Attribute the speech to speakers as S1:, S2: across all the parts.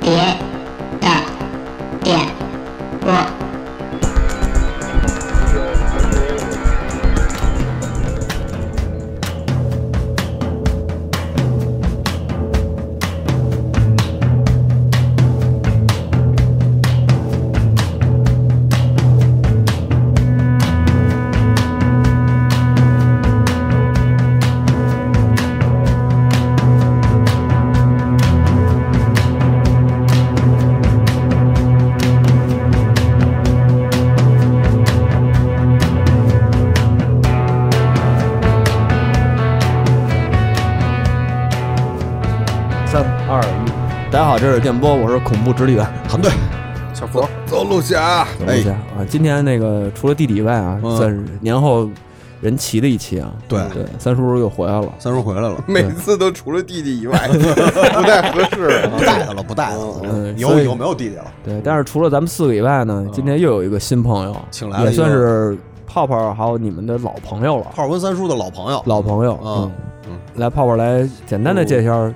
S1: 别的点播。
S2: 三二一，大家好，这是电波，我是恐怖直立员韩队。
S3: 小佛，走路侠，
S2: 哎啊，今天那个除了弟弟以外啊，
S4: 嗯
S2: 算是年后人齐的一期啊。
S4: 对
S2: 对，三叔又回来了。
S4: 三叔回来了，
S3: 每次都除了弟弟以 外，不太合适。
S2: 啊
S4: 不带他了，不带他了，
S2: 嗯
S4: 以后
S2: 所以
S4: 以后没有弟弟了。
S2: 对，但是除了咱们四个以外呢，今天又有一个新朋友，
S4: 请来了
S2: 也算
S4: 一个
S2: 是泡泡还有你们的老朋友了，
S4: 炮跟三叔的老朋友，
S2: 老朋友。
S4: 嗯嗯，
S2: 来泡泡来简单的介绍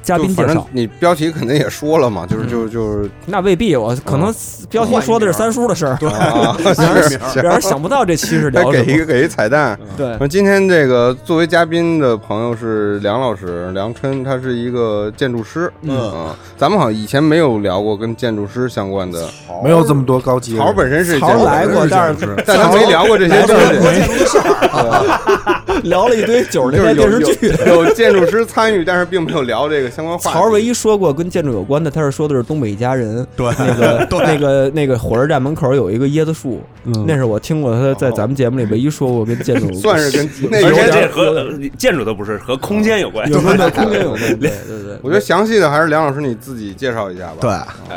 S2: 嘉
S3: 就
S2: 宾介
S3: 反正
S2: 绍，嗯
S3: 你标题肯定也说了嘛，就是就就是
S2: 那未必，我可能标题说的是三叔的事儿，
S3: 啊，
S2: 让人
S3: 是
S2: 让人想不到这期是
S3: 再
S2: 聊什
S3: 给一
S2: 么。嗯
S3: 个给一彩蛋。
S2: 对，
S3: 那今天这个作为嘉宾的朋友是梁老师，梁琛，他是一个建筑师。
S4: 嗯
S3: 啊咱们好像以前没有聊过跟建筑师相关的。
S5: 没有这么多高级。
S3: 曹本身是建
S2: 曹
S3: 筑师
S2: 来过，但是
S3: 但他没聊过这些东西。
S2: 聊了一堆九十
S3: 就
S2: 年代
S3: 是
S2: 电视
S3: 有
S2: 剧。
S3: 有有建筑师参与，但是并没有聊这个相关话题。
S2: 曹儿唯一说过跟建筑有关的，他是说的是东北一家人。
S4: 对
S2: 那个那个那个火车站门口有一个椰子树，那是我听过他在咱们节目里唯一说过跟建筑有关
S3: 算 是跟那
S6: 而
S3: 有
S6: 且
S3: 点
S6: 这和建筑都不是，和空间有关。
S2: 有关的空间有关的。对对对，
S3: 我觉得详细的还是梁老师你自己介绍一下吧。啊
S4: 对，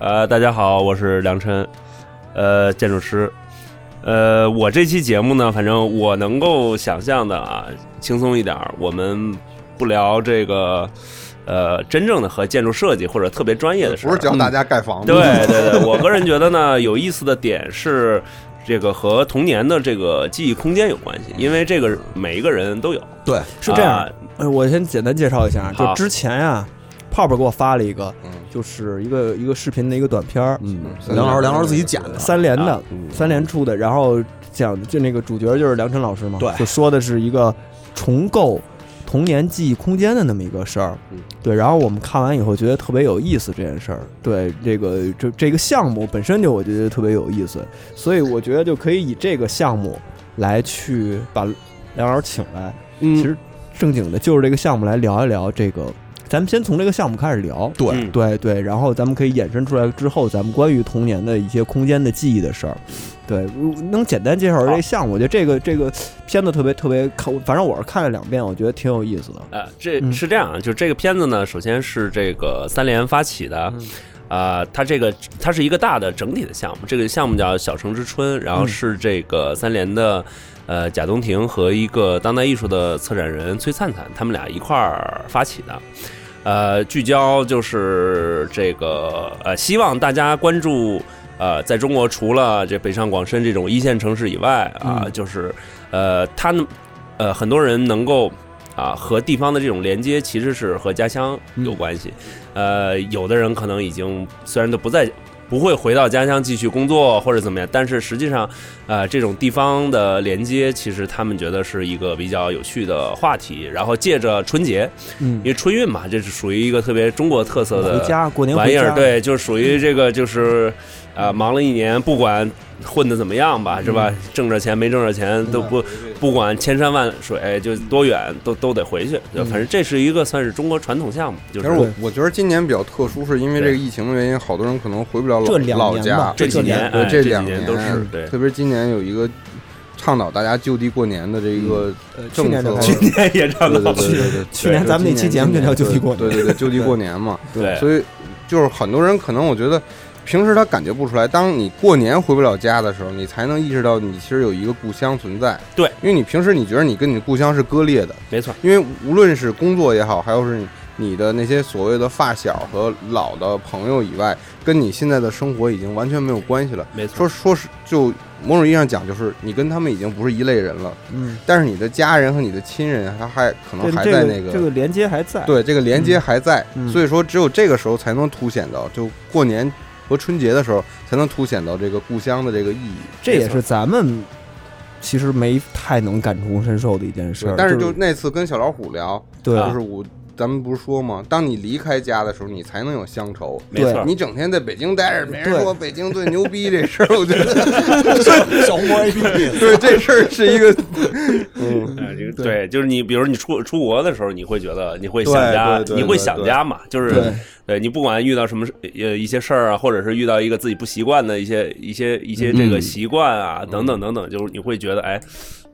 S6: 呃，大家好，我是梁琛，呃，建筑师。呃，我这期节目呢，反正我能够想象的啊，轻松一点儿，我们不聊这个，呃，真正的和建筑设计或者特别专业的事儿。嗯
S3: 不是教大家盖房子。
S6: 对对对，我个人觉得呢，有意思的点是。这个和童年的这个记忆空间有关系，因为这个每一个人都有。
S4: 对，
S2: 是这样
S6: 啊
S2: 的。呃我先简单介绍一下，就
S6: 好
S2: 之前啊，泡泡给我发了一个
S3: 嗯，
S2: 就是一个一个视频的一个短片儿，
S4: 嗯，梁老师，梁老师自己剪
S3: 嗯
S4: 的，
S2: 三联的
S6: 啊，
S2: 三联出的，然后讲就那个主角就是梁晨老师嘛，
S4: 对
S2: 就说的是一个重构童年记忆空间的那么一个事儿
S3: 嗯，
S2: 对。然后我们看完以后觉得特别有意思这件事儿，对这个这这个项目本身就我觉得特别有意思，所以我觉得就可以以这个项目来去把梁老师请来，其实正经的就是这个项目来聊一聊这个，咱们先从这个项目开始聊，
S4: 对，
S6: 嗯
S2: 对对，然后咱们可以衍生出来之后，咱们关于童年的一些空间的记忆的事儿。对，如能简单介绍这个项目？我觉得这个这个片子特别特别看，反正我是看了两遍，我觉得挺有意思的。
S6: 呃，这
S2: 嗯
S6: 是这样，就这个片子呢，首先是这个三联发起的，啊、它这个它是一个大的整体的项目，这个项目叫《小城之春》，然后
S2: 嗯
S6: 是这个三联的。呃，贾东亭和一个当代艺术的策展人崔灿灿，他们俩一块儿发起的，呃，聚焦就是这个呃，希望大家关注呃，在中国除了这北上广深这种一线城市以外啊、
S2: 嗯
S6: 就是呃，他们呃很多人能够啊和地方的这种连接，其实是和家乡
S2: 嗯
S6: 有关系。呃，有的人可能已经虽然都不在。不会回到家乡继续工作或者怎么样，但是实际上，呃，这种地方的连接，其实他们觉得是一个比较有趣的话题。然后借着春节，
S2: 嗯
S6: 因，为春运嘛，这是属于一个特别中国特色的
S2: 回家过年
S6: 玩
S2: 回
S6: 意儿，
S2: 家，，
S6: 对，就是属于这个，就是啊，忙了一年，不管混的怎么样
S2: 嗯
S6: 吧，是吧？挣着钱没挣着钱都不不管千山万水，就多远都都得回去。就
S2: 嗯
S6: 反正这是一个算是中国传统项目，就
S3: 但是我
S6: 是
S3: 我觉得今年比较特殊，是因为这个疫情的原因，好多人可能回不了
S2: 这两
S3: 老老
S2: 年
S3: 家
S2: 吧。
S6: 这几年
S3: 对
S6: 哎
S3: 这
S6: 这几
S3: 两
S6: 年
S3: 年
S6: 都是对
S3: 特别是今年有一个倡导大家就地过年的这一
S6: 嗯
S3: 个
S2: 呃去
S3: 政
S2: 年
S3: 策
S2: 就开，始
S6: 今年也
S3: 对
S6: 让
S3: 对
S6: 到
S3: 对对对对，
S2: 去年哎咱们那期节目就叫就地过年，
S3: 对对对，就地过 年嘛。
S6: 对，
S3: 所以就是很多人可能我觉得平时他感觉不出来，当你过年回不了家的时候，你才能意识到你其实有一个故乡存在。
S6: 对，
S3: 因为你平时你觉得你跟你的故乡是割裂的，
S6: 没错，
S3: 因为无论是工作也好，还有是你你的那些所谓的发小和老的朋友以外，跟你现在的生活已经完全没有关系了。
S6: 没错
S3: 说，说是就某种意义上讲，就是你跟他们已经不是一类人了，
S2: 嗯，
S3: 但是你的家人和你的亲人，他还可能
S2: 这
S3: 嗯还
S2: 这
S3: 在
S2: 个、
S3: 那个
S2: 这个连接还在，
S3: 对，这个连接还在，
S2: 嗯
S3: 所以说只有这个时候才能凸显到，就过年和春节的时候才能凸显到这个故乡的这个意义。
S2: 这也是咱们其实没太能感同身受的一件事
S3: 对
S2: 儿。
S3: 但是
S2: 就啊
S3: 就那次跟小老虎聊，
S2: 对、
S3: 就是我咱们不是说吗？当你离开家的时候，你才能有乡愁。
S6: 没
S2: 对
S6: 错，
S3: 你整天在北京待着，没人
S2: 对
S3: 说北京最牛逼这事儿，我觉得
S4: 小红魔 APP，
S3: 对这事儿是一 个，嗯，
S6: 呃这个对，就是你，比如你出出国的时候，你会觉得你会想
S3: 对
S6: 家
S3: 对，对
S6: 你会想
S3: 对
S6: 家嘛？就是
S2: 对
S6: 对你不管遇到什么事呃一些事儿啊，或者是遇到一个自己不习惯的一些一些一些这个习惯啊，等等等等，就是你会觉得哎，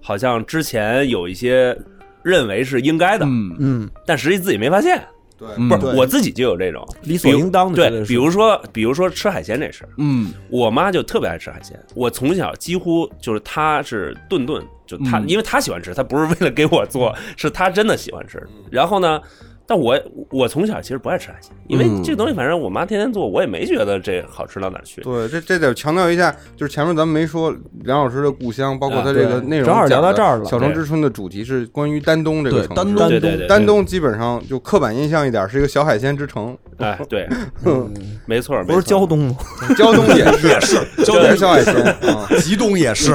S6: 好像之前有一些认为是应该的，
S5: 嗯
S2: 嗯，
S6: 但实际自己没发现。
S3: 对，
S5: 嗯
S6: 不是
S3: 对
S6: 我自己就有这种
S2: 理所
S6: 比如
S2: 应当的觉
S6: 对，
S2: 得是
S6: 比如说比如说吃海鲜这事儿，
S5: 嗯
S6: 我妈就特别爱吃海鲜，我从小几乎就是她是顿顿就她，
S5: 嗯
S6: 因为她喜欢吃，她不是为了给我做，是她真的喜欢吃。然后呢，但我我从小其实不爱吃海鲜，因为
S3: 嗯
S6: 这东西反正我妈天天做，我也没觉得这好吃到哪儿去。
S3: 对，这这得强调一下，就是前面咱们没说梁老师的故乡，包括他
S6: 啊
S3: 这个
S2: 对
S3: 内容
S2: 正好聊
S3: 讲
S2: 到
S3: 的
S2: 这儿了
S3: 小城之春的主题是关于丹东这个
S4: 对
S3: 城市，
S4: 丹东
S6: 对
S2: 丹
S6: 对
S2: 东
S6: 对，
S3: 丹东基本上就刻板印象一点，是一个小海鲜之城，
S6: 对哎对， 没错，没
S2: 不是
S6: 错
S2: 胶东吗？
S3: 胶东也是，也是
S4: 胶
S3: 胶
S4: 东
S3: 东小海鲜，啊
S4: 吉东也是，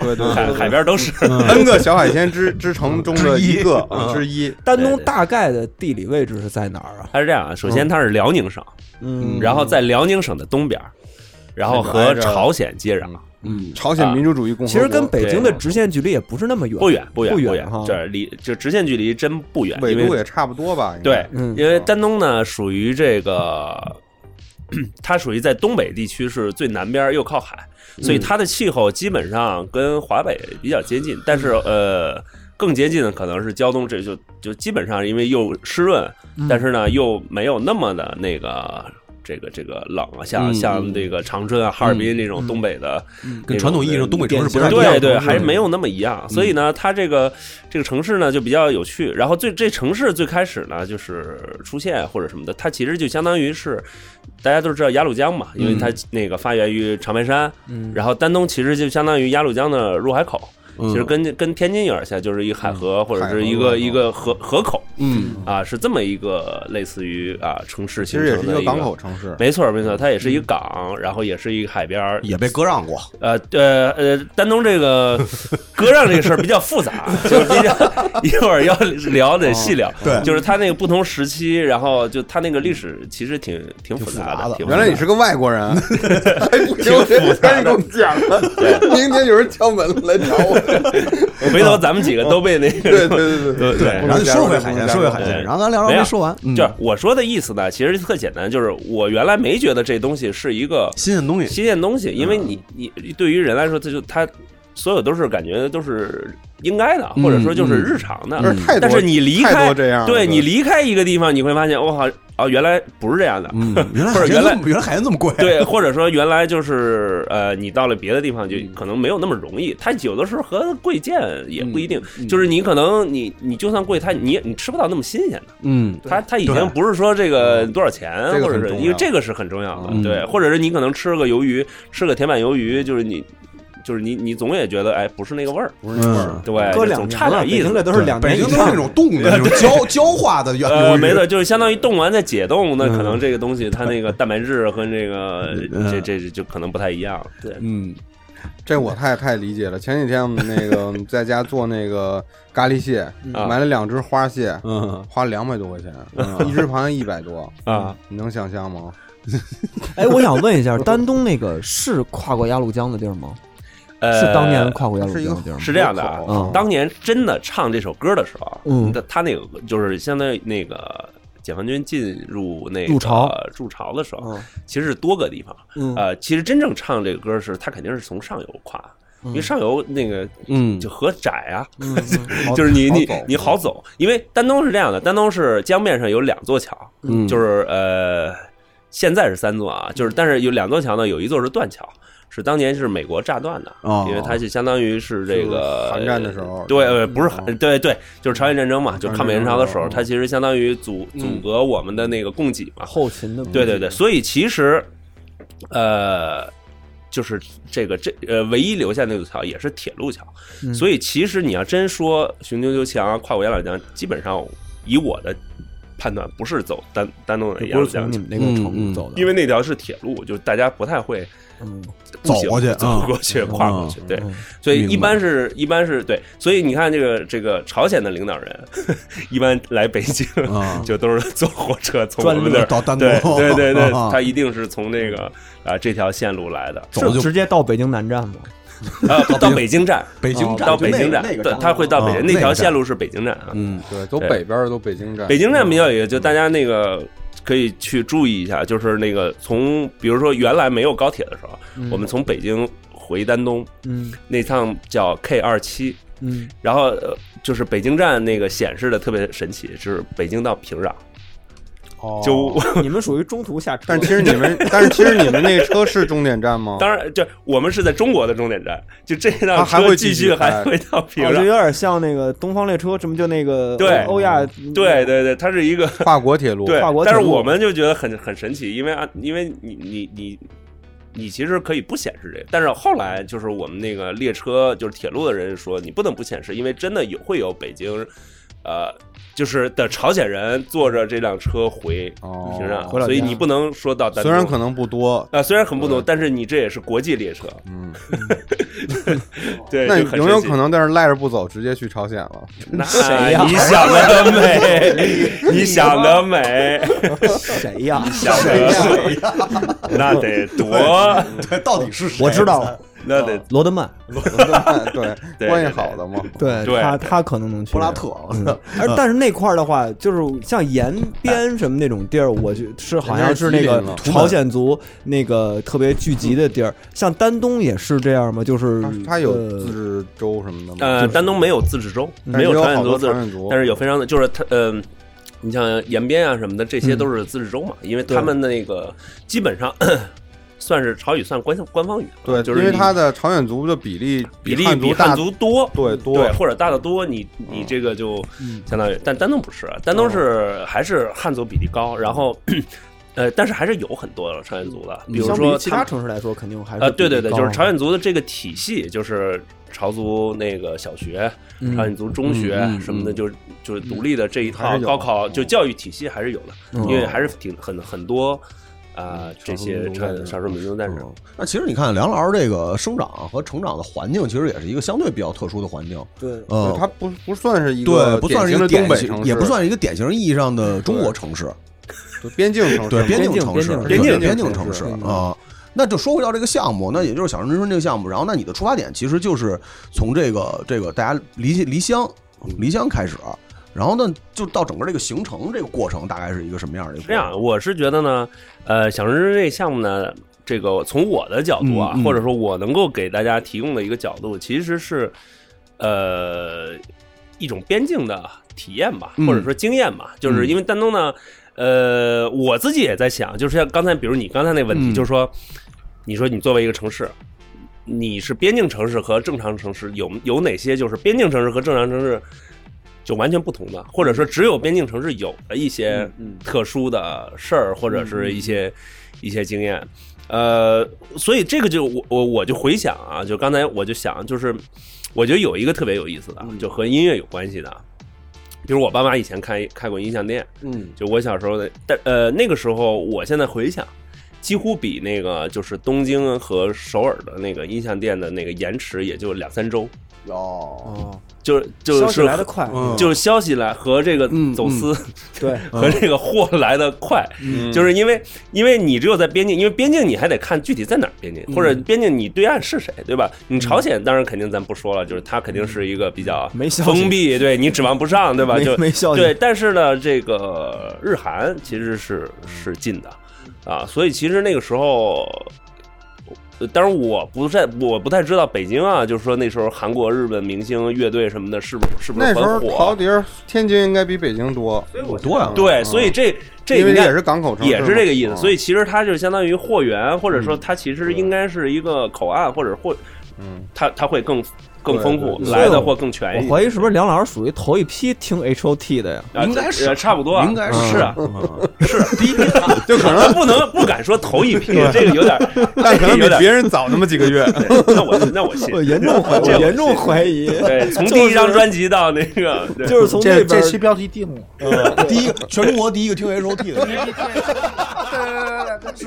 S3: 对对
S6: 海
S3: 对
S6: 海边都是。
S3: ，N 个小海鲜之之城中的一个
S4: 嗯
S3: 啊之一，
S2: 丹
S6: 对
S2: 东
S6: 对
S2: 大概的地理位置是在哪儿啊？
S6: 它是这样啊，首先它是辽宁省，
S2: 嗯
S6: 然后在辽宁省的东边儿，然后和
S3: 挨着
S6: 朝鲜接壤，
S5: 嗯
S3: 朝
S6: 啊
S3: 鲜民主主义共和
S2: 其
S3: 国，
S2: 实跟北京的
S6: 对
S2: 直线距离也不是那么远，
S6: 不远不远
S2: 不
S6: 不
S2: 远哈。
S6: 这离就直线距离真不远，
S3: 纬
S6: 因为
S3: 度也差不多吧？应
S6: 对
S3: 该，
S2: 嗯
S6: 因为丹东呢属于这个， 它属于在东北地区是最南边儿又靠海，
S2: 嗯
S6: 所以它的气候基本上跟华北比较接近，但是
S2: 嗯
S6: 呃。更接近的可能是胶东，这就就基本上因为又湿润，
S2: 嗯
S6: 但是呢又没有那么的那个这个这个冷啊，像、
S4: 嗯
S6: 像这个长春啊、哈尔滨这种
S2: 嗯
S6: 东北的
S4: 跟传统意义上东嗯北城市不太一样。嗯
S6: 对对，还没有那么一样。所以呢，它这个这个城市呢就比较有趣。然后最这城市最开始呢就是出现或者什么的，它其实就相当于是大家都知道鸭绿江嘛，因为
S4: 嗯
S6: 它那个发源于长白山，
S2: 嗯，
S6: 然后丹东其实就相当于鸭绿江的入海口。
S4: 嗯
S6: 其实跟跟天津有点像，就是一个海河或者是一
S3: 海
S6: 个
S3: 河
S6: 一个河河口
S4: 嗯
S6: 啊，是这么一个类似于啊城市
S3: 其
S6: 形
S3: 实也
S6: 成
S3: 是
S6: 的
S3: 一个港口。城市，
S6: 没错没
S4: 嗯
S6: 错，它也是一个港，然后也是一个海边儿，
S4: 也被割让过，
S6: 呃呃呃，丹东这个割让这个事儿比较复杂，啊就是比较一会儿要聊得细聊。
S3: 哦
S4: 对
S6: 就是它那个不同时期，然后就它那个历史其实挺挺复
S4: 复杂
S6: 杂
S4: 的
S6: 的。挺
S3: 原
S6: 复杂
S3: 来
S6: 的
S3: 你是个外国 人，哎，不行，我这太够讲了，明天有人敲门来找我。
S6: 回头咱们几个都被那个
S3: 嗯对对对对
S6: 对对
S4: 然后就说回海鲜，说回
S2: 哎
S4: 海
S6: 对
S4: 鲜，然后咱聊聊没说完，嗯
S6: 就是我说的意思呢，其实特简单，就是我原来没觉得这东西是一个
S4: 新鲜东西，
S6: 新鲜东西，因为
S3: 嗯
S6: 你你对于人来说，这就它所有都是感觉都是应该的，或者说
S3: 嗯
S6: 就是日常的。
S3: 不是太多，
S6: 但是你离
S3: 太
S6: 开
S3: 多这样了，
S6: 对你离开一个地方，你会发现，我靠，哦，原来不是这样的。
S4: 嗯，原来
S6: 不
S4: 海
S6: 是
S4: 鲜
S6: 原来
S4: 这么原来海鲜这么贵，
S6: 对，或者说原来就是呃，你到了别的地方就可能没有那么容易。它有的时候和贵贱也不一定，就是你可能你你就算贵，它你也你吃不到那么新鲜的。
S4: 嗯，
S6: 它它已
S4: 对
S6: 经不是说这个多少钱，
S3: 这个
S6: 或者
S3: 很
S6: 是
S3: 重
S6: 因为
S3: 要
S6: 这个是很重要的，
S4: 嗯
S6: 对，或者是你可能吃个鱿鱼，吃个铁板鱿鱼，就是你就是你你总也觉得哎不是那个味儿，
S3: 不是那味儿
S4: 嗯。
S6: 对，
S2: 搁
S6: 就
S2: 两
S6: 总
S2: 年
S6: 差
S2: 了
S6: 点意
S2: 北京
S6: 思
S2: 这。都是两
S4: 北
S2: 年
S4: 京
S2: 以
S4: 都是那
S2: 上。
S4: 种冻的，那种焦焦化的鱿
S6: 呃，
S4: 鱼，
S6: 没错，就是相当于冻完再解冻，那
S2: 嗯
S6: 可能这个东西它那个蛋白质和这个
S4: 嗯
S6: 这这这就可能不太一样。对，
S4: 嗯，
S3: 这我太太理解了。前几天我们那个在家做那个咖喱蟹，
S6: 啊嗯
S3: 买了两只花蟹，
S4: 嗯，
S3: 花两百多块钱，一只好像一百多
S6: 啊，
S3: 你能想象吗？
S2: 哎，我想问一 下，丹东那个是跨过鸭绿江的地儿吗？
S6: 呃，
S2: 是当年跨过鸭
S3: 是
S2: 绿
S3: 一
S2: 江
S3: 个
S2: 的地儿吗？
S6: 是这样的啊
S3: 河口
S2: 嗯
S6: 当年真的唱这首歌的时候，
S2: 嗯
S6: 他他那个就是相当于那个解放军进入那个
S2: 入朝
S6: 入朝的时候，
S2: 嗯
S6: 其实是多个地方。
S2: 嗯
S6: 呃，其实真正唱这个歌是，他肯定是从上游跨，因为上游那个
S4: 嗯
S6: 就河窄啊，
S2: 嗯，
S6: 就是你
S3: 好
S6: 你
S3: 走
S6: 你好走，因为丹东是这样的，丹东是江面上有两座桥，
S4: 嗯
S6: 就是呃，现在是三座啊，就是但是有两座桥呢，有一座是断桥。是当年是美国炸断的，
S4: 哦
S6: 因为它是相当于是这个
S3: 就是韩战的时候
S6: 对，呃不是韩，
S3: 哦
S6: 对对，就是朝鲜战争嘛，就是抗美援朝的时候，
S3: 嗯
S6: 它其实相当于阻阻
S3: 嗯
S6: 隔我们的那个供给嘛，
S2: 后勤的，
S6: 对对对，，所以其实，呃，就是这个这呃，唯一留下那座桥也是铁路桥，
S2: 嗯
S6: 所以其实你要真说雄赳赳强、啊跨过杨柳江，基本上以我的判断，不是走丹丹东的
S2: 就不
S6: 杨柳
S2: 是从
S6: 江
S2: 你，们那个
S4: 嗯
S2: 城
S4: 嗯
S2: 走的，
S6: 因为那条是铁路，就是大家不太会
S2: 嗯
S6: 步
S4: 走
S6: 行
S4: 过去
S6: 走
S4: 嗯
S6: 过去、跨过去，对，
S2: 嗯
S6: 所以
S4: 明
S6: 一般
S4: 白
S6: 是一般是对，所以你看这个这个朝鲜的领导人， 一般来北京
S4: 啊
S6: 就都是坐火车从我
S4: 专
S6: 们
S4: 路
S6: 那儿
S4: 到丹东
S6: 对对对 对
S4: 啊，
S6: 他一定是从那个啊这条线路来的，
S4: 走
S2: 是
S4: 就
S2: 直接到北京南站吗？
S6: 啊到北京站，
S4: 北京站
S6: 到
S4: 哦就
S6: 北
S4: 那
S6: 京
S4: 个
S6: 站
S4: 那个，
S6: 对
S4: 站
S6: 他会到北
S4: 啊
S6: 京
S4: 那
S6: 那
S4: 个
S6: 条
S4: 站
S6: 线路是北京站啊，
S4: 嗯
S3: 对，走
S6: 对
S3: 北边儿都北京站，嗯
S6: 北京站比较也就大家那个可以去注意一下，就是那个从比如说原来没有高铁的时候，
S3: 嗯
S6: 我们从北京回丹东
S2: 嗯
S6: 那趟叫 K 二七，
S2: 嗯，
S6: 然后呃就是北京站那个显示的特别神奇，就是北京到平壤，
S4: 哦
S6: 就
S2: 嗯 你们属于中途下车，
S3: 但其实你们，但是其实你们那个车是终点站吗？
S6: 当然，就我们是在中国的终点站，就这
S3: 它
S6: 辆
S3: 还会
S6: 车
S3: 继
S6: 继
S3: 续
S6: 续还
S3: 开
S6: 会到 平
S2: 哦，就
S6: 壤。
S2: 有点像那个东方列车，什么就那个
S6: 对
S2: 欧欧亚，
S6: 对对对，它是一个
S3: 跨国铁路，
S6: 对
S2: 跨国，
S6: 但是
S2: 铁路
S6: 我们就觉得很很神奇，因为啊，因为你你你你其实可以不显示这个，但是后来就是我们那个列车就是铁路的人说，你不能不显示，因为真的有会有北京，呃，就是的朝鲜人坐着这辆车回
S3: 哦
S6: 平壤，
S2: 回老
S6: 所以
S2: 家
S6: 你不能说到丹
S3: 虽然
S6: 东
S3: 可能不多，
S6: 啊，虽然很不懂，但是你这也是国际列车，
S3: 嗯，
S6: 对，
S3: 那
S6: 就很
S3: 有没有
S6: 神奇
S3: 可能，但是赖着不走，直接去朝鲜了？
S6: 那你想得美， 你想得美，
S2: 谁呀？
S6: 想得那得多，
S4: 对，到底是谁？
S2: 我知道 了，
S6: 那得
S2: 罗德曼，
S3: 对，
S6: 对
S3: 关系好的嘛，
S2: 对
S6: 对
S2: 他他可能能去
S4: 布拉特，
S2: 嗯。而但是那块儿的话，就是像延边什么那种地儿，我就是好像是那
S3: 人家是吉
S2: 个
S3: 林嘛
S2: 朝鲜族那个特别聚集的地儿。像丹东也是这样吗？就是
S3: 它它有
S2: 呃
S3: 自治州什么的吗？
S6: 呃，
S3: 就是
S6: 丹东没有自治州，
S3: 但是
S6: 没有
S3: 嗯
S6: 朝
S3: 有好
S6: 鲜
S3: 多
S6: 族自
S3: 朝
S6: 治，
S3: 鲜族，
S6: 但是有非常的，就是它，嗯。你像延边啊什么的，这些都是自治州嘛，因为他们那个基本上 算是朝语，算官官方语言嘛，
S3: 对，
S6: 就是
S3: 因为
S6: 你
S3: 它的朝鲜族的比例
S6: 比例
S3: 汉
S6: 比
S3: 族
S6: 汉
S3: 大，
S6: 族多，
S3: 对多
S6: 对，或者大得多，你你这个就
S2: 嗯
S6: 相当于，但丹东不是，啊丹东是还是汉族比例高，然后， 呃，但是还是有很多朝鲜族的，比
S2: 嗯
S6: 如
S2: 相比
S6: 说
S2: 其他
S6: 们
S2: 城市来说，肯定还是
S6: 呃，对对对，
S2: 比
S6: 就是
S2: 较
S6: 朝鲜族的这个体系，就是朝族那个小学、
S2: 嗯
S6: 朝鲜族中学
S4: 嗯嗯
S6: 什么的，
S4: 嗯
S6: 就是就是独立的这一
S3: 还
S6: 套
S3: 是有
S6: 高考就教育体系还是有的，
S2: 嗯
S6: 因为还是挺很很多啊这些
S3: 少数民族
S6: 朝
S3: 在这
S6: 鲜
S3: 儿
S6: 少数民族在这儿。
S7: 嗯
S4: 那其实你看，梁老师这个生长和成长的环境，其实也是一个相对比较特殊的环境。
S2: 对
S4: 嗯，
S3: 它不不算是一
S4: 对
S3: 个
S4: 不算是一个
S3: 典型的东
S4: 典
S3: 北城
S4: 型，
S3: 市，
S4: 也不算是一个典型意义上的中国城市，
S3: 对边境城市，
S4: 对边
S2: 边
S4: 境
S2: 境
S4: 城市，
S2: 边
S3: 境
S4: 对
S3: 边
S4: 边
S3: 境
S4: 境
S3: 城
S4: 城市
S3: 市嗯
S4: 啊。那就说回到这个项目，那也就是小城人生这个项目，然后那你的出发点其实就是从这个这个大家离离乡
S3: 嗯
S4: 离乡开始，然后呢就到整个这个行程这个过程大概是一个什么样的一个过程？
S6: 是这样，我是觉得呢，呃，小人之这项目呢，这个从我的角度啊，
S4: 嗯嗯
S6: 或者说我能够给大家提供的一个角度，其实是呃一种边境的体验吧，
S4: 嗯
S6: 或者说经验吧，就是因为丹东呢，呃，我自己也在想，就是像刚才，比如你刚才那问题，
S4: 嗯
S6: 就是说，你说你作为一个城市。你是边境城市和正常城市有有哪些就是边境城市和正常城市就完全不同的，或者说只有边境城市有的一些
S4: 嗯
S6: 特殊的事儿，或者是一些、一些经验。呃，所以这个就我我我就回想啊，就刚才我就想，就是我觉得有一个特别有意思的，啊
S2: 嗯
S6: 就和音乐有关系的，啊比如我爸妈以前开开过音像店，
S3: 嗯，
S6: 就我小时候的，但呃那个时候，我现在回想，几乎比那个就是东京和首尔的那个音像店的那个延迟也就两三周，
S4: 哦，
S2: 哦，
S6: 就是就
S2: 消
S6: 是
S2: 息来的快，
S4: 嗯
S6: 就是消息来和这个
S4: 嗯
S6: 走私、
S2: 对，
S6: 和这个货来的快，
S2: 嗯
S6: 就是因为因为你只有在边境，因为边境你还得看具体在哪儿边境，
S2: 嗯
S6: 或者边境你对岸是谁，对吧？你朝鲜当然肯定咱不说了，就是它肯定是一个比较
S2: 没消息
S6: 封闭，对你指望不上，对吧？
S2: 没
S6: 就
S2: 没消息
S6: 对，但是呢，这个日韩其实是是近的啊，所以其实那个时候。呃当然我不太我不太知道北京啊，就是说那时候韩国、日本明星乐队什么的，是不是不是
S3: 那
S6: 很
S3: 时候陶
S6: 火？
S3: 笛儿，天津应该比北京多，
S4: 多呀，
S6: 对，所以这这
S3: 因为
S6: 应该
S3: 也是港口城市嘛，
S6: 也是这个意思。
S3: 嗯
S6: 所以其实它就相当于货源，或者说它其实应该是一个口岸，或者或
S3: 嗯，
S6: 它它会更更丰富
S3: 对对
S2: 对
S6: 来的或更全一
S2: 我
S6: 些。
S2: 怀疑是不是梁老师属于头一批听 H O T 的呀？
S6: 啊
S4: 应该是
S6: 呃差不多啊，
S4: 应该是
S6: 是啊，
S4: 是第一
S3: 就可 能，
S6: 不能不敢说头一批，这个有点，
S3: 但可能
S6: 有
S3: 比
S6: 点
S3: 别人早那么几个月。
S6: 那我那我信。
S2: 我严重怀，
S6: 这
S2: 我
S6: 我
S2: 严重怀疑，
S6: 对，从第一张专辑到那个，对
S2: 就是从
S5: 这
S2: 边呃
S5: 这期标题定了，
S4: 个，第一个全中国第一个听 H O T 的，
S5: 是不是？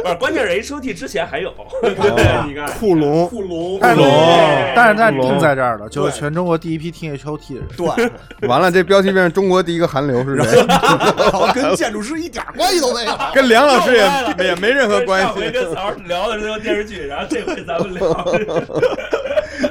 S6: 不是，关键是 H O T 之前还有， 对，你看
S3: 库龙，
S6: 库龙，
S5: 但是
S3: 龙
S5: 哦但是但是定在这儿了，就是全中国第一批听 H O T 的人。
S4: 对，
S3: 完了，这标题变成中国第一个韩流是这样，
S4: 然
S2: 啊
S4: 后跟建筑师一点关系都没有。
S3: 跟梁老师
S6: 又歪了
S3: 也也没任何关
S6: 上回
S3: 系。
S6: 跟曹聊的是电视剧，然后这回咱们聊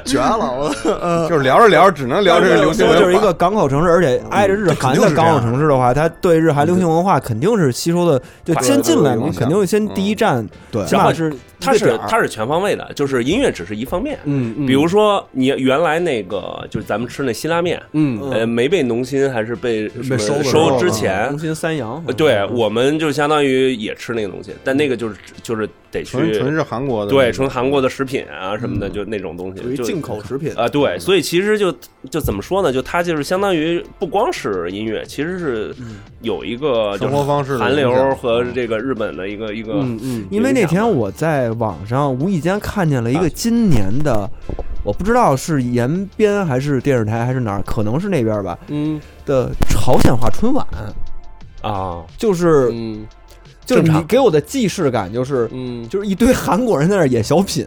S4: 绝了！ 我
S3: 就是聊着聊着，只能聊这个流行文化。
S2: 就是一个港口城市，而且挨着日
S4: 嗯这
S2: 韩
S4: 肯定
S2: 的
S4: 是这样
S2: 港口城市的话，它对日韩流行文化肯定是吸收的，就先进来嘛，肯定先第一站，
S4: 嗯对
S2: 起码是
S6: 它
S2: 一个
S6: 是
S2: 点儿
S6: 它是全方位的，就是音乐只是一方面。
S2: 嗯嗯
S6: 比如说你原来那个就是咱们吃那辛拉面，
S3: 嗯
S6: 呃，没被农心还是被什么
S4: 收的时候
S6: 收之
S4: 啊
S6: 前
S2: 红，
S3: 嗯
S2: 心三阳
S6: 呃，对我们就相当于也吃那个东西，但那个就是就是得去
S3: 纯纯是韩国的，嗯
S6: 对纯韩国的食品啊什么的，就那种东西
S2: 属于
S6: 就
S2: 进口食品
S6: 啊，对，所以其实就就怎么说呢？就它就是相当于不光是音乐，其实是有一个就
S3: 嗯生活
S6: 是
S3: 方式的
S6: 韩
S3: 影响
S6: 流和这个日本的一个一个
S3: 嗯嗯，
S2: 因为那天我在网上无意间看见了一个
S4: 啊
S2: 今年的，我不知道是延边还是电视台还是哪儿，可能是那边吧
S3: 嗯
S2: 的朝鲜话春晚，
S6: 啊，
S2: 就是
S3: 嗯
S2: 就是
S6: 正
S2: 你
S6: 常
S2: 给我的既视感就是
S3: 嗯，
S2: 就是一堆韩国人在那儿演小品，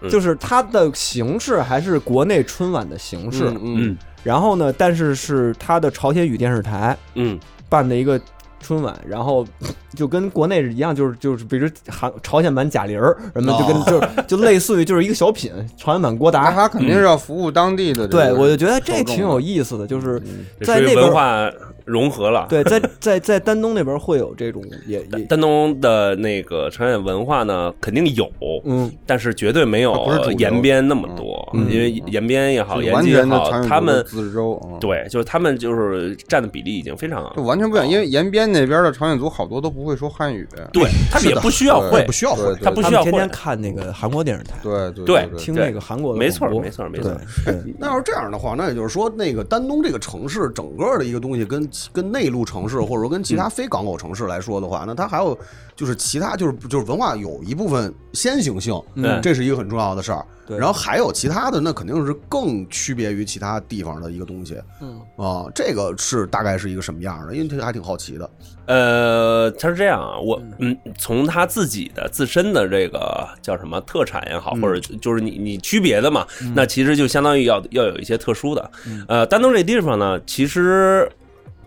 S6: 嗯
S2: 就是它的形式还是国内春晚的形式，
S3: 嗯
S2: 然后呢，但是是它的朝鲜语电视台
S6: 嗯
S2: 办的一个。春晚，然后就跟国内是一样，就是就是，比如韩朝鲜版贾玲儿什
S6: 哦
S2: 么，就跟就是就类似于就是一个小品，朝鲜版郭
S3: 那
S6: 啊
S2: 达。
S3: 他肯
S6: 嗯
S3: 定是要服务当地的这个。
S2: 对，我就觉得这挺有意思的，就是
S6: 这
S2: 在
S6: 属于
S2: 那边
S6: 文化融合了。
S2: 对，在在在丹东那边会有这种也也
S6: 丹东的那个朝鲜文化呢，肯定有，
S2: 嗯
S6: 但是绝对没有
S3: 它不是主流
S6: 延边那么多，
S2: 嗯
S6: 因为延边也好，
S3: 就是
S6: 延
S3: 完
S6: 吉也
S3: 全的
S6: 好
S3: 朝，鲜
S6: 他们
S3: 自治州，嗯，
S6: 对，就是他们就是占的比例已经非常
S3: 就完全不一样。因为延边那边的朝鲜族好多都不会说汉语，
S6: 哦对，他们也不需要会
S4: 不，需要会
S3: 对，
S6: 他不
S2: 他们
S6: 需要
S2: 天
S6: 会
S2: 天，看那个韩国电视台，
S3: 对对
S6: 对
S3: 对，
S2: 听那个韩国的
S6: 没错
S2: 广播
S6: 没错没错。
S2: 对
S4: 那要是这样的话，那也就是说，那个丹东这个城市整个的一个东西跟，跟内陆城市或者说跟其他非港口城市来说的话，那它还有就是其他就是就是文化有一部分先行性，
S6: 嗯
S4: 这是一个很重要的事儿。
S2: 对
S4: 然后还有其他的，那肯定是更区别于其他地方的一个东西。
S2: 嗯
S4: 啊，这个是大概是一个什么样的？因为这个还挺好奇的。
S6: 呃，他是这样啊，我嗯，从他自己的自身的这个叫什么特产也好，或者就是你你区别的嘛，那其实就相当于要要有一些特殊的。呃，丹东这地方呢，其实。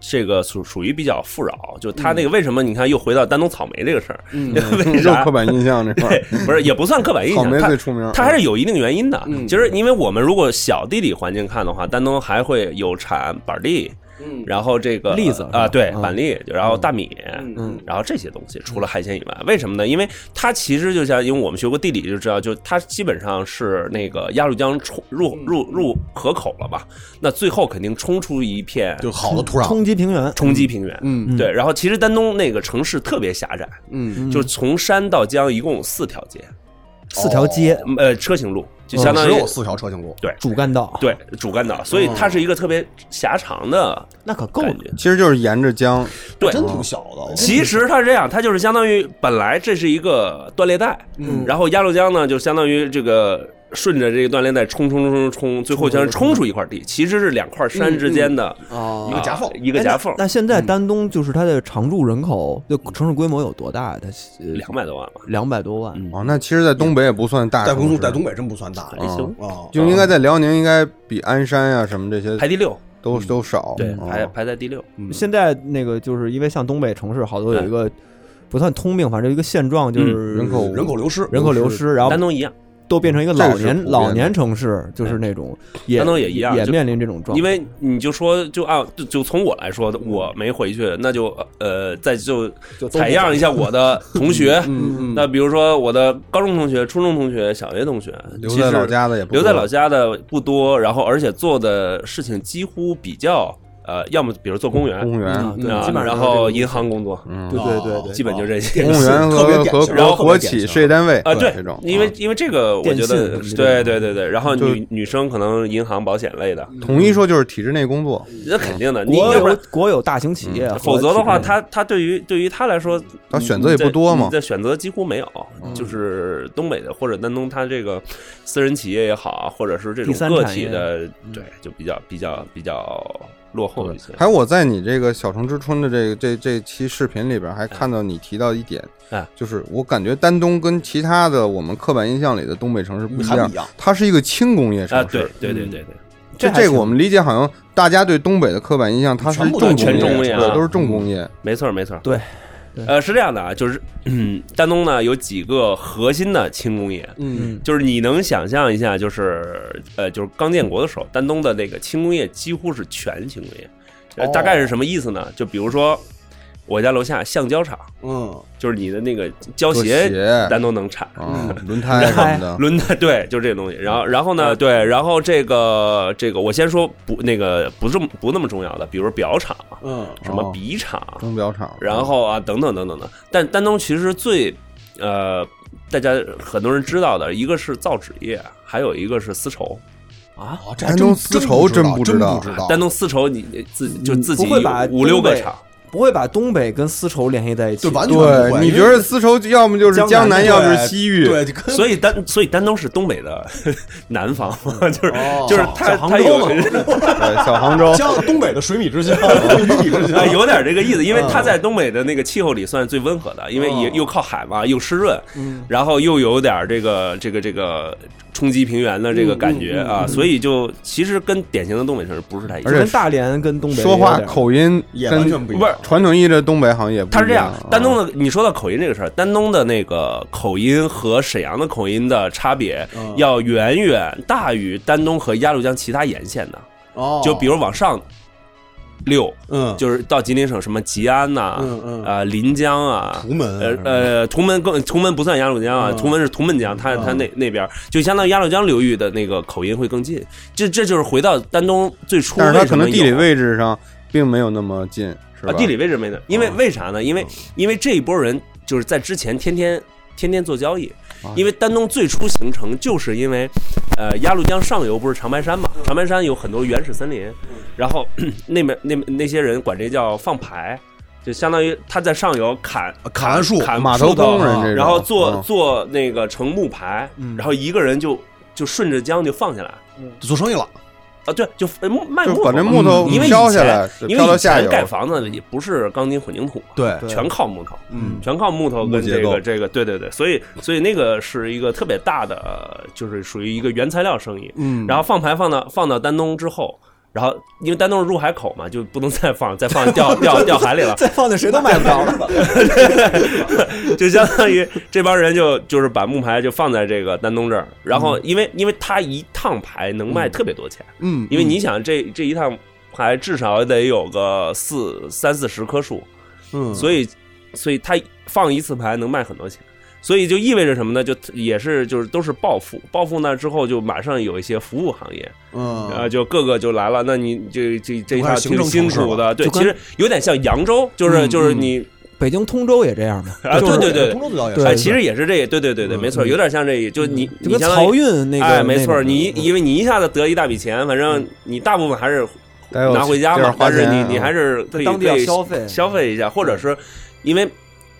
S6: 这个属属于比较富饶，就他那个为什么你看又回到丹东草莓这个事儿， 为
S3: 肉
S6: 啥哎
S3: 刻板印象这 块儿
S6: 对，，不是也不算刻板印
S3: 草
S6: 象，
S3: 莓
S6: 它
S3: 最出名
S6: 它还是有一定原因的。
S3: 嗯
S6: 其实，因为我们如果小地理环境看的话，丹东还会有产板栗，
S3: 嗯
S6: 然后这个
S2: 栗子是吧
S6: 啊，对，
S2: 嗯
S6: 板栗，然后大米，
S2: 嗯
S6: 然后这些东西，除了海鲜以外，为什么呢？因为它其实就像，因为我们学过地理就知道，就它基本上是那个鸭绿江冲
S3: 嗯
S6: 入入入河口了吧？那最后肯定冲出一片
S4: 就好的土壤，
S2: 冲击平原，
S6: 冲击平原。
S3: 嗯
S6: 对，然后其实丹东那个城市特别狭窄，
S3: 嗯，
S6: 就是从山到江一共有四条街，
S2: 四条
S3: 哦
S2: 街
S6: 呃，车行路就相当
S2: 哦
S4: 只
S6: 于啊
S4: 有四条车行路。
S2: 主干道，
S6: 对主干道，所以它是一个特别狭长的
S2: 那可够
S6: 感
S2: 了。
S6: 觉。
S3: 其实就是沿着江，
S6: 对，
S4: 真挺小的，我
S6: 其实它是这样，它就是相当于本来这是一个断裂带，
S2: 嗯
S4: 嗯
S6: 然后鸭绿江呢就相当于这个顺着这个断裂带冲冲冲冲冲，最后全冲出一块地，其实是两块山之间的
S4: 啊
S6: 一
S4: 一个夹缝，
S6: 一个夹缝
S2: 哎那。那现
S3: 嗯
S2: 在丹东就是它的常住人口，就城市规模有多大？它呃
S6: 两百多万吧，啊
S2: 两百多万，
S3: 哦，那其实，在东北也不算大
S4: 在
S3: 城
S4: 东
S3: 市，
S4: 在东北真不算大
S6: 还行，
S4: 啊。
S2: 哦
S3: 啊就
S6: 哦
S3: 应该在辽宁，应该比鞍山呀、什么这些
S6: 排第六，
S3: 都都少。
S6: 对，
S2: 哦
S3: 嗯
S6: 排排在第六。
S2: 现在那个就是因为像东北城市好多有一个不算通病，反正有一个现状就是
S3: 人口
S4: 人口流失，
S2: 人口流失，然后
S6: 嗯丹东一样，
S2: 都变成一个
S3: 这
S2: 老
S3: 是普
S2: 年
S3: 遍
S2: 老
S3: 的
S2: 年城市，就是那种也
S6: 山东也一样
S2: 也
S6: 就
S2: 面临这种状况，
S6: 因为你就说就按就就从我来说，我没回去，那就呃再就
S2: 就都
S6: 采样一下我的同学，
S3: 嗯
S6: 那比如说我的高中同学、初中同学、小学同学，
S3: 留在老，家的也不
S6: 留在老
S3: 家，
S6: 家的不多，然后而且做的事情几乎比较呃，要么比如做公务员，
S3: 公务员，
S2: 啊对
S6: 啊
S2: 基本上
S6: 然
S2: 都是这
S6: 后
S2: 个
S6: 银行工作，
S3: 嗯，
S2: 对对对
S4: 哦
S2: 对，
S6: 基本就这些
S3: 公务员
S4: 特别
S3: 和
S4: 典
S3: 和
S4: 型
S6: 然后
S3: 和国企事业单位
S6: 啊，对
S3: 这种，，嗯
S6: 因为因为这个我觉得
S2: 电信
S6: 对对对对，然后
S3: 就
S6: 女女生可能银行、保险类的，
S3: 嗯统一说就是体制内工作，
S6: 那肯定的，你
S2: 国
S6: 要不然嗯
S2: 有国有大型企业，
S6: 否则的话，他他对于对于他来说，
S3: 他
S6: 你
S3: 选择也不多嘛嗯
S6: 你在选择几乎没有，就是东北的或者丹东，他这个私人企业也好，啊或者是这
S2: 第
S6: 种
S2: 三
S6: 个
S2: 产
S6: 体
S2: 业嗯
S6: 的，对，就比较比较比较落后一些。
S3: 还有我在你这个《小城之春》的这个这这期视频里边，还看到你提到一点
S6: 哎，
S3: 就是我感觉丹东跟其他的我们刻板印象里的东北城市不一
S4: 还
S3: 样
S4: 不一样，
S3: 它是一个轻工业
S6: 啊，
S3: 城
S6: 对
S3: 市。
S6: 对
S2: 嗯
S6: 对对对，
S2: 这
S3: 就
S2: 还
S3: 这个
S2: 行
S3: 我们理解，好像大家对东北的刻板印象，它是
S4: 全部都
S3: 重
S4: 是
S6: 全
S3: 工
S6: 中
S3: 业，
S6: 业啊
S3: 对，都是重工业。
S6: 没错儿没错儿。
S2: 对
S6: 呃，是这样的啊，就是丹东呢有几个核心的轻工业，
S2: 嗯
S6: 就是你能想象一下，就是呃，就是刚建国的时候，丹东的那个轻工业几乎是全轻工业。呃，大概是什么意思呢？就比如说我家楼下橡胶厂，
S4: 嗯，
S6: 就是你的那个胶
S3: 做
S6: 鞋，嗯
S3: 鞋
S6: 丹东能产。
S3: 啊，轮胎什么的，
S6: 轮胎 对，就是这个东西。然后，然后呢？对，然后这个这个，我先说不那个不这么不那么重要的，比如表厂，嗯，什么
S3: 哦
S6: 笔厂，
S3: 钟表厂，
S6: 然后啊，等等等等的。但丹东其实最呃，大家很多人知道的一个是造纸业，还有一个是丝绸。
S2: 啊，
S4: 哦，这
S3: 丹
S4: 还
S3: 东
S4: 真
S3: 丝绸
S4: 真
S3: 真
S4: 不
S3: 不
S4: 知
S3: 知道
S4: 真不知道。啊
S6: 丹东丝绸你你自就
S2: 嗯
S6: 自己
S2: 不会把
S6: 五六
S2: 东
S6: 个
S2: 北
S6: 厂，
S2: 不会把东北跟丝绸联系在一起，
S4: 对完全不
S3: 对，
S4: 会
S3: 你觉得丝绸要么就是江
S2: 江南
S3: 南，要么是西域，
S4: 对，就跟
S6: 所以丹所以丹东是东北的 南方嘛，就是
S4: 哦
S6: 就是它它有
S3: 对，小杭州，
S4: 像东北的水米之乡，鱼米之
S6: 啊，
S4: 乡，
S6: 有点这个意思，因
S2: 嗯
S6: 为它在东北的那个气候里算最温和的，因为也
S4: 哦
S6: 又靠海嘛，又湿润，
S2: 嗯
S6: 然后又有点这个这个这个冲击平原的这
S2: 嗯
S6: 个感觉啊，所以就其实跟典型的东北城市不是太一
S3: 而
S6: 样
S3: 且。
S2: 跟大连跟东北
S3: 说
S2: 也有
S3: 话
S2: 点
S3: 口音
S4: 也
S3: 跟
S4: 完全不一样。
S3: 传统意义的东北好像也不一
S6: 它是这样
S3: 样，，
S6: 丹东的你说到口音这个事儿，丹东的那个口音和沈阳的口音的差别
S3: 嗯
S6: 要远远大于丹东和鸭绿江其他沿线的。
S4: 哦
S6: 就比如往上溜，
S4: 嗯，
S6: 就是到吉林省什么吉安呐、啊，
S4: 嗯嗯
S6: 呃临江啊，
S3: 嗯
S4: 图门
S6: 呃呃图门更图门不算鸭绿江啊，
S4: 嗯
S6: 图门是图门江，它它
S3: 嗯
S6: 那那边儿就相当于鸭绿江流域的那个口音会更近，这这就是回到丹东最初
S3: 但是它可能
S6: 为什么有
S3: 地理位置上并没有那么近，是吧？
S6: 啊地理位置没的，因为
S3: 嗯
S6: 为啥呢？因为因为这一波人就是在之前天天。天天做交易，
S3: 啊
S6: 因为丹东最初形成就是因为，呃，鸭绿江上游不是长白山嘛，长白山有很多原始森林，
S3: 嗯
S6: 然后 那边那那些人管这叫放排，就相当于他在上游砍
S3: 啊
S4: 砍完树
S6: 砍
S3: 码头
S6: 树头
S3: 工人这种，
S6: 然后做
S3: 嗯
S6: 做那个成木排，然后一个人就就顺着江就放下来
S4: 做生意了，
S6: 啊，对，就呃木卖木
S3: 就
S6: 头
S3: 把
S6: 嘛，嗯
S3: 这木头
S6: 因为以
S3: 挑下
S6: 前
S3: 来，是
S6: 因
S3: 挑
S6: 为
S3: 到
S6: 以
S3: 下
S6: 前
S3: 游。
S6: 盖房子也不是钢筋混凝土，
S4: 对
S2: 对
S6: 全靠木头，
S4: 嗯，
S6: 全靠木头
S3: 木
S6: 跟
S3: 结
S6: 这
S3: 构
S6: 个这个，对对对，所以所以那个是一个特别大的，呃就是属于一个原材料生意。
S4: 嗯
S6: 然后放盘放到放到丹东之后，然后因为丹东是入海口嘛，就不能再放，再放掉掉掉海里 了，
S2: 再放在谁都买不着了，
S6: 就相当于这帮人就就是把木牌就放在这个丹东这儿，然后因为因为他一趟牌能卖特别多钱，
S4: 嗯，
S6: 因为你想这这一趟牌至少得有个四三四十棵树，
S4: 嗯，
S6: 所以所以他放一次牌能卖很多钱。所以就意味着什么呢？就也是就是都是暴富，暴富那之后就马上有一些服务行业，
S4: 嗯
S6: 啊，就各个就来了。那你这这这一
S4: 不还
S6: 趟
S4: 是行
S6: 挺
S4: 政
S6: 辛
S4: 城市
S6: 苦的，对，
S2: 就
S6: 其
S2: 跟
S6: 实有点像扬州，就是
S4: 嗯
S6: 就是
S4: 嗯
S6: 你
S2: 北京通州也这样嘛，
S6: 啊，
S2: 就是
S6: 对对对
S4: 通，州最早也
S2: 对嗯
S6: 哎，
S4: 是，
S6: 其实也是这个，对对对对，没错，有点像这个，就你
S2: 就
S6: 你
S2: 跟
S6: 相当
S2: 漕
S6: 于，
S2: 运那个，
S6: 哎，没错，
S2: 那个嗯
S6: 你因为你一下子得一大笔钱，反正你大部分还是
S3: 得有
S6: 拿回家
S3: 地儿
S6: 嘛，
S3: 花
S6: 但是
S3: 钱
S6: 你
S3: 啊
S6: 你还是可以
S2: 当地
S6: 可
S2: 要
S6: 以
S2: 消费嗯
S6: 消费一下，或者是因为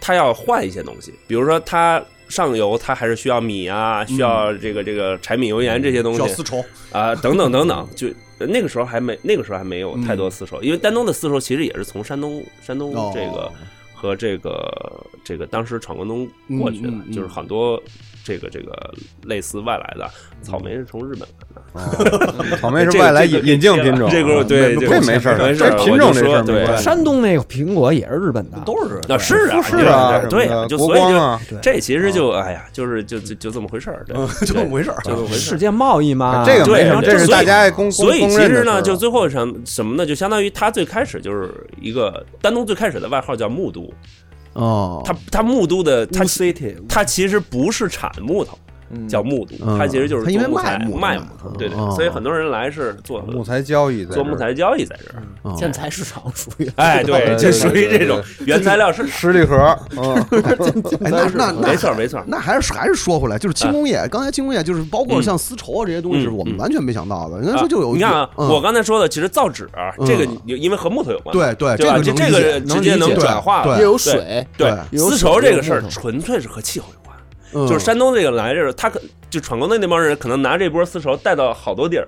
S6: 他要换一些东西，比如说他上游他还是需要米啊，需要
S2: 嗯
S6: 这个这个柴米油盐这些东
S4: 需
S6: 西
S4: 要丝绸，
S6: 啊，等等等等，就。那个时候还没，那个时候还没有太
S2: 嗯
S6: 多丝绸，因为丹东的丝绸其实也是从山东、山东
S4: 哦
S6: 这个、和这个这个当时闯关东过去的，
S4: 嗯嗯嗯
S6: 就是很多这个这个类似外来的草莓是从日本来的，
S3: 草莓是外来
S6: 这个
S3: 引引进品种，
S6: 这个对，
S3: 这
S6: 个
S3: 没事儿
S6: 没事儿，
S3: 这品种
S6: 我就说
S3: 这事儿没关
S6: 对
S3: 系。
S2: 山东那个苹果也是日本的，
S4: 都是
S6: 那是啊，
S3: 是啊，
S6: 就是对
S3: 什么
S6: 啊，
S3: 的
S6: 就
S3: 国
S6: 所以
S3: 光
S6: 就
S3: 啊，
S6: 这其实就哎呀，就是就就就这么回事嗯儿，对
S7: 嗯
S4: 就这么回事
S7: 啊
S4: 儿。
S6: 就这么回事
S2: 世
S6: 儿。
S2: 界贸易嘛，
S3: 这个
S6: 对
S3: 没什
S6: 然
S3: 么，
S6: 后
S3: 这是
S6: 所以
S3: 大家公
S6: 所以
S3: 公
S6: 其
S3: 认的事
S6: 实
S3: 儿啊
S6: 呢，就最后什什么呢？就相当于他最开始就是一个丹东最开始的外号叫木都，
S4: 哦
S6: 他他木都的他
S2: City
S6: 他其实不是产木头，叫木都，
S4: 嗯
S6: 他其实就是
S4: 它因为
S6: 做木材
S4: 卖木头
S6: 卖
S4: 嘛
S6: 木头，对对
S4: 哦，
S6: 所以很多人来是做
S3: 木材交易在
S6: 做
S3: 这儿
S6: 木材交易在这儿，
S4: 哦
S2: 嗯
S7: 建材市场属于
S6: 哎，对，
S3: 对
S6: 就
S3: 对
S6: 属于
S3: 对
S6: 这种原材料是，
S3: 十里河，嗯，
S4: 哎，那那那
S6: 没错没错，
S4: 那还是还是说回来，就是轻工业，刚才轻工业就是包括
S6: 嗯
S4: 像丝绸啊这些东西，
S6: 嗯
S4: 是我们
S6: 嗯
S4: 完全没想到的。应该说就有，
S6: 你看啊，
S4: 嗯
S6: 我刚才说的，其实造纸啊这个
S4: 嗯
S6: 你因为和木头有关，
S4: 对对，
S6: 对吧？
S4: 个
S6: 这
S4: 这
S6: 这个直接能转化
S4: 对
S7: 又有水，
S6: 对
S4: 对
S7: 有
S6: 丝
S7: 水
S6: 绸这个事
S7: 有
S6: 儿
S7: 木头
S6: 纯粹是和气候有关，
S4: 就
S6: 就是山东这个来这儿，他可就闯关东那帮人可能拿这波丝绸带到好多地儿，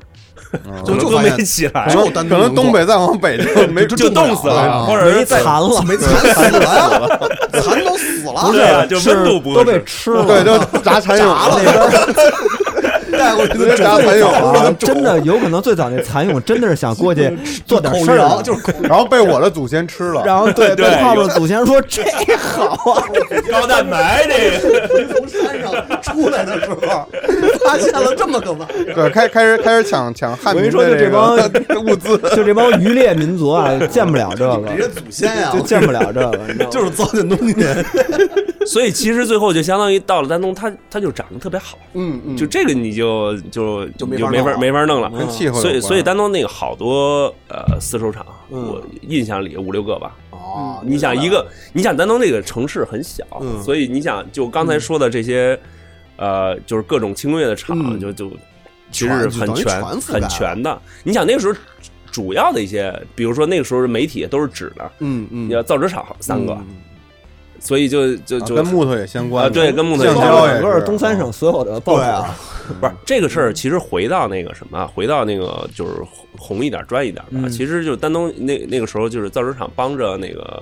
S4: 嗯就
S6: 可能
S4: 就
S6: 都
S4: 发现
S6: 没起来，
S4: 只有丹
S3: 可能东北再往北就没
S6: 就冻死了，
S4: 啊
S6: 或者是在
S2: 残了，
S4: 没残死了， 残都死了，
S6: 对啊，就温度不
S2: 都
S6: 合
S2: 被
S6: 适。
S2: 吃了，
S3: 对，就炸蚕蛹了，
S4: 带过去
S3: 直接炸蚕蛹
S2: 啊
S3: 了，
S2: 真的有可能最早那蚕蛹真的是想过去做点
S4: 口
S2: 事儿
S4: 粮，，就是口
S3: 然后被我的祖先吃了。
S2: 然后对
S6: 对
S2: 被泡泡祖先说这好啊，
S6: 高蛋白这个，
S4: 从山上出来的时候，发现了这么个玩 意儿。
S3: 对，开开始开始抢抢汉
S2: 我跟
S3: 民
S2: 你说
S3: 的
S2: 就这帮
S3: 个物 资，
S2: 就这帮渔猎民族啊，见不了这
S4: 你这
S2: 个，
S4: 祖先呀
S2: 就，见不了这个，你知道 吗
S4: 就是糟践农民，
S6: 所以其实最后就相当于到了丹东，它它就长得特别好，
S3: 嗯嗯，
S6: 就这个你就就就
S4: 没
S6: 没
S4: 法弄
S6: 没法
S4: 了
S6: 没法弄了。
S3: 跟气候有
S6: 所以
S3: 关
S6: 所以丹东那个好多呃丝绸厂，我印象里五六个吧。
S7: 啊
S4: 哦
S6: 你想一，个，你想丹东这个城市很小，所以你想就刚才说的这些，呃，就是各种轻工业的厂，
S4: 嗯
S6: 就就其实是
S4: 全就
S6: 很
S4: 等于
S6: 全
S4: 全覆盖
S6: 很
S4: 了
S6: 全的。你想那个时候主要的一些，比如说那个时候媒体都是纸的，
S4: 嗯嗯
S6: 要造纸厂三个，所以就就
S3: 啊
S6: 就
S3: 跟木头也相
S6: 啊
S3: 关，
S6: 对跟木头也
S3: 橡
S6: 相关
S3: 胶
S2: 整
S3: 也
S2: 个
S3: 是
S2: 东三省所有的报
S4: 对
S2: 纸
S4: 啊，
S6: 不是这个事儿，其实回到那个什么，回到那个就是红一点、专一点的，其实就是丹东那那个时候，就是造纸厂帮着那个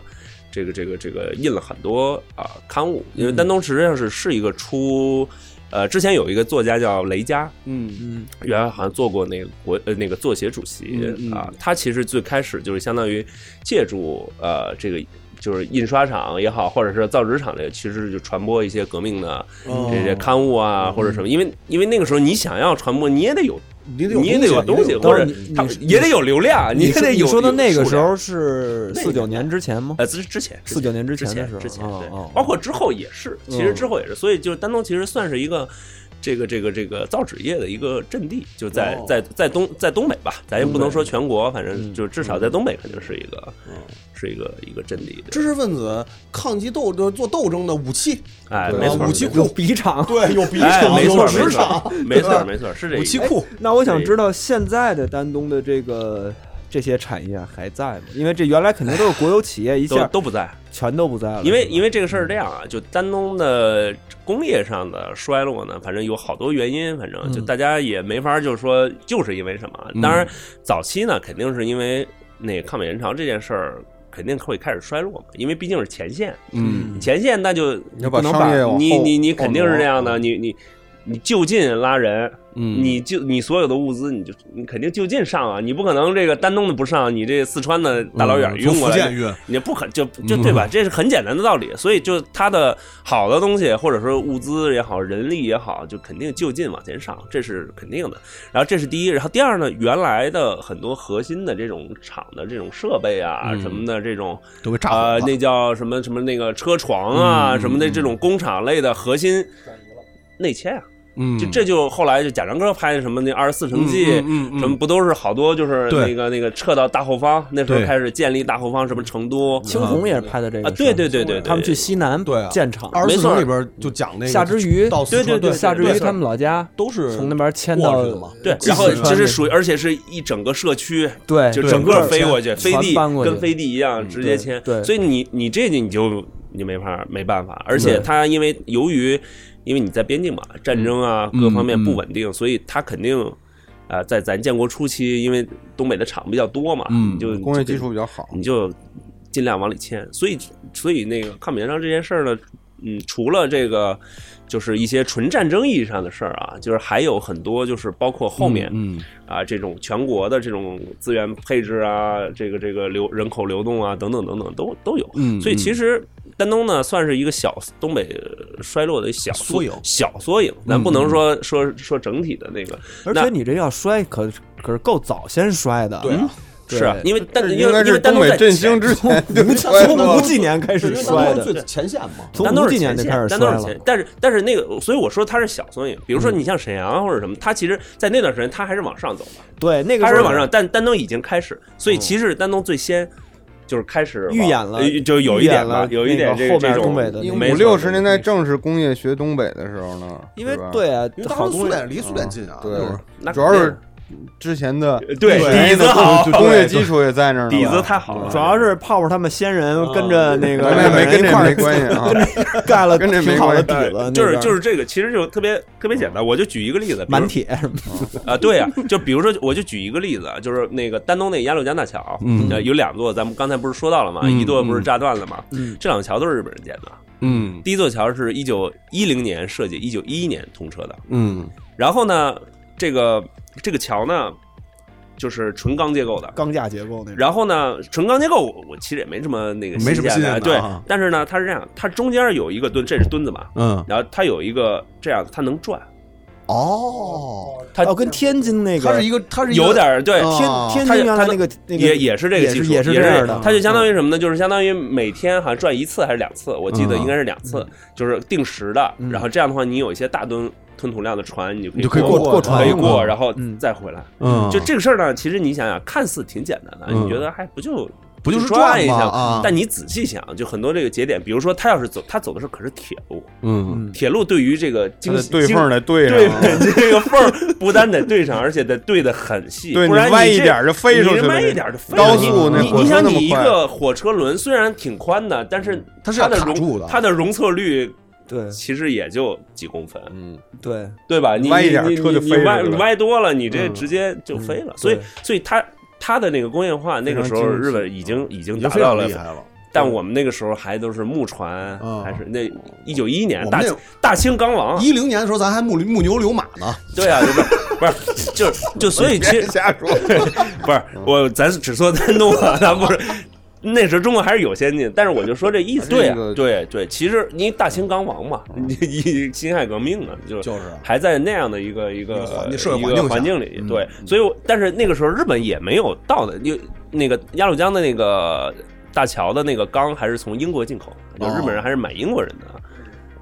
S6: 这个这个这个印了很多啊、刊物，因为丹东实际上是是一个出。呃，之前有一个作家叫雷佳，
S3: 嗯
S2: 嗯，
S6: 原来好像做过那个国呃那个作协主席啊、
S3: 嗯嗯
S6: 他其实最开始就是相当于借助呃这个就是印刷厂也好，或者是造纸厂这个，其实就传播一些革命的这些刊物啊、或者什么，因为因为那个时候你想要传播，你也得有
S4: 你
S6: 你也得有东西，
S2: 都
S6: 或
S2: 是
S6: 者
S2: 你
S6: 他
S2: 你是
S6: 也得有流量，
S2: 你
S6: 也
S2: 说
S6: 得
S2: 你
S6: 有
S2: 说的那个时，
S6: 有数
S2: 候
S6: 量
S2: 是
S6: 那
S2: 四
S6: 个
S2: 九年之前吗？
S6: 呃，之之前
S2: 49年之
S6: 之
S2: 前的
S6: 前
S2: 时候
S6: 之前
S2: 哦
S6: 对
S2: 哦哦，
S6: 包括之后也是，其实之后也是，所以就是丹东其实算是一个。这个这个这个造纸业的一个阵地，就在在在东在东北吧，咱也不能说全国，反正就至少在东北肯定是一个，是一个一个阵地。
S7: 知识分子抗击斗就做斗争的武器，
S6: 哎，
S3: 对
S6: 没错，
S7: 武器
S2: 有比场。
S7: 对，有比
S6: 哎，没错，没
S7: 职
S6: 错哎
S7: 场，，
S6: 没错，哎没错，是这
S7: 武
S6: 个
S7: 器库，
S2: 那我想知道现在的丹东的这个这些产业还在吗？因为这原来肯定都是国有企业，一
S6: 都
S2: 下
S6: 都不在，
S2: 全都不在了。
S6: 因为因
S2: 为
S6: 为这个事儿是这样啊，就丹东的工业上的衰落呢，反正有好多原因，反正就大家也没法儿就是说就是因为什么。当然，早期呢肯定是因为那抗美援朝这件事儿。肯定会开始衰落嘛，因为毕竟是前线，
S3: 嗯，
S6: 前线那就
S3: 你要把
S2: 不能
S3: 商业往后
S6: 你你你
S3: 后
S6: 肯定是
S3: 挪嗯
S6: 这样的，你你你就近拉人，
S4: 嗯
S6: 你就你所有的物资你就你肯定就近上啊，你不可能这个丹东的不上，你这四川的大老远
S3: 嗯
S6: 儿运过来，
S4: 运
S6: 你不可就就对吧？这是很简单的道理，所以就它的好的东西，或者说物资也好，人力也好，就肯定就近往前上，这是肯定的。然后这是第一，然后第二呢，原来的很多核心的这种厂的这种设备啊、
S3: 嗯
S6: 什么的这种
S4: 都被炸
S6: 啊、
S4: 了。嗯
S6: 那叫什么什么那个车床啊、什么的这种工厂类的核心内迁啊，
S4: 嗯
S6: 就这就后来就贾樟柯拍的什么那二十四城记，
S4: 嗯
S6: 什么不都是好多就是
S4: 对
S6: 那个那个撤到大后方，那时候
S4: 对
S6: 开始建立大后方，什么成都，
S2: 青红也是拍的这个
S6: 啊对对对对对
S2: 他们去西南
S4: 对啊
S2: 建厂，
S4: 二十
S6: 没
S4: 四
S6: 错
S4: 城里边就讲那个
S2: 夏之鱼
S4: 到四
S6: 对对
S4: 川
S6: 对
S2: 夏之
S6: 对
S2: 于
S6: 是
S2: 他们老家
S4: 都是
S2: 从那边迁
S4: 过
S2: 到
S4: 去的嘛
S6: 对，
S2: 四
S6: 然后
S2: 川
S4: 啊
S6: 这是
S2: 那
S6: 属于，而且是一整个社区，
S2: 对，
S6: 就
S4: 对
S6: 整
S4: 整
S6: 个
S4: 个
S6: 飞过去，飞
S2: 全
S6: 地
S2: 搬过去嗯
S6: 跟飞地一样直接迁。
S2: 对对
S6: 所以你你这你就你没法没办法，而且它因为由于因为你在边境嘛，战
S2: 嗯
S6: 争啊各方面不稳定，所以它肯定。啊、在咱建国初期，因为东北的厂比较多嘛，
S2: 嗯
S6: 你就
S3: 工业
S6: 就嗯
S3: 基础比较好，
S6: 你就尽量往里迁。所以，所以那个抗美援朝这件事儿呢，嗯，除了这个，就是一些纯战争意义上的事儿啊，就是还有很多，就是包括后面、
S4: 嗯，
S6: 啊这种全国的这种资源配置啊，这个这个流人口流动啊，等等等等都都有。
S4: 嗯
S6: 所以其实丹东呢，算是一个小东北衰落的小
S4: 缩影
S6: 小缩影，咱不能说、说说整体的那个，
S2: 而且你这要摔，可可是够早先摔的，嗯
S7: 对啊
S2: 对
S6: 是啊因为丹
S3: 这
S6: 因
S3: 应
S6: 为
S3: 该
S6: 因
S3: 是
S6: 为丹
S3: 东
S6: 东
S3: 北
S6: 在
S3: 振
S6: 前
S3: 兴之前就摔
S2: 从
S3: 了
S2: 五。几年开始摔
S7: 当时
S2: 的，
S7: 最前线嘛，
S2: 从
S6: 但都
S2: 五
S6: 是
S2: 几年
S6: 前
S2: 就
S6: 线
S2: 开始
S6: 但
S2: 摔
S6: 都是
S2: 了嗯
S6: 前，，但是但是那个，所以我说它是小缩影。比如说你像沈阳或者什么，它其实，在那段时间它还是往上走的，
S2: 对那个
S6: 它还
S2: 时
S6: 是
S2: 候嗯
S6: 往上，但丹东已经开始，所以其实丹东最先就是开始往
S2: 预演了
S6: 呃就有一点吧，
S2: 预演了
S6: 有一点
S2: 那个后面
S6: 这个这种
S2: 东北的那个
S6: 没
S3: 五
S6: 错
S3: 六十年代正是工业学东北的时候呢，
S2: 因为
S3: 是吧
S2: 对啊
S7: 因，为
S2: 好
S7: 当时
S2: 东
S7: 苏
S2: 西
S7: 联离苏联近啊，那会儿
S3: 对，
S6: 那
S3: 主要是之前的
S6: 呃对底子好
S3: 工工业基础也在那儿呢，
S6: 底子太好了，
S2: 主要是泡泡他们先
S6: 啊
S2: 人跟着那个
S3: 咱
S2: 日
S3: 们
S2: 本人
S3: 没跟
S2: 一
S3: 这
S2: 块
S3: 没
S2: 儿
S3: 关系 啊。
S2: 干了
S3: 跟这没
S2: 挺好的底
S3: 关
S2: 子，
S3: 系
S6: 哎就是就是是这个，其实就特别特别简单。我就举一个例子，比如
S2: 满铁 什么
S6: 啊，对啊，就比如说，我就举一个例子啊，就是那个丹东那鸭绿江大桥，
S3: 嗯
S6: 呃有两座，咱们刚才不是说到了嘛，
S3: 嗯
S6: 一座不是炸断了嘛，
S2: 嗯
S6: 这两个桥都是日本人建的。
S3: 嗯
S6: 第一座桥是一九一零年设计，一九一一年通车的。
S3: 嗯
S6: 然后呢，这个这个桥呢，就是纯钢结构的。
S2: 钢架结构那种。
S6: 然后呢，纯钢结构我我其实也没什么那个
S4: 没什么新
S6: 新鲜
S4: 鲜
S6: 感
S4: 的
S6: 对
S4: 啊。
S6: 但是呢，它是这样，它中间有一个墩，这是墩子嘛，
S4: 嗯，
S6: 然后它有一个这样，它能转，
S4: 哦，
S6: 它
S2: 哦，跟天津那
S4: 它
S2: 个
S4: 是一个，它是一个
S6: 有点儿对，
S4: 啊
S2: 天天津原来那个那个
S6: 也也是这个
S2: 也
S6: 技
S2: 是
S6: 术，
S2: 也是这样的，
S6: 它就相当于什么呢？就是相当于每天好像转一次还是两次，我记得
S4: 嗯
S6: 应该是两次，就是定时的。
S2: 嗯
S6: 然后这样的话，你有一些大吨吞吐量的船，你
S4: 你就
S6: 就可
S4: 可
S6: 以
S4: 以
S2: 过
S4: 过
S2: 过船
S6: 可以
S2: 了
S6: 过，
S2: 嗯
S6: 然后
S2: 嗯
S6: 再回来。
S4: 嗯，
S6: 就这个事儿呢，其实你想想，看似挺简单的，
S4: 嗯
S6: 你觉得还不就
S4: 不就是
S6: 转一
S4: 吗
S6: 下？
S4: 啊？
S6: 但你仔细想，就很多这个节点，比如说他要是走，他走的是可是铁路，
S3: 嗯，
S6: 铁路对于这个
S3: 它
S6: 经
S3: 得对
S6: 经
S3: 缝儿得对
S6: 对
S3: 上啊，
S6: 这个缝儿不单得对上，而且得对得很细，
S3: 对
S6: 不
S3: 你
S6: 然
S3: 歪一
S6: 这
S3: 点儿就飞出去了
S6: 你歪一点儿就飞
S3: 高
S6: 出去了
S3: 速那
S6: 你
S3: 火
S6: 你
S3: 车
S6: 想
S3: 那么
S6: 你一
S3: 快
S6: 个火车轮虽然挺宽的，但是
S4: 它是要
S6: 它的
S4: 卡住
S6: 容
S4: 的
S6: 它的容错率
S2: 对
S6: 其实也就几公分，
S3: 嗯，
S2: 对
S6: 对吧？你
S3: 歪一点儿
S6: 你
S3: 车就
S6: 你
S3: 飞
S6: 你歪
S3: 出去了
S6: 你歪多了，你这
S2: 嗯
S6: 直接就飞了。所以
S2: 对
S6: 所以它它的那个工业化那个时候
S3: 非常精细
S6: 日本已经已经
S5: 已
S6: 达
S5: 经非
S6: 到
S5: 常
S6: 了
S5: 厉。害了。
S6: 但我们那个时候还都是木船，
S5: 嗯
S6: 还是那一九一一年
S7: 我们
S6: 大
S7: 那
S6: 大清钢王啊，
S7: 一零年的时候咱还木驴木牛流马呢，
S6: 对啊，就是不是就是就所以其
S3: 别
S6: 实
S3: 瞎说。
S6: 不是我，咱只说丹东啊，咱不是。那时候中国还是有先进，但是我就说这意思，
S3: 还是
S6: 对
S3: 一
S6: 啊
S3: 个嗯
S6: 对对，其实你大清刚亡嘛，你辛亥革命呢，就
S7: 就是
S6: 还在那样的一个一
S7: 一
S6: 个
S7: 个环境社会
S6: 一
S7: 环
S6: 个
S7: 境
S6: 环
S7: 下
S6: 境里，
S3: 嗯
S6: 对，所以我但是那个时候日本也没有到的，就那个鸭绿江的那个大桥的那个钢还是从英国进口的，就日本
S3: 哦
S6: 人还是买英国人的。
S3: 嗯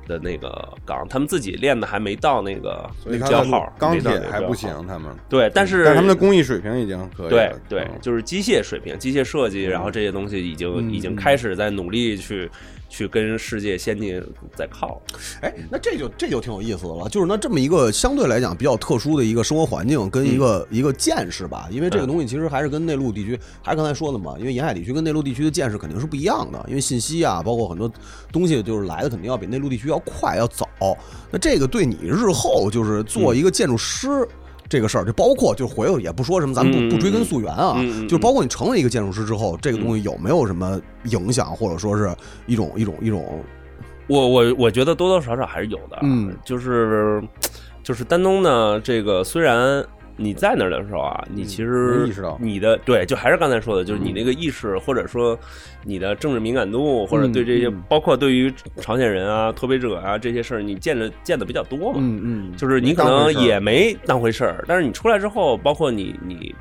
S6: 的那个钢，他们自己练的还没到那个
S3: 所以他
S6: 标
S3: 们
S6: 号，
S3: 钢
S6: 没到
S3: 铁
S6: 那个
S3: 还
S6: 标
S3: 不
S6: 号
S3: 行，他们，
S6: 对，但是
S3: 但是他们的工艺水平已经可以
S6: 对
S3: 了。
S6: 对
S3: 嗯，
S6: 就是机械水平、机械设计，然后这些东西已经已经开始在努力去去跟世界先进在靠。
S7: 哎，那这就这就挺有意思的了，就是那这么一个相对来讲比较特殊的一个生活环境跟一个、
S6: 嗯
S7: 一个见识吧，因为这个东西其实还是跟内陆地区，还是刚才说的嘛，因为沿海地区跟内陆地区的见识肯定是不一样的，因为信息啊，包括很多东西就是来的肯定要比内陆地区要快要早。那这个对你日后就是
S6: 嗯
S7: 做一个建筑师。这个事儿就包括，就回头也不说什么，咱们
S6: 嗯嗯
S7: 不不追根
S6: 嗯
S7: 溯源啊，
S6: 嗯嗯嗯
S7: 就包括你成为一个建筑师之后，这个东西有没有什么影响，或者说是一种一种一种
S6: 我我我觉得多多少少还是有的，
S7: 嗯，
S6: 就是就是丹东呢，这个虽然。你在那儿的时候啊，你其实
S3: 嗯没意识到嗯
S6: 你的对，就还是刚才说的，就是你那个意识，或者说你的政治敏感度，或者
S3: 嗯
S6: 对这些，包括对于朝鲜人啊、脱北者啊这些事儿，你见着见的比较多嘛，
S2: 嗯嗯，
S6: 就是你
S3: 没
S6: 可
S3: 当回
S6: 能
S3: 事儿
S6: 也没当回事儿，但是你出来之后，包括你你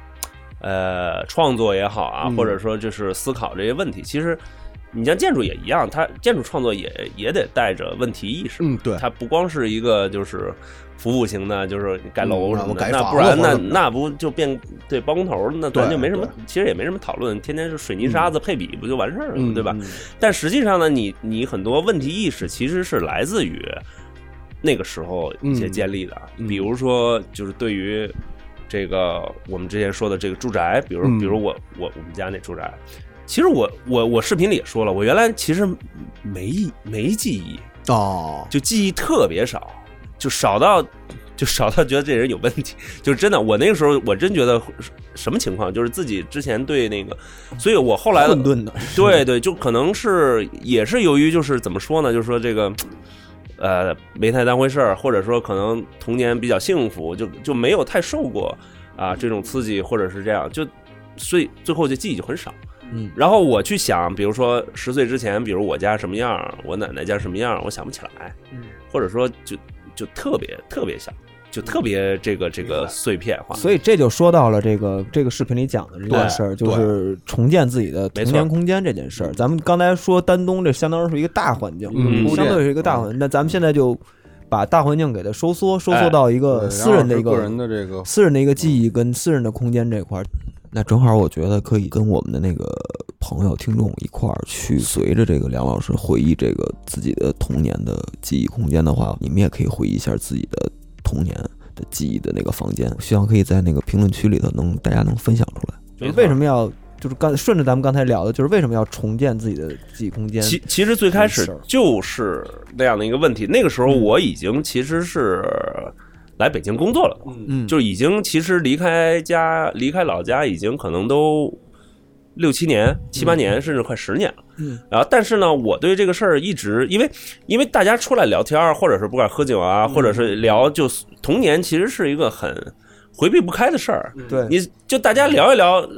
S6: 呃创作也好啊，或者说就是思考这些问题，其实你像建筑也一样，它建筑创作也也得带着问题意识，
S7: 嗯对
S6: 它不光是一个就是。服务型的，就是盖楼
S7: 嗯
S6: 什么
S7: 我
S6: 的，
S7: 改
S6: 那
S7: 房
S6: 不
S7: 了
S6: 然
S7: 或
S6: 那
S7: 者怎么
S6: 那不就变对包工头儿，那咱
S7: 对
S6: 就没什么
S7: 对，
S6: 其实也没什么讨论，天天是水泥沙子配比不就完事儿了
S7: 嗯
S6: 吗，对吧？但实际上呢，你你很多问题意识其实是来自于那个时候一些建立的，比如说就是对于这个我们之前说的这个住宅，比如、比如我我我们家那住宅，其实我我我视频里也说了，我原来其实没没记忆，
S7: 哦，
S6: 就记忆特别少，就少到就少到觉得这人有问题，就真的，我那个时候我真觉得什么情况，就是自己之前对那个，所以我后来
S2: 混沌的，
S6: 对对，就可能是也是由于就是怎么说呢，就是说这个。呃，没太当回事儿，或者说可能童年比较幸福，就就没有太受过啊这种刺激，或者是这样，就所以最后就记忆就很少。
S2: 嗯，
S6: 然后我去想，比如说十岁之前，比如我家什么样，我奶奶家什么样，我想不起来，
S5: 嗯，
S6: 或者说就就特别特别小，就特别这个这个碎片化。
S2: 所以这就说到了这个这个视频里讲的这件事儿，就是重建自己的童
S6: 没错
S2: 年空间这件事儿。咱们刚才说丹东，这相当于是一个大环境，
S3: 嗯
S2: 相对是一个大环境。那咱们现在就把大环境给它收缩，收缩
S6: 哎
S2: 到一
S3: 对
S2: 个
S3: 然
S2: 私
S3: 后
S2: 人的
S3: 是
S2: 一
S3: 个人的这个
S2: 私人的一个记忆跟私人的空间这块儿。那正好，我觉得可以跟我们的那个朋友、听众一块儿去，随着这个梁老师回忆这个自己的童年的记忆空间的话，你们也可以回忆一下自己的童年的记忆的那个房间。希望可以在那个评论区里头能大家能分享出来。
S6: 没错
S2: 为什么要就是刚顺着咱们刚才聊的，就是为什么要重建自己的记忆空间？
S6: 其其实最开
S2: 这
S6: 始
S2: 个事儿嗯
S6: 就是那样的一个问题。那个时候我已经其实是来北京工作了，
S2: 嗯
S6: 就已经其实离开家、离开老家已经可能都六七年、七八年，甚至快十年了。
S2: 嗯，
S6: 然后但是呢，我对这个事儿一直因为因为大家出来聊天儿，或者是不管喝酒啊，或者
S2: 嗯
S6: 是聊，就童年其实是一个很回避不开的事儿。
S2: 对，
S6: 你就大家聊一聊，呃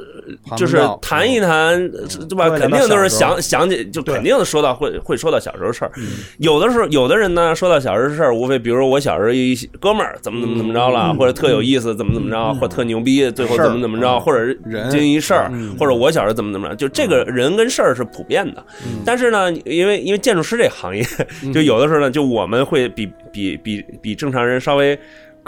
S3: 旁
S6: 就是
S3: 道嗯
S6: 谈一谈，呃对吧？
S5: 对
S6: 肯定都是
S5: 嗯聊到小时候
S6: 想
S5: 嗯
S6: 想起，就肯定说到会会说到小时候事儿。有的时候，有的人呢说到小时候事儿，无非比如我小时候一哥们儿怎么怎么怎么着了，
S5: 嗯
S6: 或者特有意思怎么怎么着，或者特牛逼，最后
S3: 事儿
S6: 怎么怎么着，或者是
S3: 人
S6: 经一事儿，
S5: 嗯
S6: 或者我小时候怎么怎么着，就这个人跟事儿是普遍的。
S5: 嗯
S6: 但是呢，因为因为建筑师这行业，就有的时候呢，就我们会比比比比正常人稍微。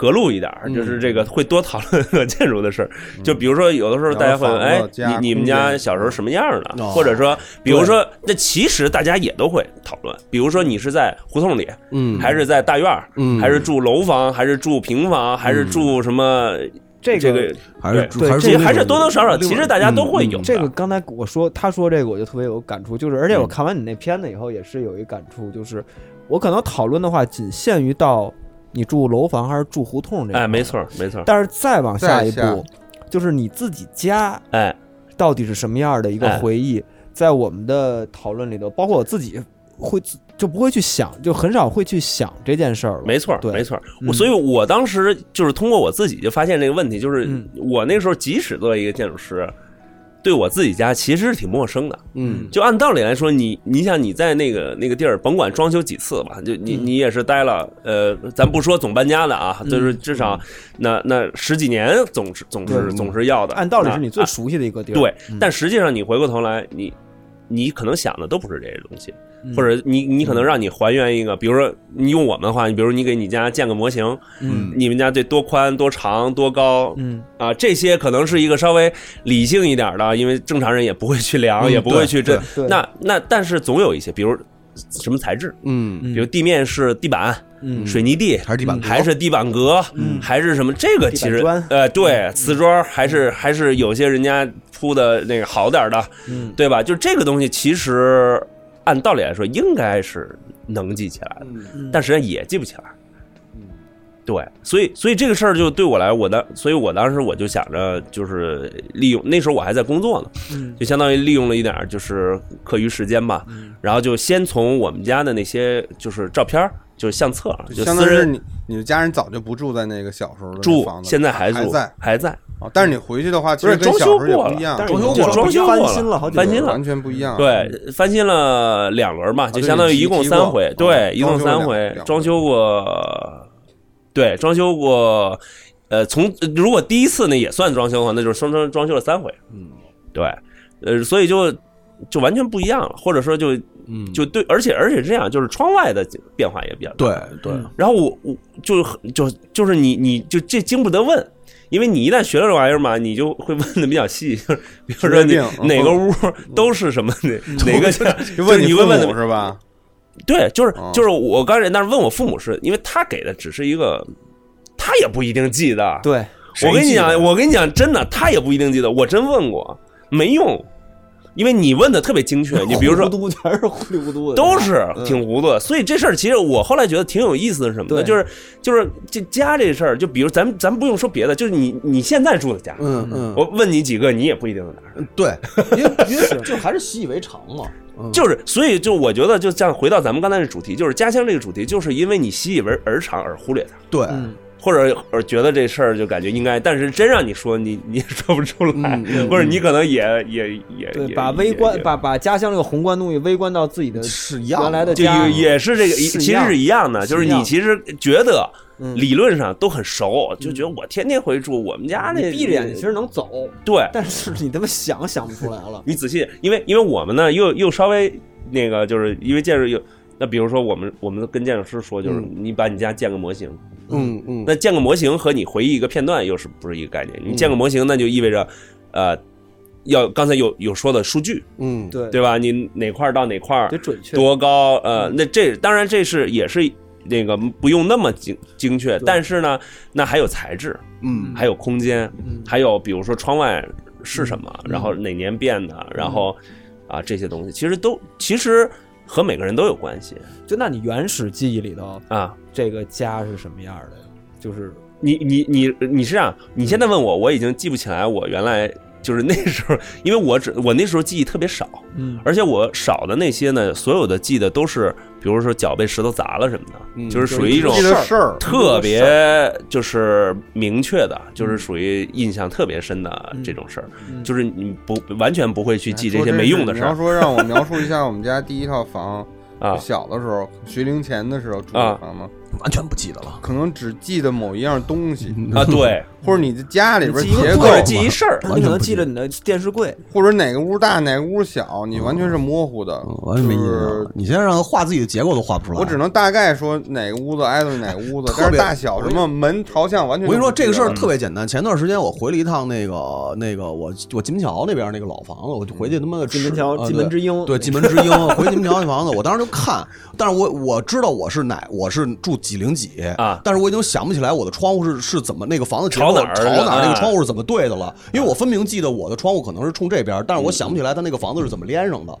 S6: 隔路一点儿，就是这个会多讨论个建筑的事儿。就比如说，有的时候大家会问，
S3: 然后
S6: 哎
S3: 房子家，
S6: 你你们
S3: 空
S6: 家
S3: 间
S6: 小时候什么样儿的？
S7: 哦
S6: 或者说，比如说，那其实大家也都会讨论。比如说，你是在胡同里，
S7: 嗯
S6: 还是在大院儿，
S7: 嗯
S6: 还是住楼房，还是住平房，还是住什么？
S2: 这
S6: 这
S2: 个
S7: 还是
S2: 对
S7: 还
S6: 这
S7: 是
S6: 还是多多少少，其实大家都会有的
S2: 这个刚才我说他说这个，我就特别有感触，就是而且
S6: 嗯
S2: 我看完你那片子以后，也是有一感触，就是我可能讨论的话仅限于到你住楼房还是住胡同这，
S6: 哎，没，错儿，没错儿，
S2: 但是再往下一
S3: 再下
S2: 步，就是你自己家
S6: 哎，
S2: 到底是什么样的一个
S6: 哎
S2: 回忆，在我们的讨论里头，包括我自己会自就不会去想，就很少会去想这件事儿了，
S6: 没错儿，
S2: 对
S6: 没错儿。
S2: 嗯
S6: 我所以，我当时就是通过我自己就发现这个问题，就是
S2: 嗯
S6: 我那时候即使作为一个建筑师，对我自己家其实是挺陌生的。
S7: 嗯
S6: 就按道理来说，你你想你在那个那个地儿，甭管装修几次吧，就
S2: 嗯
S6: 你你也是待了，呃，咱不说总搬家的啊，就是至少那那十几年总是总是
S2: 嗯对嗯
S6: 总是要的。
S2: 按道理是你最
S6: 那啊
S2: 熟悉的一个地儿，
S6: 对
S2: 嗯，
S6: 但实际上你回过头来，你你可能想的都不是这些东西，
S7: 嗯
S6: 或者你你可能让你还原一个，比如说你用我们的话，你比如你给你家建个模型，
S2: 嗯
S6: 你们家得多宽、多长、多高
S2: 嗯
S6: 啊，这些可能是一个稍微理性一点的，因为正常人也不会去量，
S7: 嗯
S6: 也不会去这
S7: 对。
S2: 对
S6: 那那但是总有一些，比如什么材质，
S7: 嗯
S6: 比如地面是地板、
S2: 嗯
S6: 水泥地，
S7: 还是地板
S6: 还是地板革，还是什么？这个其实
S2: 地板砖嗯
S6: 呃，对，瓷砖还是还是有些人家铺的那个好点儿的，
S2: 嗯
S6: 对吧？就这个东西，其实按道理来说应该是能记起来的，
S7: 嗯
S6: 但实际上也记不起来。
S3: 嗯
S6: 对，所以所以这个事儿就对我来，我当所以我当时我就想着，就是利用那时候我还在工作呢，
S3: 嗯
S6: 就相当于利用了一点儿就是课余时间吧，然后就先从我们家的那些就是照片儿，就是相册，就
S3: 相
S6: 私
S3: 当于是
S6: 人
S3: 你你的家人早就不住在那个小时候的
S6: 住
S3: 房，子，
S6: 现在还住
S3: 还在
S6: 还在，
S3: 啊但是你回去的话，其
S6: 不是
S3: 实跟
S6: 装
S3: 小
S6: 修
S3: 时候也
S6: 过
S3: 不一
S6: 了，
S3: 样，
S6: 但是
S2: 装修
S6: 就
S2: 过了
S6: 装修过
S2: 翻
S6: 了，
S2: 新了好几
S6: 翻新
S2: 年
S6: 了
S3: 完。全不一样。
S6: 对，翻新了两轮嘛，
S3: 啊
S6: 就
S3: 嗯对
S6: 相当于
S3: 你
S6: 一共
S3: 提
S6: 三
S3: 过
S6: 回
S3: 嗯，
S6: 对，一共
S3: 装修了
S6: 三
S3: 两
S6: 回
S3: 两，回
S6: 装修过，对，装修过，呃，从如果第一次那也算装修的话，那就是双双装修了三回，嗯，对，呃，所以就就完全不一样了，或者说就
S7: 嗯
S6: 就对，而且而且这样就是窗外的变化也比较大，
S7: 对
S3: 哎
S7: 对
S6: 然后我我就很就就是你你就这经不得问，因为你一旦学了这玩意儿嘛，你就会问的比较细，就是比如说
S3: 职业
S6: 你
S3: 病啊嗯
S6: 哪个屋都是什么哪哪个家，
S3: 就问
S6: 就是你
S3: 你
S6: 会
S3: 父
S6: 问
S3: 母
S6: 的
S3: 是吧？
S6: 对，就是
S3: 哦
S6: 就是我刚才，但是问我父母是因为他给的只是一个，他也不一定记得。
S2: 对，
S6: 我跟你
S7: 谁记
S6: 讲，
S7: 得
S6: 我跟你讲，真的，他也不一定记得。我真问过，没用。因为你问的特别精确。你比如说
S8: 糊，涂全是糊里糊涂的，
S6: 都是挺糊涂的。所以这事儿其实我后来觉得挺有意思的是什么呢？就是就是这家这事儿，就比如咱们咱们不用说别的，就是你你现在住的家，
S7: 嗯嗯，
S6: 我问你几个，你也不一定能答上。
S7: 对，因为因为就还是习以为常嘛。嗯
S6: 就是所以就我觉得就像回到咱们刚才的主题，就是家乡这个主题，就是因为你习以为而常而忽略它。
S7: 对，
S6: 或者呃觉得这事儿就感觉应该，但是真让你说，你 你也说不出来，或者你可能也也也
S8: 嗯对，
S6: 也
S8: 把微观
S6: 也
S8: 把把家乡这个宏观东西微观到自己的
S7: 是一样
S8: 原来的
S6: 就
S8: 家，
S6: 也也是这个，
S8: 是一
S6: 其实
S8: 样
S6: 是一样的，就是
S8: 是一样
S6: 你其实觉得
S8: 嗯
S6: 理论上都很熟，就觉得我天天回住，我们家那
S8: 嗯你闭着眼睛其实能走，
S6: 对，
S8: 但是你他妈想想不出来了。
S6: 你仔细，因为因为我们呢又又稍微那个，就是因为建筑有。那比如说，我们我们跟建筑师说，就是
S8: 嗯
S6: 你把你家建个模型，
S7: 嗯嗯，
S6: 那建个模型和你回忆一个片段又是不是一个概念？你
S8: 嗯
S6: 建个模型，那就意味着，呃，要刚才有有说的数据，
S7: 嗯，
S8: 对
S6: 对吧？你哪块儿到哪块儿
S8: 得准确。嗯
S6: 多高，呃，那这当然这是也是那个不用那么精精确，但是呢，那还有材质，
S7: 嗯，
S6: 还有空间，
S8: 嗯
S6: 还有比如说窗外是什么，然后哪年变的，
S8: 嗯
S6: 然后啊这些东西，其实都其实和每个人都有关系
S8: 就那你原始记忆里头，
S6: 啊。
S8: 这个家是什么样的呀？就是
S6: 你你你你是这样，你现在问我，我已经记不起来我原来就是那时候，因为我只我那时候记忆特别少，
S8: 嗯，
S6: 而且我少的那些呢，所有的记得都是，比如说脚被石头砸了什么的，就是属于一种
S3: 记得事儿，
S6: 特别就是明确的，就是属于印象特别深的这种事儿，就是你不完全不会去记
S3: 哎
S6: 这些没用的事
S3: 你要
S6: 儿
S3: 说让我描述一下我们家第一套房，
S6: 啊
S3: 我小的时候学龄前的时候住的
S6: 啊
S3: 房子，
S7: 嗯
S4: 完全不记得了。
S3: 可能只记得某一样东西，
S6: 啊，对，
S3: 或者你的家里边
S8: 你记一个
S3: 结
S8: 不
S3: 构
S6: 或
S8: 个
S6: 者，记一事儿，
S8: 你可能记着你的电视柜，
S3: 或者哪个屋大哪个屋小，你完全是模糊的，
S7: 嗯完全没印
S3: 就是
S7: 象。你现在让他画自己的结构都画不出来。
S3: 我只能大概说哪个屋子挨着哪个屋子，
S7: 特别
S3: 但是大小什么门朝向完全
S7: 我
S3: 都不
S7: 跟
S3: 记
S7: 你说这个
S3: 得。
S7: 事儿特别
S6: 嗯
S7: 简单。前段时间我回了一趟那个那个我我金门桥那边那个老房子，我就回去他妈的
S8: 金门桥
S7: 吃
S8: 金门
S7: 啊对
S8: 之鹰
S7: 对金门之鹰，回金门桥那房子，我当时就看，但是我我知道我是哪我是住几零几
S6: 啊
S7: 但是我已经想不起来我的窗户是是怎么那个房子结构
S6: 朝哪儿
S7: 朝哪儿那
S6: 啊
S7: 个窗户是怎么对的了，因为我分明记得我的窗户可能是冲这边，但是
S6: 嗯
S7: 我想不起来它那个房子是怎么连上的，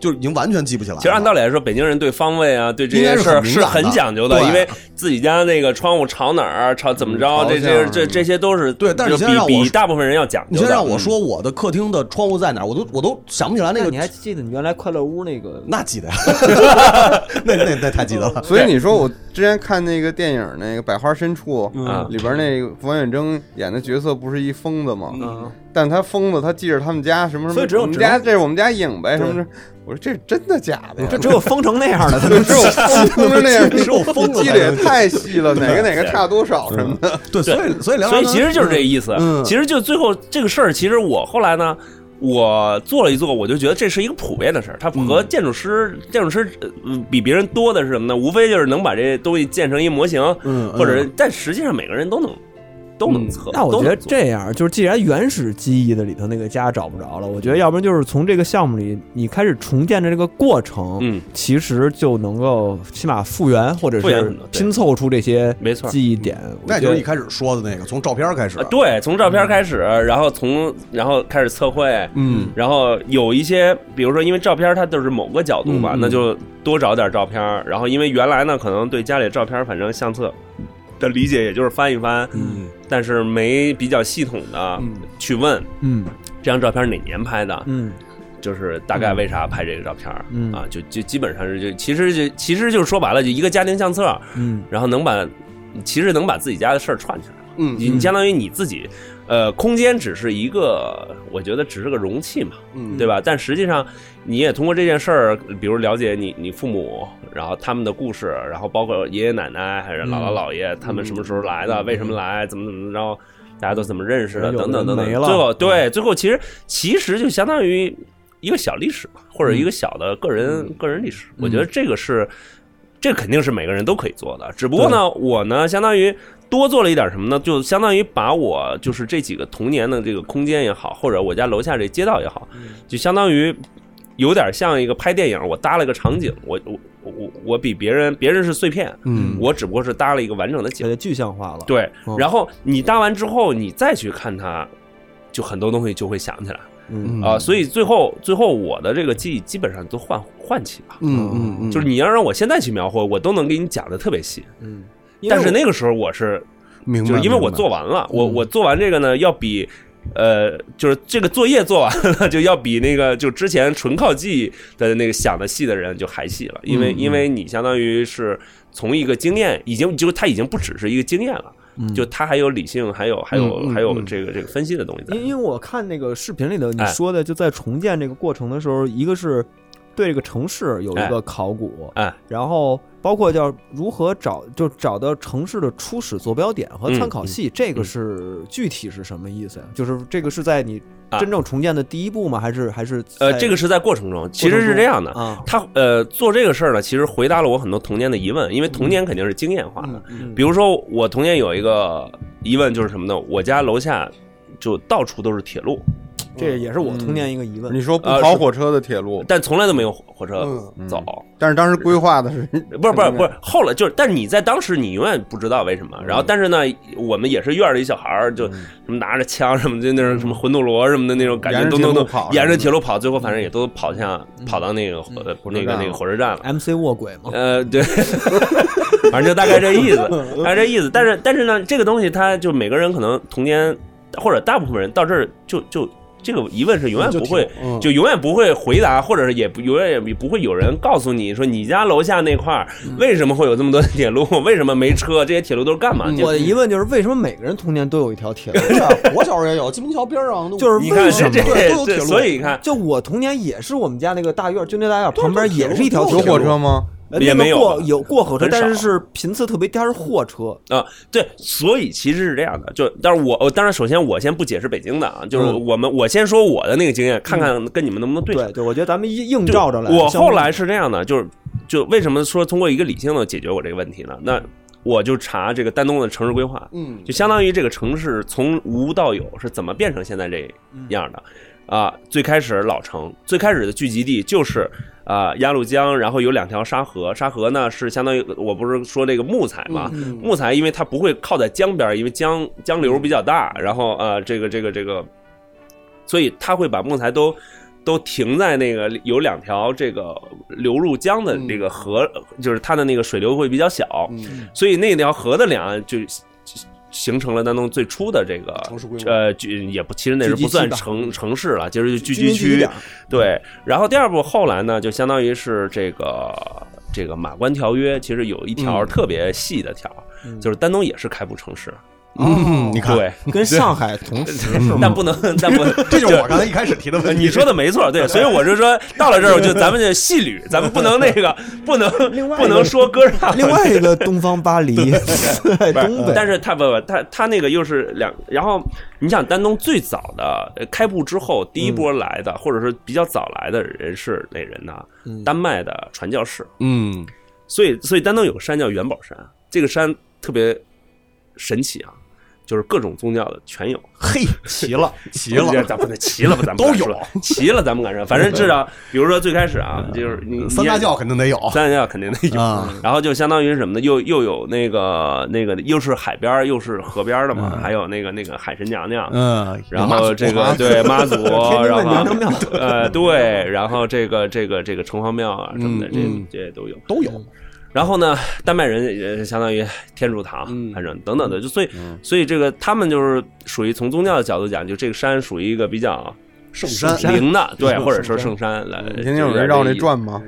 S7: 就是已经完全记不起来了。
S6: 其实按道理来说，北京人对方位啊，对这些事儿
S7: 应该是很敏感
S6: 是
S7: 的
S6: 很讲究的，
S7: 对
S6: 因为自己家那个窗户朝哪儿，朝怎么着，
S3: 嗯
S6: 这
S3: 朝
S6: 这
S3: 向
S6: 这这些都是
S7: 对但是你
S6: 就
S7: 先让
S6: 比
S7: 我
S6: 比大部分人要讲究
S7: 你
S6: 的。嗯
S7: 先让我说我的客厅的窗户在哪儿，我都我都想不起来那
S8: 那
S7: 个
S8: 你还记得你原来快乐屋那个？
S7: 那记得 呀，那那那太记得了。
S3: 所以你说我之前看那个电影那个《百花深处》
S6: 嗯
S3: 里边那个王远征演的角色不是一疯子吗？
S2: 嗯
S7: 嗯
S3: 但他疯子他记着他们家什么什
S8: 所以
S3: 么，
S8: 只有
S3: 我们家这是我们家影呗什么什么。我说这是真的假的呀？
S8: 这嗯只有封成那 样的才
S3: 就
S8: 能
S3: 只有疯疯成那样，你
S7: 只有疯 子才能
S3: 记得也太细了，哪个哪个差多少什么的。
S7: 对，所以所以梁
S6: 嗯
S7: 朝
S6: 所以
S7: 呢
S6: 其实就是这意思。
S7: 嗯
S6: 其实就最后这个事儿，其实我后来呢，我做了一做，我就觉得这是一个普遍的事儿。它和建筑师、建筑师呃嗯比别人多的是什么呢？无非就是能把这东西建成一模型，
S7: 嗯，嗯嗯
S6: 或者但实际上每个人都能都能测。
S2: 那我
S6: 都
S2: 觉
S6: 能
S2: 得
S6: 做
S2: 这样，就是既然原始记忆的里头那个家找不着了，我觉得要不然就是从这个项目里你开始重建的这个过程，
S6: 嗯，
S2: 其实就能够起码复原或者
S6: 复原
S2: 是
S6: 很多对
S2: 拼凑出这些
S6: 没错
S2: 记忆点。我
S7: 那也就
S2: 觉得
S7: 是一开始说的那个，从照片开始
S6: 啊，，对，从照片开始，然后从然后开始测绘，
S7: 嗯，
S6: 然后有一些，比如说因为照片它都是某个角度嘛，
S7: 嗯嗯
S6: 那就多找点照片。然后因为原来呢，可能对家里的照片，反正相册的理解也就是翻一翻，
S7: 嗯，
S6: 但是没比较系统的去问
S2: 嗯
S6: 这张照片哪年拍的，
S2: 嗯
S6: 就是大
S7: 嗯
S6: 概为啥拍这个照片儿、
S2: 嗯
S6: 啊，就就基本上是就其实就其实就是说白了，就一个家庭相册，
S2: 嗯
S6: 然后能把其实能把自己家的事儿串起来。
S7: 嗯
S6: 你你相当于你自己，呃，空间只是一个，我觉得只是个容器嘛，
S7: 嗯
S6: 对吧？但实际上，你也通过这件事儿，比如了解你你父母，然后他们的故事，然后包括爷爷奶奶还是姥姥姥爷，他们什么时候来的，为什么来，怎么怎么着，大家都怎么认识
S2: 嗯有
S6: 的，
S2: 的
S6: 等等等等。
S2: 没了嗯
S6: 最后，对，最后其实其实就相当于一个小历史吧，
S2: 嗯
S6: 或者一个小的个人、个人历史。我觉得这个是，这肯定是每个人都可以做的。只不过呢，我呢，相当于多做了一点什么呢？就相当于把我就是这几个童年的这个空间也好，或者我家楼下这街道也好，就相当于有点像一个拍电影，我搭了个场景，我我我我比别人，别人是碎片，
S7: 嗯
S6: 我只不过是搭了一个完整的景
S2: 给。它具象化了。
S6: 对
S2: 嗯，
S6: 然后你搭完之后，你再去看它，就很多东西就会想起来。
S2: 嗯
S6: 啊、所以最后最后我的这个记忆基本上都唤唤起了。
S7: 嗯嗯嗯，
S6: 就是你要让我现在去描绘，我都能给你讲的特别细。
S2: 嗯，
S6: 但是那个时候我是，
S3: 明白，
S6: 就是因为我
S3: 明白
S6: 做完了，我我做完这个呢，要比呃，就是这个作业做完了，就要比那个就之前纯靠记忆的那个想的细的人就还细了，因为因为你相当于是从一个经验，已经就他已经不只是一个经验了，就他还有理性，还有还有还有这个这个分析的东西在。
S2: 因因为我看那个视频里头你
S6: 哎
S2: 说的，就在重建这个过程的时候，一个是对这个城市有一个考古，
S6: 哎哎
S2: 然后包括叫如何找，就找到城市的初始坐标点
S6: 嗯
S2: 和参考系，这个是具体是什么意思呀？就是这个是在你
S6: 啊
S2: 真正重建的第一步吗？还是还是
S6: 呃，
S2: 在
S6: 这个是在过程中，其实是这样的，
S2: 啊？
S6: 他呃做这个事儿呢，其实回答了我很多童年的疑问，因为童年肯定是经验化的。比如说我童年有一个疑问就是什么呢？我家楼下就到处都是铁路，
S2: 这也是我童年一个疑问。
S3: 你说不
S6: 呃
S3: 跑
S6: 是
S3: 火车的铁路，
S6: 但从来都没有火火车
S7: 嗯
S6: 走。
S3: 但是当时规划的是
S6: 不是不是不是，后来就是，但是你在当时你永远不知道为什么。然后，但是呢，我们也是院里小孩儿，就什么拿着枪什么，就那种什么魂斗罗什么的那种感觉，
S3: 沿着
S6: 咚咚
S3: 铁路
S6: 咚
S3: 跑，嗯
S6: 沿着铁路跑，最后反正也都跑向跑到那个火呃
S3: 车
S6: 那个
S3: 站
S6: 那个
S3: 了
S6: 火车站了。
S2: MC 卧轨吗？
S6: 呃，对，反正就大概这意思，大概这意思。但是但是呢，这个东西它就每个人可能童年或者大部分人到这儿就就这个疑问是永远不会。
S7: 嗯
S6: 就永远不会回答，或者是也不永远也不会有人告诉你说你家楼下那块儿为什么会有这么多铁路，为什么没车，这些铁路都是干嘛？
S2: 嗯
S6: 就
S2: 我的疑问就是为什么每个人童年都有一条铁路？
S7: 是啊，我小时候也有，金门桥边上
S2: 就是
S6: 你看是这
S7: 对都有铁
S6: 这，
S7: 路，
S6: 所以你看
S2: 就我童年也是我们家那个大院，就那大院旁边也是一条铁
S3: 有
S2: 路，
S3: 火车吗？
S2: 呃
S6: 也
S2: 那个
S6: 没有
S2: 过
S6: 吧
S2: 有过火车，
S6: 很
S2: 但是
S6: 少
S2: 是频次特别低，它是货车。
S6: 啊，对，所以其实是这样的，就但是我呃当然首先我先不解释北京的啊，就是我们我先说我的那个经验，看看跟你们能不能对上。
S2: 对对，我觉得咱们硬硬照着来。
S6: 我
S2: 像
S6: 后来是这样的，就是就为什么说通过一个理性的解决我这个问题呢？那我就查这个丹东的城市规划，
S7: 嗯，
S6: 就相当于这个城市从无到有是怎么变成现在这
S2: 嗯
S6: 样的。啊，最开始老城最开始的聚集地就是啊鸭绿江，然后有两条沙河，沙河呢是相当于我不是说这个木材嘛，
S2: 嗯
S6: 木材因为它不会靠在江边儿，因为江江流比较大，然后呃这个这个这个，所以它会把木材都。都停在那个有两条这个流入江的这个河，就是它的那个水流会比较小，所以那条河的两岸就就形成了丹东最初的这个
S7: 城市规模
S6: 呃，就也不，其实那是
S2: 聚集
S6: 不
S2: 区
S6: 算
S2: 吧
S6: 城城市了，就是聚
S2: 居民
S6: 集
S2: 聚集
S6: 区
S2: 点。
S6: 对，然后第二步后来呢，就相当于是这个这个马关条约，其实有一条特别细的条，就是丹东也是开埠城市，
S4: 嗯，你看，
S6: 对，
S2: 跟上海同时，
S6: 但不能，但不能，
S4: 这就是我刚才一开始提的问题。
S6: 你说的没错，对，所以我就 说到了这儿，我就咱们就细捋，咱们不能那个，不能不能说哥上，
S2: 另外一个东方巴 黎，在东北，
S6: 但是他不不，他他那个又是两，然后你想丹东最早的呃开埠之后第
S4: 嗯
S6: 一波来的，或者是比较早来的人是哪人呢？
S4: 嗯
S6: 丹麦的传教士，
S3: 嗯，
S6: 所以所以丹东有个山叫元宝山，这个山特别神奇啊，就是各种宗教的全有。
S4: 嘿，齐了， 齐了，
S6: 咱们齐了吧， 咱们
S4: 都
S6: 敢说齐了，咱们敢说，反正至少比如说最开始啊，就是你
S4: 三大教肯定得有
S6: 三大教肯定得有。
S4: 啊。
S6: 然后就相当于是什么呢？又又有那个那个，又是海边儿又是河边儿的嘛，还有那个那个海神娘娘，
S4: 嗯，
S6: 然后这个对妈 祖，然后呃对，然后这个这个这个城隍庙啊什么的，
S4: 嗯
S6: 这这些都有都有。然后呢，丹麦人也也相当于天主堂，
S3: 嗯
S6: 反正等等的，就所以所以这个他们就是属于从宗教的角度讲，就这个山属于一个比较
S4: 圣山
S6: 灵的，对，或
S3: 嗯
S6: 者说圣山来。
S3: 你天天有人绕那，转吗？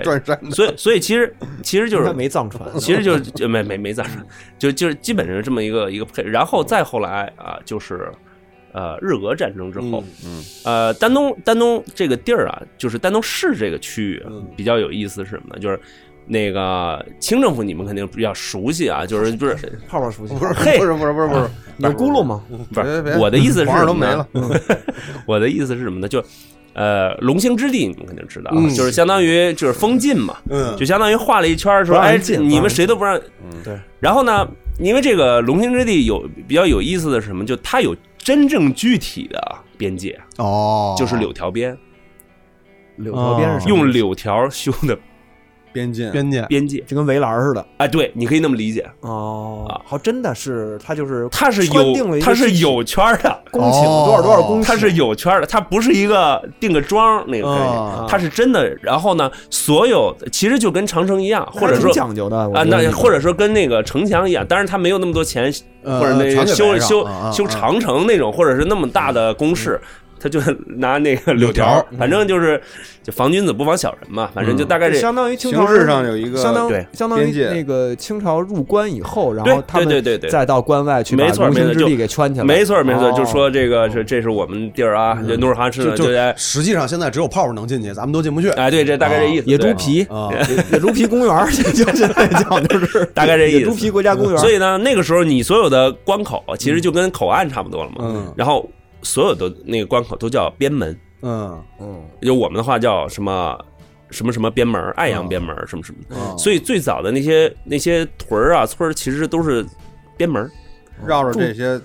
S3: 转山
S6: 所以所以其实其实就
S2: 应
S6: 是
S2: 该没藏传。
S6: 其实就是就没没没咋说， 就就是基本上是这么一个一个配，然后再后来啊，就是呃日俄战争之后，
S3: 嗯，
S6: 呃丹东丹东这个地儿啊，就是丹东市这个区域啊比较有意思是什么呢？就是那个清政府你们肯定比较熟悉啊，就是 不是
S2: 泡泡熟悉，嗯
S3: 不是
S6: 嘿啊
S3: 不是不是不是不是，
S2: 有轱辘吗？
S6: 不
S3: 别
S6: 是
S3: 别
S6: 我的意思是
S3: 皇上都
S6: 什么呢
S3: 没了，
S6: 我的意思是什么呢？就呃龙兴之地你们肯定知道啊，
S3: 嗯
S6: 就是相当于就是封禁嘛，
S7: 嗯
S6: 就相当于画了一圈儿说，
S2: 不让人
S6: 哎，
S2: 进嗯
S6: 你们谁都不让。
S2: 对。
S6: 然后呢，因为这个龙兴之地有比较有意思的是什么，就它有真正具体的边界，
S4: 哦，
S6: 就是柳条边，
S2: 哦柳条边是什么
S6: 用柳条修的
S3: 边境，
S4: 边界
S6: 边界
S2: 就跟围栏似的。
S6: 啊，对，你可以那么理解，
S2: 哦
S6: 啊，
S2: 好，真的是它就是
S6: 它是
S2: 圈定了
S6: 有
S2: 一个
S6: 它是有圈儿的，
S2: 公顷多少多少公顷，
S6: 它是有圈儿的，它不是一个定个桩那个概
S2: 啊
S6: 念，它是真的。然后呢，所有其实就跟长城一样，
S2: 那
S6: 或者
S2: 挺
S6: 说
S2: 讲究的
S6: 啊，那或
S2: 者
S6: 者说跟那个城墙一样，当然它没有那么多钱，
S7: 呃
S6: 或者那
S7: 长
S6: 个
S7: 腿
S6: 修
S7: 白上
S6: 修
S7: 啊啊
S6: 修
S7: 啊嗯
S6: 长城那种，或者是那么大的工事。他就拿那个柳条嗯
S3: 柳条
S6: 儿，反正就是就防君子不防小人嘛，反正就大概这
S2: 相当于清朝
S3: 形式上有一个
S2: 相当
S6: 对
S2: 相当于
S3: 边界
S2: 那个清朝入关以后，然后
S6: 对
S2: 他
S6: 对对
S2: 们
S6: 对对
S2: 再到关外去把
S6: 没错
S2: 龙兴
S6: 没错
S2: 之地
S6: 就
S2: 给圈起来，
S6: 没错没错，
S2: 哦
S6: 就说这个是这是我们地儿啊，就努尔哈赤呢
S7: 嗯就就
S6: 在
S7: 实际上现在只有泡泡能进去，咱们都进不去。
S6: 哎对，这大
S7: 哦
S6: 概这意思，
S2: 野猪
S6: 对
S2: 皮
S7: 啊，
S2: 野野猪皮公园儿， 就现在讲就是
S6: 大概这意思
S2: 野猪皮国家公园，
S6: 所
S2: 以
S6: 以呢，那个时候你所有的关口其实就跟口岸差不多了嘛。
S7: 嗯
S6: 然后所有的那个关口都叫边门，
S7: 嗯，
S6: 就我们的话叫什么什么什么边门、爱阳边门什么什么。
S3: 嗯
S6: 所以最早的那些那些屯儿啊村儿，其实都是边门儿。
S3: 绕着这些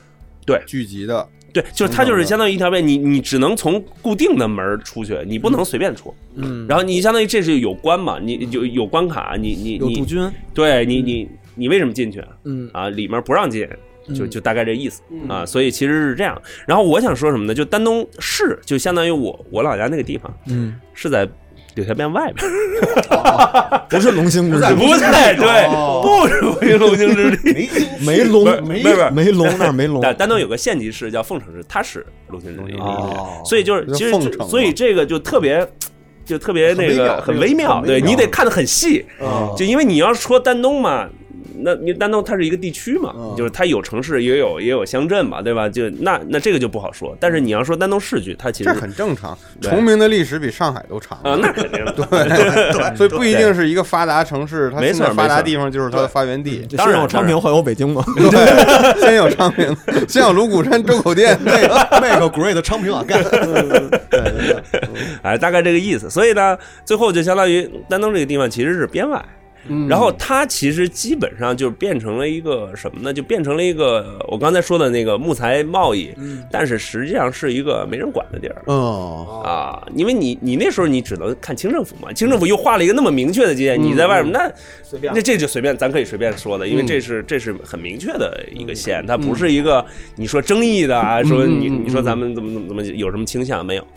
S6: 对
S3: 聚集的，
S6: 对，就是它就是相当于一条边，你你只能从固定的门儿出去，你不能随便出。
S2: 嗯，
S6: 然后你相当于这是有关嘛，你有有关卡，你你
S2: 有驻
S6: 你，
S2: 军，
S6: 对你你你为什么进去啊？
S2: 嗯
S6: 啊，里面不让进，就就大概这意思、啊。所以其实是这样。然后我想说什么呢？就丹东市，就相当于我我老家那个地方
S2: 嗯，
S6: 是在柳条边外边，
S2: 不是龙兴之地，
S6: 不在对，不属于龙兴之地。
S2: 没龙
S6: 不是没不是
S2: 没龙那儿没龙，
S6: 但丹东有个县级市叫凤城市，它是龙兴之地，
S3: 啊
S2: 哦
S6: 所以就是其实
S3: 凤城嘛
S6: 所以这个就特别。就特别那个
S3: 很
S6: 很
S3: 微
S6: 微
S3: 妙
S6: 妙，
S3: 这个
S6: 对
S3: 很微妙
S6: 你得看得很细，
S7: 嗯
S6: 就因为你要说丹东嘛，那你丹东它是一个地区嘛，
S7: 嗯
S6: 就是它有城市也有也有乡镇嘛，对吧？就那那这个就不好说。但是你要说丹东市区，它其实
S3: 这
S6: 啊、
S3: 很正常。
S6: 对啊
S3: 崇明的历史比上海都长，
S6: 那肯定
S3: 对， 所以不一定是一个发达城市，它
S6: 没
S3: 现
S6: 错
S3: 在发达
S6: 没错
S3: 地方就是它的发源地。
S6: 当然
S2: 先有昌平，后有北京嘛，
S3: 对，先有昌平，先有卢谷山周口 店，那个
S7: 那个 great 昌平啊，干
S6: 哎，大概这个意思。所以呢，最后就相当于丹东这个地方其实是边外，然后它其实基本上就变成了一个什么呢？就变成了一个我刚才说的那个木材贸易，但是实际上是一个没人管的地儿。
S7: 嗯，
S6: 啊，因为你你那时候你只能看清政府嘛，清政府又画了一个那么明确的界限，你在外面那嗯随便，那嗯这就随便，咱可以随便说的，因为这是这是很明确的一个线，它不是一个你说争议的啊，说你你说咱们怎么怎么怎么有什么倾向没有，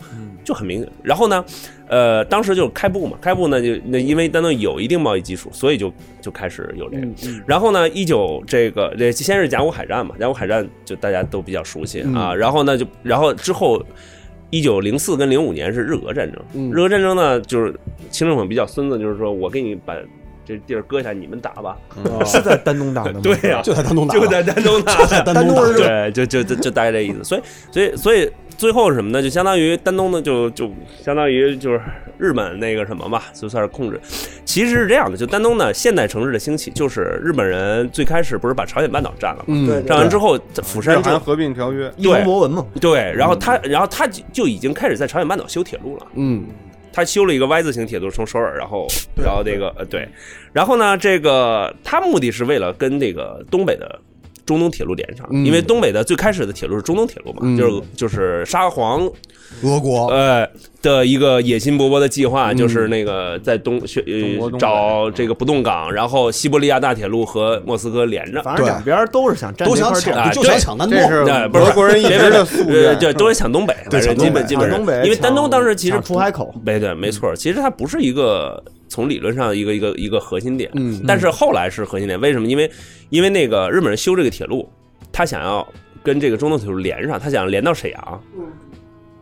S6: 就很明。然后呢，呃，当时就是开埠嘛，开埠呢就那因为丹东有一定贸易基础，所以就就开始有这个。然后呢，一九这个这先是甲午海战嘛，甲午海战就大家都比较熟悉啊。然后呢，就然后之后。一九零四跟零五年是日俄战
S7: 嗯
S6: 争，日俄战争呢，就是清政府比较孙子，就是说我给你把这地儿割下，你们打吧。
S2: 是在丹东打的吗？
S6: 哦对呀、
S7: 就在丹东打，
S6: 就在丹东打，
S7: 丹东打，
S6: 对，就就就就大概这意思。所以所以所以最后是什么呢？就相当于丹东呢，就就相当于就是日本那个什么吧，就算是控制。其实是这样的，就丹东呢，现代城市的兴起，就是日本人最开始不是把朝鲜半岛占了吗？
S7: 嗯，
S6: 占完之后，釜
S3: 日
S6: 山之
S3: 韩
S6: 后，
S3: 合并条约，
S2: 一龙
S6: 对
S2: 博文嘛，
S6: 对，然后他然后他就就已经开始在朝鲜半岛修铁路了。
S7: 嗯，
S6: 他修了一个 Y 字形铁路，从首尔，然后然后那个呃对，然后呢，这个他目的是为了跟那个东北的中东铁路连上，
S7: 嗯
S6: 因为东北的最开始的铁路是中东铁路嘛，
S7: 嗯哦
S6: 就是就是沙皇
S7: 俄国，
S6: 呃的一个野心勃勃的计划，就是那个在东学
S3: 中国东
S6: 呃
S3: 北
S6: 找这个不动港，然后西伯利亚大铁路和莫斯科连着。
S2: 反正两边儿都是想占
S7: 都
S2: 这
S7: 想
S2: 块儿地儿
S7: 抢，
S6: 啊
S7: 就想
S6: 对
S7: 抢丹
S3: 这是
S7: 东，
S6: 那不是
S3: 俄国人一直的夙
S6: 呃，
S3: 愿。
S6: 对，都是想东北，反正
S7: 抢
S6: 基
S7: 东
S6: 本
S7: 北
S6: 基本
S2: 抢
S6: 上
S2: 东北，
S6: 因为丹东当时其实
S2: 抢出海口，
S6: 没对，没错，其实它不是一个从理论上一个一个一个核心点，
S7: 嗯
S6: 但是后来是核心点，为什么？因为因为那个日本人修这个铁路，他想要跟这个中东铁路连上，他想连到沈阳，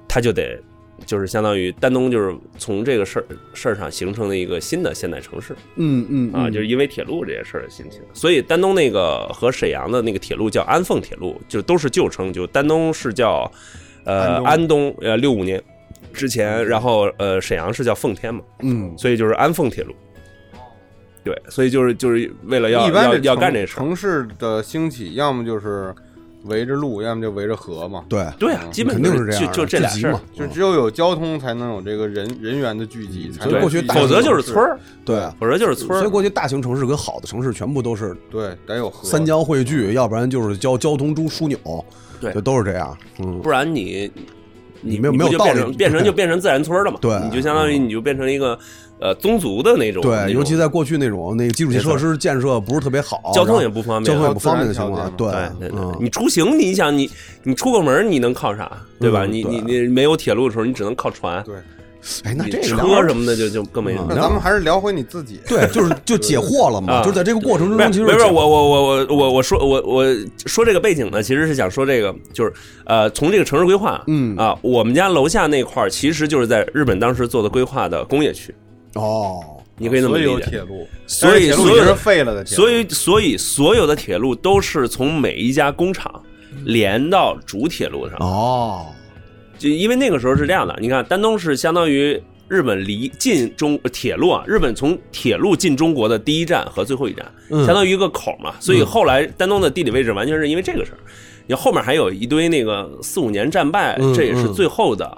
S6: 他就得就是相当于丹东就是从这个事儿事儿上形成了一个新的现代城市
S7: 嗯嗯
S6: 啊，就是因为铁路这件事儿兴起的，所以丹东那个和沈阳的那个铁路叫安凤铁路，就都是旧称，就丹东是叫呃安东呃六五年。之前，然后呃，沈阳是叫奉天嘛，
S7: 嗯，
S6: 所以就是安凤铁路。对，所以就是就是为了要
S3: 一般
S6: 要
S3: 这
S6: 要干
S3: 城
S6: 这事儿。
S3: 城市的兴起，要么就是围着路，要么就围着河嘛。
S7: 对，
S6: 对啊，基本
S7: 肯定
S6: 就是
S7: 这样
S6: 就
S7: 的，
S6: 就这俩
S7: 聚集
S6: 事儿
S7: 嘛，嗯
S3: 就只有有交通，才能有这个人人员的聚集，才
S7: 所以
S3: 能
S7: 过去大
S6: 否则
S7: 城市
S6: 就是村儿，
S7: 对啊。
S6: 否则就是村
S7: 所以
S6: 儿。
S7: 过去大型城市跟好的城市全部都是
S3: 对，得有河。
S7: 三江汇聚，要不然就是交交通枢枢纽，
S6: 对
S7: 就都是这样。嗯，
S6: 不然你你
S7: 没有
S6: 你不
S7: 没有
S6: 就
S7: 道
S6: 变
S7: 理
S6: 成变成就变成自然村了嘛？
S7: 对嗯
S6: 你就相当于你就变成一个呃宗族的那种，那
S7: 对，
S6: 种
S7: 尤其在过去那种那个基础设施建设不是特别好，
S6: 交通也
S7: 哦然后
S6: 不方便，啊
S7: 交通也不方便的情
S3: 然
S7: 况
S3: 后，
S7: 对
S6: 对对对，
S7: 嗯，
S6: 你出行，你想你你出个门，你能靠啥，对吧？
S7: 嗯
S6: 你
S7: 对
S6: 你你没有铁路的时候，你只能靠船，
S3: 对，
S7: 哎，那
S6: 你
S7: 这个聊
S6: 车什么的就就更没有
S7: 嗯。
S3: 那咱们还是聊回你自己。
S7: 对，就是就解惑了嘛，
S6: 啊
S7: 就是在这个过程之
S6: 不是
S7: 中，其
S6: 不
S7: 实
S6: 是不是我我我我我我说我我说这个背景呢，其实是想说这个，就是呃，从这个城市规划，
S7: 嗯
S6: 啊，我们家楼下那块儿其实就是在日本当时做的规划的工业区，
S7: 哦，
S6: 你可以这么
S3: 所以
S6: 理
S3: 有
S6: 解。
S3: 铁路，
S6: 所以
S3: 但是铁路已
S6: 所有
S3: 经
S6: 的
S3: 是废了的铁路，
S6: 所以所以所有的铁路都是从每一家工厂连到主铁路上，
S7: 哦，
S6: 就因为那个时候是这样的，你看丹东是相当于日本离进中铁路啊，日本从铁路进中国的第一站和最后一站，
S7: 嗯
S6: 相当于一个口嘛，所以后来丹东的地理位置完全是因为这个事儿。你后面还有一堆那个四五年战败，
S7: 嗯
S6: 这也是
S7: 嗯
S6: 最后的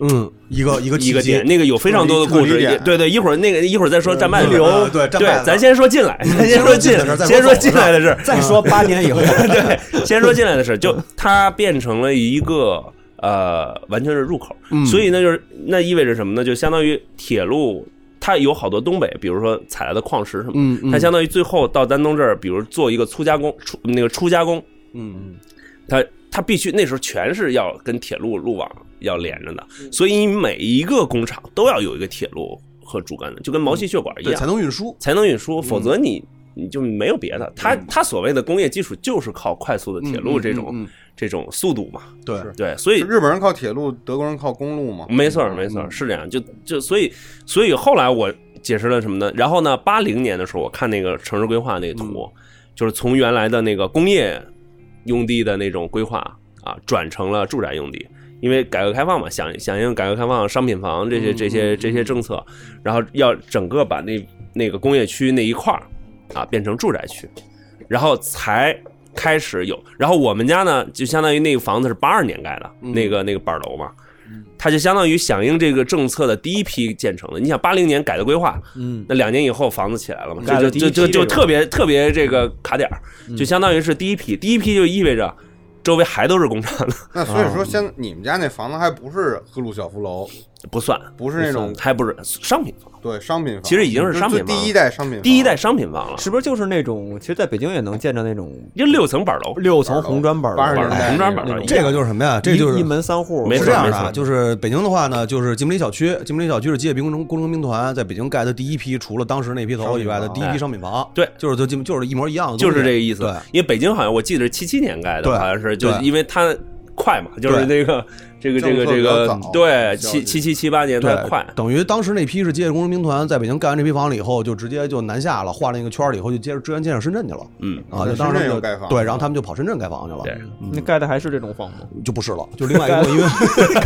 S7: 嗯，一个一个
S6: 一个
S7: 契机
S6: 点，那个有非常多的故
S3: 特
S6: 事。
S3: 地点
S6: 也对对，一会儿那个一会儿再说战败的事
S7: 嗯
S6: 儿。
S7: 嗯对战败的事
S6: 对，
S7: 儿
S6: 咱先说进来，咱先说进
S7: 先说进来的事儿，
S6: 先
S7: 再
S8: 再
S7: 说
S6: 说进来的事儿。
S8: 说八年以后，
S6: 对，先说进来的事儿，就它变成了一个呃，完全是入口，
S7: 嗯
S6: 所以那就是那意味着什么呢？就相当于铁路，它有好多东北，比如说采来的矿石什么的，
S7: 嗯嗯
S6: 它相当于最后到丹东这儿，比如做一个粗加工，粗那个粗加工，
S7: 嗯
S6: 它它必须那时候全是要跟铁路路网要连着的，
S7: 嗯
S6: 所以每一个工厂都要有一个铁路和主干的，就跟毛细血管一
S7: 对
S6: 样
S7: 才，能嗯运输，
S6: 才能运输，否则你。你就没有别的，它它所谓的工业基础就是靠快速的铁路这种、
S7: 嗯嗯嗯嗯
S6: 这种速度嘛，
S7: 对
S6: 对，所以嗯
S3: 日本人靠铁路，德国人靠公路嘛。
S6: 没错儿，没错儿，是这样。就就所以所以后来我解释了什么呢？然后呢，八零年的时候，我看那个城市规划那个图，就是从原来的那个工业用地的那种规划啊，转成了住宅用地。因为改革开放嘛，响响应改革开放，商品房这些这些这些政策，然后要整个把那那个工业区那一块儿啊变成住宅区，然后才开始有。然后我们家呢，就相当于那个房子是八二年盖的，那个那个板楼嘛，它就相当于响应这个政策的第一批建成的。你想，八零年改的规划，
S8: 嗯，
S6: 那两年以后房子起来了嘛，
S8: 盖
S6: 这
S8: 了第一
S6: 就就就
S8: 批
S6: 就
S8: 这种
S6: 特别特别这个卡点儿，就相当于是第一批，第一批就意味着周围还都是工厂的，
S3: 那
S7: 啊
S3: 所以说，现在你们家那房子还不是赫鲁晓夫楼，
S6: 不算，
S3: 不是那种
S6: 还不是商品房，
S3: 对商品房，
S6: 其实已经是
S3: 就
S6: 商品
S3: 就
S6: 房了
S3: 第一代商品房，
S6: 第一代商品房了，
S8: 是不是就是那种？其实，在北京也能见着那种
S6: 就六层板楼，
S8: 六层红砖板
S3: 八十
S8: 楼
S3: 年代
S6: 红砖板
S3: 那
S6: 楼
S3: 种，
S7: 这个就是什么呀？这个就是
S8: 一一门三户，
S6: 没
S7: 是
S6: 错
S7: 这样
S6: 没
S7: 的
S6: 错
S7: 啊，就是北京的话呢，就是金木林小区，金木林小区是吉野兵工程工程兵团在北京盖的第一批，除了当时那批头以外的第一批商品房，
S6: 对
S7: 就是就就是一模一样的东西，
S6: 就是这个意思
S7: 对，。
S6: 因为北京好像我记得是七七年盖的，
S7: 对
S6: 好像是就
S7: 对
S6: 因为它快嘛，就是那个这个这个
S3: 政策比
S6: 这个
S3: 较早
S6: 对
S3: 比较
S6: 七七七七八年它
S7: 对
S6: 快，
S7: 等于当时那批是吉野工程兵团在北京盖完这批房了以后，就直接就南下了，画了一个圈儿了以后，就接着支援建设深圳去了。
S6: 嗯
S7: 啊，
S3: 在
S7: 就当时
S3: 深圳
S7: 就
S3: 有盖房
S7: 对，然后他们就跑深圳盖房去了，
S6: 对
S8: 那盖的还是这种房 吗？
S7: 就不是了，就另外一个，因为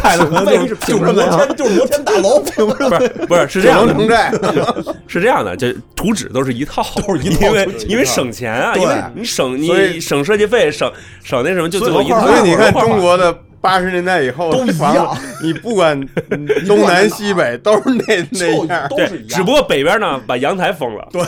S8: 盖的和那
S7: 就是摩天，就是摩天大楼，
S6: 不是不是是
S3: 这
S6: 这样
S3: 能
S6: 的，
S3: 城寨，
S6: 是这样的，这图纸都是一套，都是一套，因为因为省钱啊，
S7: 对
S6: 因为你省
S3: 嗯所以
S6: 你省设计费，省省那什么，就最后一套。
S3: 所以你看中国的。八十年代以后，都房子，你不管东南 西北都是那那样儿，
S7: 都是
S6: 对
S7: 一，
S6: 只
S7: 样
S6: 不。过北边呢把阳台封了，对，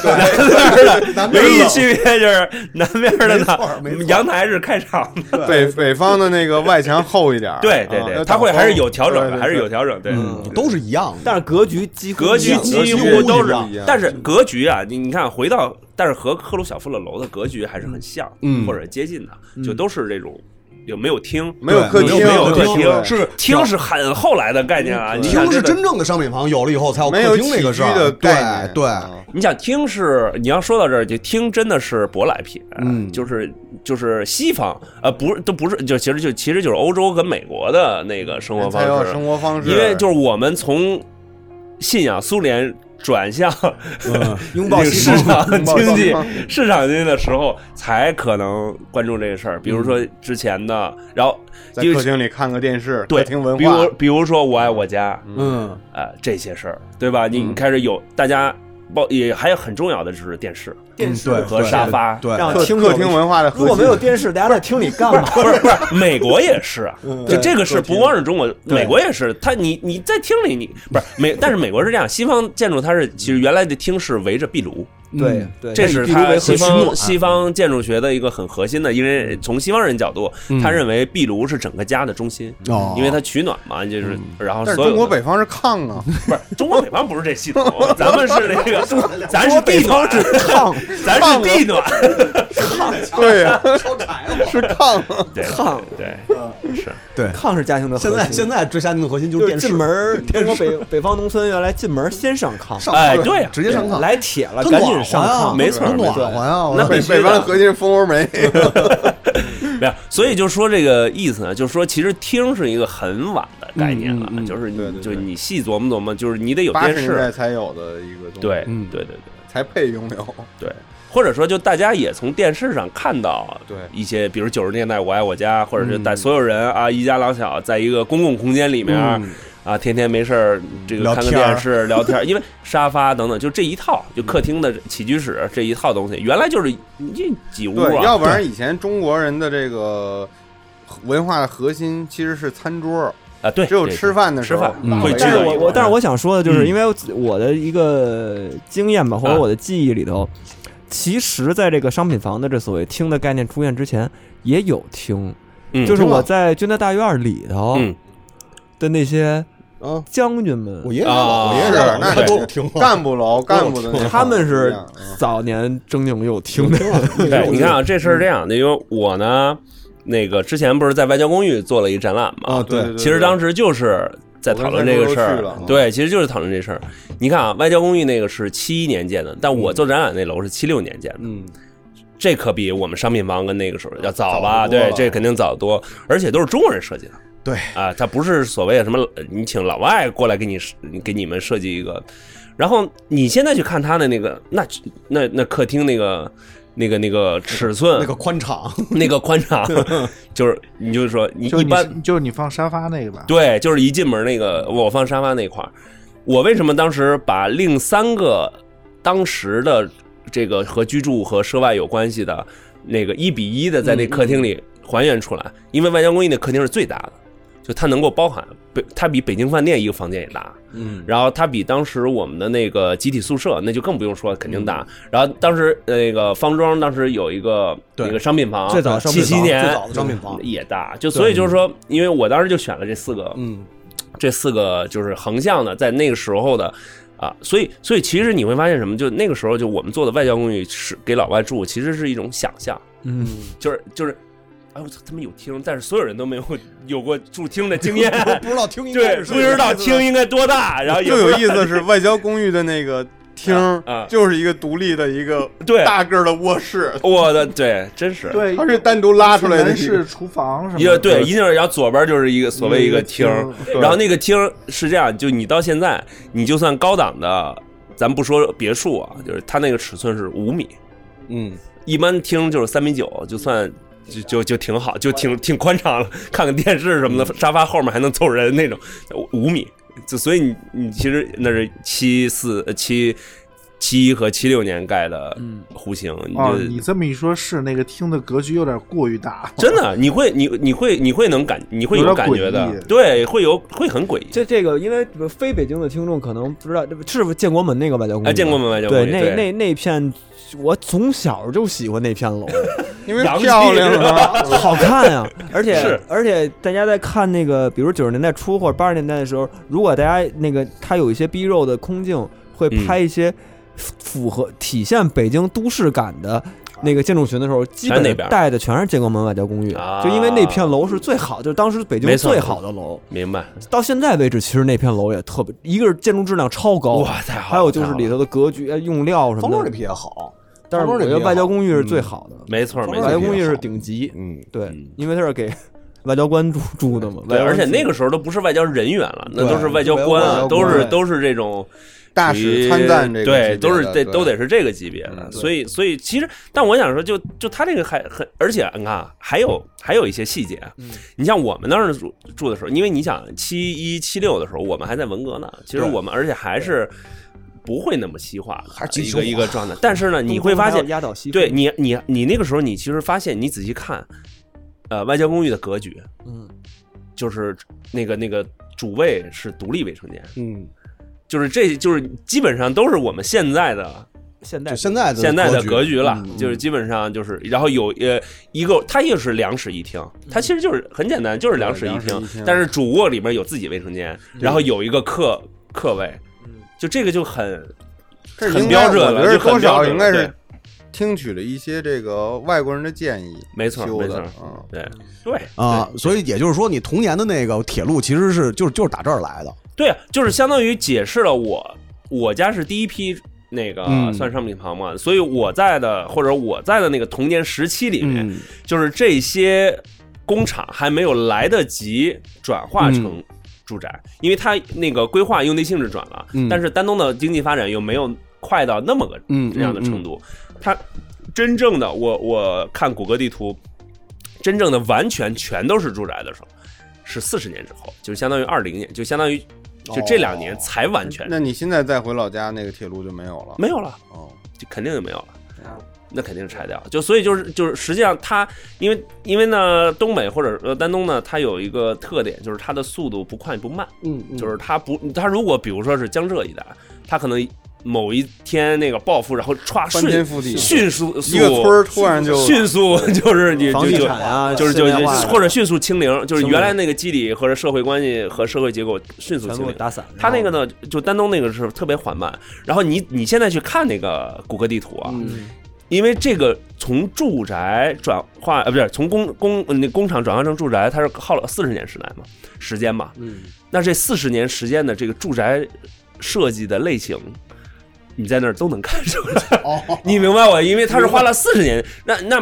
S3: 南
S6: 唯
S3: 边
S6: 一
S3: 冷
S6: 区别就是南边的
S7: 没错没
S6: 呢
S7: 错
S6: 阳台是开敞的，
S3: 北北方的那个外墙厚一点儿，
S6: 对对
S3: 啊
S6: 对，它会还是有调整
S3: 对
S6: 的，
S3: 对
S6: 还是
S3: 对
S6: 有调整，对，
S7: 嗯，都是一样的。
S8: 但是格局几乎
S6: 格
S8: 一
S6: 局
S8: 样
S6: 几
S3: 格
S6: 乎
S3: 局
S6: 都是
S3: 不一样，
S6: 但是格局啊，你你看回到，但是和赫鲁晓夫的楼的格局还是很像，
S7: 嗯
S6: 或者接近的，就都是这种有没有厅，
S3: 没有客厅，
S6: 没有客
S3: 对
S6: 厅，
S7: 是嗯
S6: 厅是很后来的概念啊，你想
S7: 厅是
S6: 这个
S7: 真正的商品房有了以后才有
S3: 没有
S7: 哦客厅那个事
S3: 起居的
S7: 儿，
S3: 概念
S7: 对对，
S3: 啊
S6: 你想听是你要说到这儿，就听真的是舶来品，啊
S7: 嗯
S6: 就是就是西方，呃，不是都不是，就其实就其实就是欧洲跟美国的那个生活
S3: 才有
S6: 方式，
S3: 嗯哎生活方式，
S6: 因为就是我们从信仰苏联转向、
S8: 拥抱
S6: 这个
S8: 西
S6: 市
S8: 方
S6: 场
S3: 抱
S6: 经济
S3: 西方、
S6: 市场经济的时候，才可能关注这个事儿。比如说之前的，然后
S3: 嗯在
S6: 因为
S3: 客厅里看个电视，
S6: 对
S3: 客厅文
S6: 比
S3: 化
S6: 如，比如说我爱我家，
S7: 嗯，
S6: 呃这些事儿，对
S3: 嗯
S6: 吧？你开始有大家包也还有很重要的就是 电视
S8: 电视
S7: 对
S6: 和沙发，
S7: 对，
S8: 让
S3: 客
S8: 听
S3: 客厅文化的核心啊
S8: 如果没有电视，大家在厅里干 嘛？
S6: 不是不是，美国也是啊，
S3: 嗯
S6: 就这个是不光是中国，美国也是。他你 你在厅里你不是美，但是美国是这样，西方建筑它是其实原来的厅是围着壁炉，
S2: 对对，
S6: 这
S2: 它以
S6: 是
S2: 地如
S6: 他
S2: 为
S6: 西
S2: 和取暖
S6: 方西方建筑学的一个很核心的，因为从西方人角度，他认为壁炉是整个家的中心，
S7: 哦
S6: 因为它取暖嘛，就是然后
S3: 但是
S6: 所有
S3: 中国
S6: 的
S3: 北方是炕啊，
S6: 不是中国北方不是这系统，咱们是那个，咱是地暖，
S2: 炕
S6: 咱是地暖，
S3: 对 呀，是炕。
S6: 对
S8: 炕
S6: 对，
S8: 炕是家庭的核
S7: 现
S8: 心。
S7: 在现在最家庭的核心就是
S8: 就是
S7: 电视
S8: 进门儿，中国北北方农村原来进门儿先上炕，
S7: 上
S6: 哎
S7: 炕
S6: 对
S7: 直接上炕，
S8: 来铁了，
S7: 它
S8: 赶
S7: 暖
S8: 紧
S7: 和
S8: 上
S7: 呀，
S8: 炕。
S6: 没错
S7: 它暖
S8: 没错
S7: 和呀，我
S6: 那
S3: 北
S6: 必须的
S3: 北方的核心是蜂窝煤，
S6: 没有，所以就说这个意思呢，就是说其实听是一个很晚的概念了，就是你
S3: 对对
S6: 就
S3: 对
S6: 你细琢磨琢磨，就是你得有
S3: 八
S6: 电
S3: 十年代
S6: 视，
S3: 才有的一个东西，
S6: 对，
S7: 嗯
S6: 对对对。
S3: 才配拥有。
S6: 对，或者说就大家也从电视上看到
S3: 对
S6: 一些，比如九十年代《我爱我家》，或者是在
S7: 嗯
S6: 所有人啊一家老小在一个公共空间里面、
S7: 嗯
S6: 啊，天天没事儿这个
S7: 聊
S6: 看看
S7: 天儿
S6: 电视聊天儿，因为沙发等等就这一套，就客厅的起居室这一套东西，原来就是这几屋
S3: 对，
S6: 啊，
S3: 要不然以前中国人的这个文化的核心其实是餐桌，
S6: 啊对，
S3: 只有
S6: 对
S3: 吃饭的时候
S6: 吃饭嗯
S3: 大
S6: 会
S3: 围
S6: 聚
S3: 着
S2: 嗯但是
S6: 到一
S2: 我
S6: 块
S2: 我
S6: 儿
S2: 但是我想说的就是，
S6: 嗯
S2: 因为我的一个经验吧，或者
S6: 啊
S2: 我的记忆里头，其实在这个商品房的这所谓听的概念出现之前，也有听，
S6: 嗯
S2: 就是我在军队大院里头
S6: 嗯
S2: 的那些
S7: 啊，
S2: 将军们
S7: 我，爷爷
S6: 啊
S7: 我爷爷
S3: 是
S7: 那他
S3: 那对
S7: 都听过
S3: 干部楼干部的那种，
S2: 他们是
S3: 嗯
S2: 早年正经有听的，
S6: 对，你看啊，这事儿是这样的，因为我呢，那个之前不是在外交公寓做了一展览嘛，
S7: 啊，
S3: 对
S7: 对，
S3: 对对
S6: 哦其实当时就是在讨论这个事
S3: 我跟三叔都去了
S6: 儿
S3: 啊，
S6: 对，其实就是讨论这事儿。你看啊，外交公寓那个是七一年建的，但我做展览那楼是七六年建的，
S7: 嗯，
S6: 这可比我们商品房跟那个时候要早
S7: 早
S6: 吧？
S7: 得多
S6: 对
S7: 了，
S6: 这肯定早得多，而且都是中国人设计的。
S7: 对
S6: 啊，它不是所谓的什么呃你请老外过来给你设给你们设计一个，然后你现在去看它的那个那那那客厅那个那个那个尺寸
S7: 那个宽敞，
S6: 那个宽敞，就是你就是说你
S5: 就
S6: 一
S5: 你
S6: 般
S5: 就是你放沙发那个吧，
S6: 对，就是一进门那个我放沙发那块儿。我为什么当时把另三个当时的这个和居住和涉外有关系的那个一比一的
S7: 嗯
S6: 在那客厅里还原出来？因为外交公寓那客厅是最大的，就它能够包含北，它比北京饭店一个房间也大。
S7: 嗯，
S6: 然后它比当时我们的那个集体宿舍那就更不用说，肯定
S7: 嗯
S6: 大。然后当时呃那个方庄当时有一个
S7: 对
S6: 那个商品房，
S8: 最早的商
S6: 七
S8: 品
S6: 七
S8: 房
S6: 年嗯
S7: 最早的商品房
S6: 也大，就所以就是说，因为我当时就选了这四个，
S7: 嗯，
S6: 这四个就是横向的，在那个时候的。啊，所以所以其实你会发现什么？就那个时候，就我们做的外交公寓是给老外住，其实是一种想象，
S2: 嗯，
S6: 就是就是，哎我操，他们有厅，但是所有人都没有有过住厅的经 验，
S7: 不知道 听音乐
S6: 对，
S7: 是
S6: 不知道厅应该多大，然后也
S3: 就
S6: 不知
S3: 有
S6: 道
S3: 意思是外交公寓的那个厅
S6: 啊啊，
S3: 就是一个独立的一个
S6: 对
S3: 大个儿的卧室，
S6: 我的对，真是
S5: 对，
S3: 它是单独拉出来的
S5: 门
S3: 一个
S5: 是厨房什么
S6: 一
S5: 的，
S6: 个对，一定是然后左边就是一个所
S5: 嗯
S6: 谓一个厅，
S3: 对
S6: 然后那个厅是这样，就你到现在，你就算高档的，咱不说别墅啊，就是它那个尺寸是五米，
S7: 嗯，
S6: 一般厅就是三米九，就算。就就就挺好，就挺挺宽敞了。看看电视什么的，沙发后面还能凑人那种，五五米。就所以你你其实那是七四呃七七一和七六年盖的弧形，你
S5: 哦，
S6: 就
S5: 你这么一说，是那个厅的格局有点过于大，
S6: 真的，你会，你你会，你会能感，你会
S5: 有点
S6: 感觉
S5: 诡
S6: 的
S5: 异，
S6: 对，会有会很诡异。
S2: 这这个，因为非北京的听众可能不知道，这不是不是建国门那个外交公寓吗？
S6: 哎，见过吗？外交
S2: 对，
S6: 公寓
S2: 那那那片，我从小就喜欢那片楼，
S3: 因为
S6: 洋气
S3: 漂亮啊，
S2: 好看呀、而且
S6: 是
S2: 而且大家在看那个，比如九十年代初或者八十年代的时候，如果大家那个它有一些逼肉的空镜，会
S6: 嗯
S2: 拍一些符合体现北京都市感的。那个建筑群的时候，基
S6: 全那
S2: 本
S6: 边儿
S2: 带的全是建国门外交公寓，
S6: 啊
S2: 就因为那片楼是最好，就是当时北京
S6: 没错
S2: 最好的楼。
S6: 明白，
S2: 到现在为止，其实那片楼也特别，一个是建筑质量超高，
S6: 哇，太好了，
S2: 还有就是
S6: 太好了
S2: 里头的格局、哎用料什
S7: 方庄
S2: 么
S7: 这
S2: 的。
S7: 批也好，
S2: 但是我觉得外交公寓是最好的，
S6: 没
S8: 哦
S6: 错没
S7: 嗯
S2: 外交
S6: 错，
S2: 公寓是顶级，
S7: 嗯，
S2: 对
S6: 嗯，
S2: 因为它是给外交官住住的嘛。
S6: 对，
S2: 外交
S6: 而且
S2: 官
S6: 那个时候都不是外交人员了，那
S7: 对
S6: 都是外交
S7: 外交
S6: 官，啊
S7: 官
S6: 都是
S7: 对
S6: 都是这种
S3: 大使参赞这个
S6: 对，
S3: 级别的
S6: 都是
S3: 对
S6: 得都得是这个级别的。
S3: 嗯对
S6: 所以所以其实，但我想说，就就他这个还很，而且你看啊，还有还有一些细节啊。你像我们当时住住的时候，因为你想七一七六的时候，我们还在文革呢，其实
S7: 对
S6: 我们而且还是。不会那么西化的，
S7: 还是集
S6: 一
S7: 中
S6: 个
S7: 啊
S6: 一个状态。但是呢，你会发现
S2: 东方还有，压倒西方
S6: 对，你，你你那个时候，你其实发现，你仔细看，呃，外交公寓的格局
S2: 嗯，
S6: 就是那个那个主卫是独立卫生间，
S7: 嗯，
S6: 就是这就是基本上都是我们现在的
S2: 现代
S7: 就现在的
S6: 现在的格
S7: 格
S6: 局了，
S7: 嗯
S6: 就是基本上就是，然后有呃一个，它又是两室一厅，它其实就是很简单，就是两室一
S3: 嗯对两室一厅
S6: 但是主卧里面有自己卫生间，然后有一个客客位，就这个就很
S3: 这嗯
S6: 很
S3: 应该
S6: 标准
S3: 我
S6: 了，
S3: 觉得
S6: 就很
S3: 多
S6: 标
S3: 少
S6: 准
S3: 应
S6: 了
S3: 该
S6: 对
S3: 是听取了一些这个外国人的建议，
S6: 没错
S3: 修的
S6: 没错
S3: 嗯，
S6: 对对
S7: 啊，所以也就是说，你童年的那个铁路其实是就是就是打这儿来的，
S6: 对，啊就是相当于解释了我我家是第一批那个
S7: 嗯
S6: 算商品房嘛，所以我在的或者我在的那个童年时期里
S7: 嗯
S6: 面，就是这些工厂还没有来得及转化
S7: 嗯
S6: 成住宅，因为它那个规划用地性质转了，
S7: 嗯
S6: 但是丹东的经济发展又没有快到那么个
S7: 嗯
S6: 这样的程度。它真正的，我我看谷歌地图，真正的完全全都是住宅的时候，是四十年之后，就相当于二零年，就相当于就这两年才完全、
S3: 那你现在再回老家，那个铁路就没有了。
S6: 没有了。
S3: 哦，
S6: 就肯定就没有了。那肯定拆掉，就所以就是就是，实际上它因为因为呢，东北或者呃丹东呢，它有一个特点，就是它的速度不快不慢，
S7: 嗯，
S6: 就是它不它如果比如说是江浙一带，它可能某一天那个暴富，然后歘
S3: 翻天
S6: 瞬
S3: 覆地，
S6: 迅速
S3: 一个村儿突然就
S6: 迅速就是你
S8: 房
S6: 就
S8: 地
S6: 就
S8: 产啊，
S6: 就是就
S8: 现代
S6: 就
S8: 化
S6: 或者迅速清零，就是
S8: 清
S6: 原
S8: 零
S6: 来那个基底和这社会关系和社会结构迅速
S8: 全
S6: 清
S8: 部
S6: 零，
S8: 打散。
S6: 它那个呢，就丹东那个是特别缓慢。然后你你现在去看那个谷歌地图
S7: 嗯
S8: 嗯
S6: 啊，因为这个从住宅转化呃不是从工工呃那工厂转化成住宅，它是耗了四十年时代嘛时间嘛。
S8: 嗯，
S6: 那这四十年时间的这个住宅设计的类型。你在那儿都能看出来，
S8: 哦
S6: 你明白我？因为它是花了四十年，那那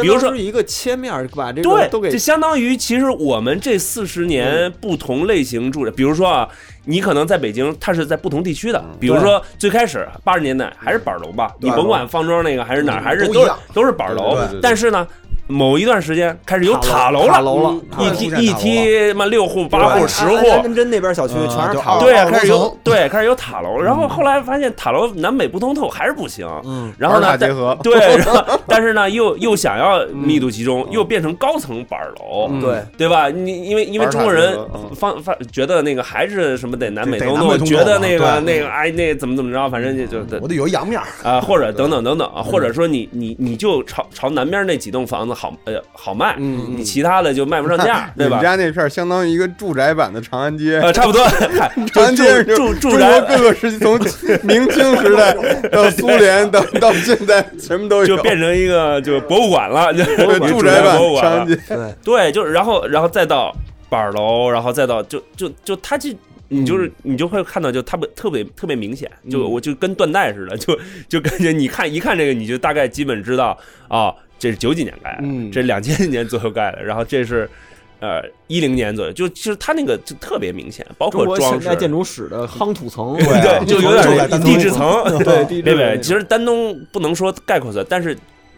S6: 比如说
S8: 相当于一个切面儿把这
S6: 对
S8: 个，都给
S6: 就相当于其实我们这四十年不同类型住宅，比如说啊，你可能在北京，它是在不同地区的，比如说最开始八十年代还是板楼吧，你甭管方庄那个还是哪儿，还是
S4: 都
S6: 都
S4: 一
S6: 是
S4: 样
S6: 都是板楼
S3: 对对对对，
S6: 但是呢。某一段时间开始有塔楼
S8: 塔
S6: 了，
S8: 楼了
S6: 嗯
S8: 塔楼
S6: 一
S8: 了
S6: 梯
S7: 出现
S6: 一
S7: 塔楼
S6: 梯嘛六户八户十
S8: 安安
S6: 户，
S8: 安贞那边小区
S7: 嗯
S8: 全是
S7: 就
S8: 塔
S7: 二
S8: 楼，
S6: 对
S7: 二
S6: 啊，
S7: 楼
S6: 开始
S7: 层
S6: 有对开始有塔楼，然后后来发现塔楼南北不通透还是不行，嗯，然后
S3: 二
S6: 呢
S3: 塔结
S6: 再
S3: 合
S6: 对，然后但是呢又又想要密度集中，又变成高层板楼，
S3: 嗯
S8: 对，
S6: 对吧？你因为因为
S3: 尔塔
S6: 中国人
S3: 结合嗯
S6: 方方觉得那个还是什么得南北
S7: 得
S6: 通
S7: 南北通
S6: 觉得那
S7: 透
S6: 个
S7: 嘛
S3: 嗯
S6: 那个哎那怎么怎么着，反正就就
S7: 我得有一洋面儿，
S6: 啊，或者
S3: 嗯
S6: 等等等等，啊或者说你你你就朝朝南边那几栋房子好呃好卖，你其他的就卖不上 价，
S3: 你
S6: 对吧
S3: 们？嗯家那片儿相当于一个住宅版的长安街，
S6: 呃，差不多，嗨
S3: 长安街
S6: 就住
S3: 是
S6: 住
S3: 中
S6: 住
S3: 国
S6: 宅
S3: 各个时期，从明清时代到 苏联，到到现在，什么都有。
S6: 就变成一个就博物馆了，就是
S3: 对
S6: 住
S3: 住宅版
S6: 博物
S3: 长
S6: 馆了
S3: 安。街，
S6: 对，就是然后然后再到板楼，然后再到就就就它就。你就是
S8: 嗯
S6: 你就会看到，就它不特别特别明显，就我就跟断代似的， 就就感觉你看一看这个，你就大概基本知道啊、这是九几年盖的，
S7: 嗯
S6: 这两千年左右盖的，然后这是呃一零年左右，就就是它那个就特别明显，包
S8: 中
S6: 括
S8: 国
S6: 装
S8: 现
S6: 饰
S8: 代，建筑史的夯土层，
S6: 对，啊就有
S7: 就在
S6: 点
S7: 丹
S6: 地
S7: 东
S6: 质层，
S8: 对地质
S6: 对对，
S8: 的
S6: 其实丹东不能说概括的，但是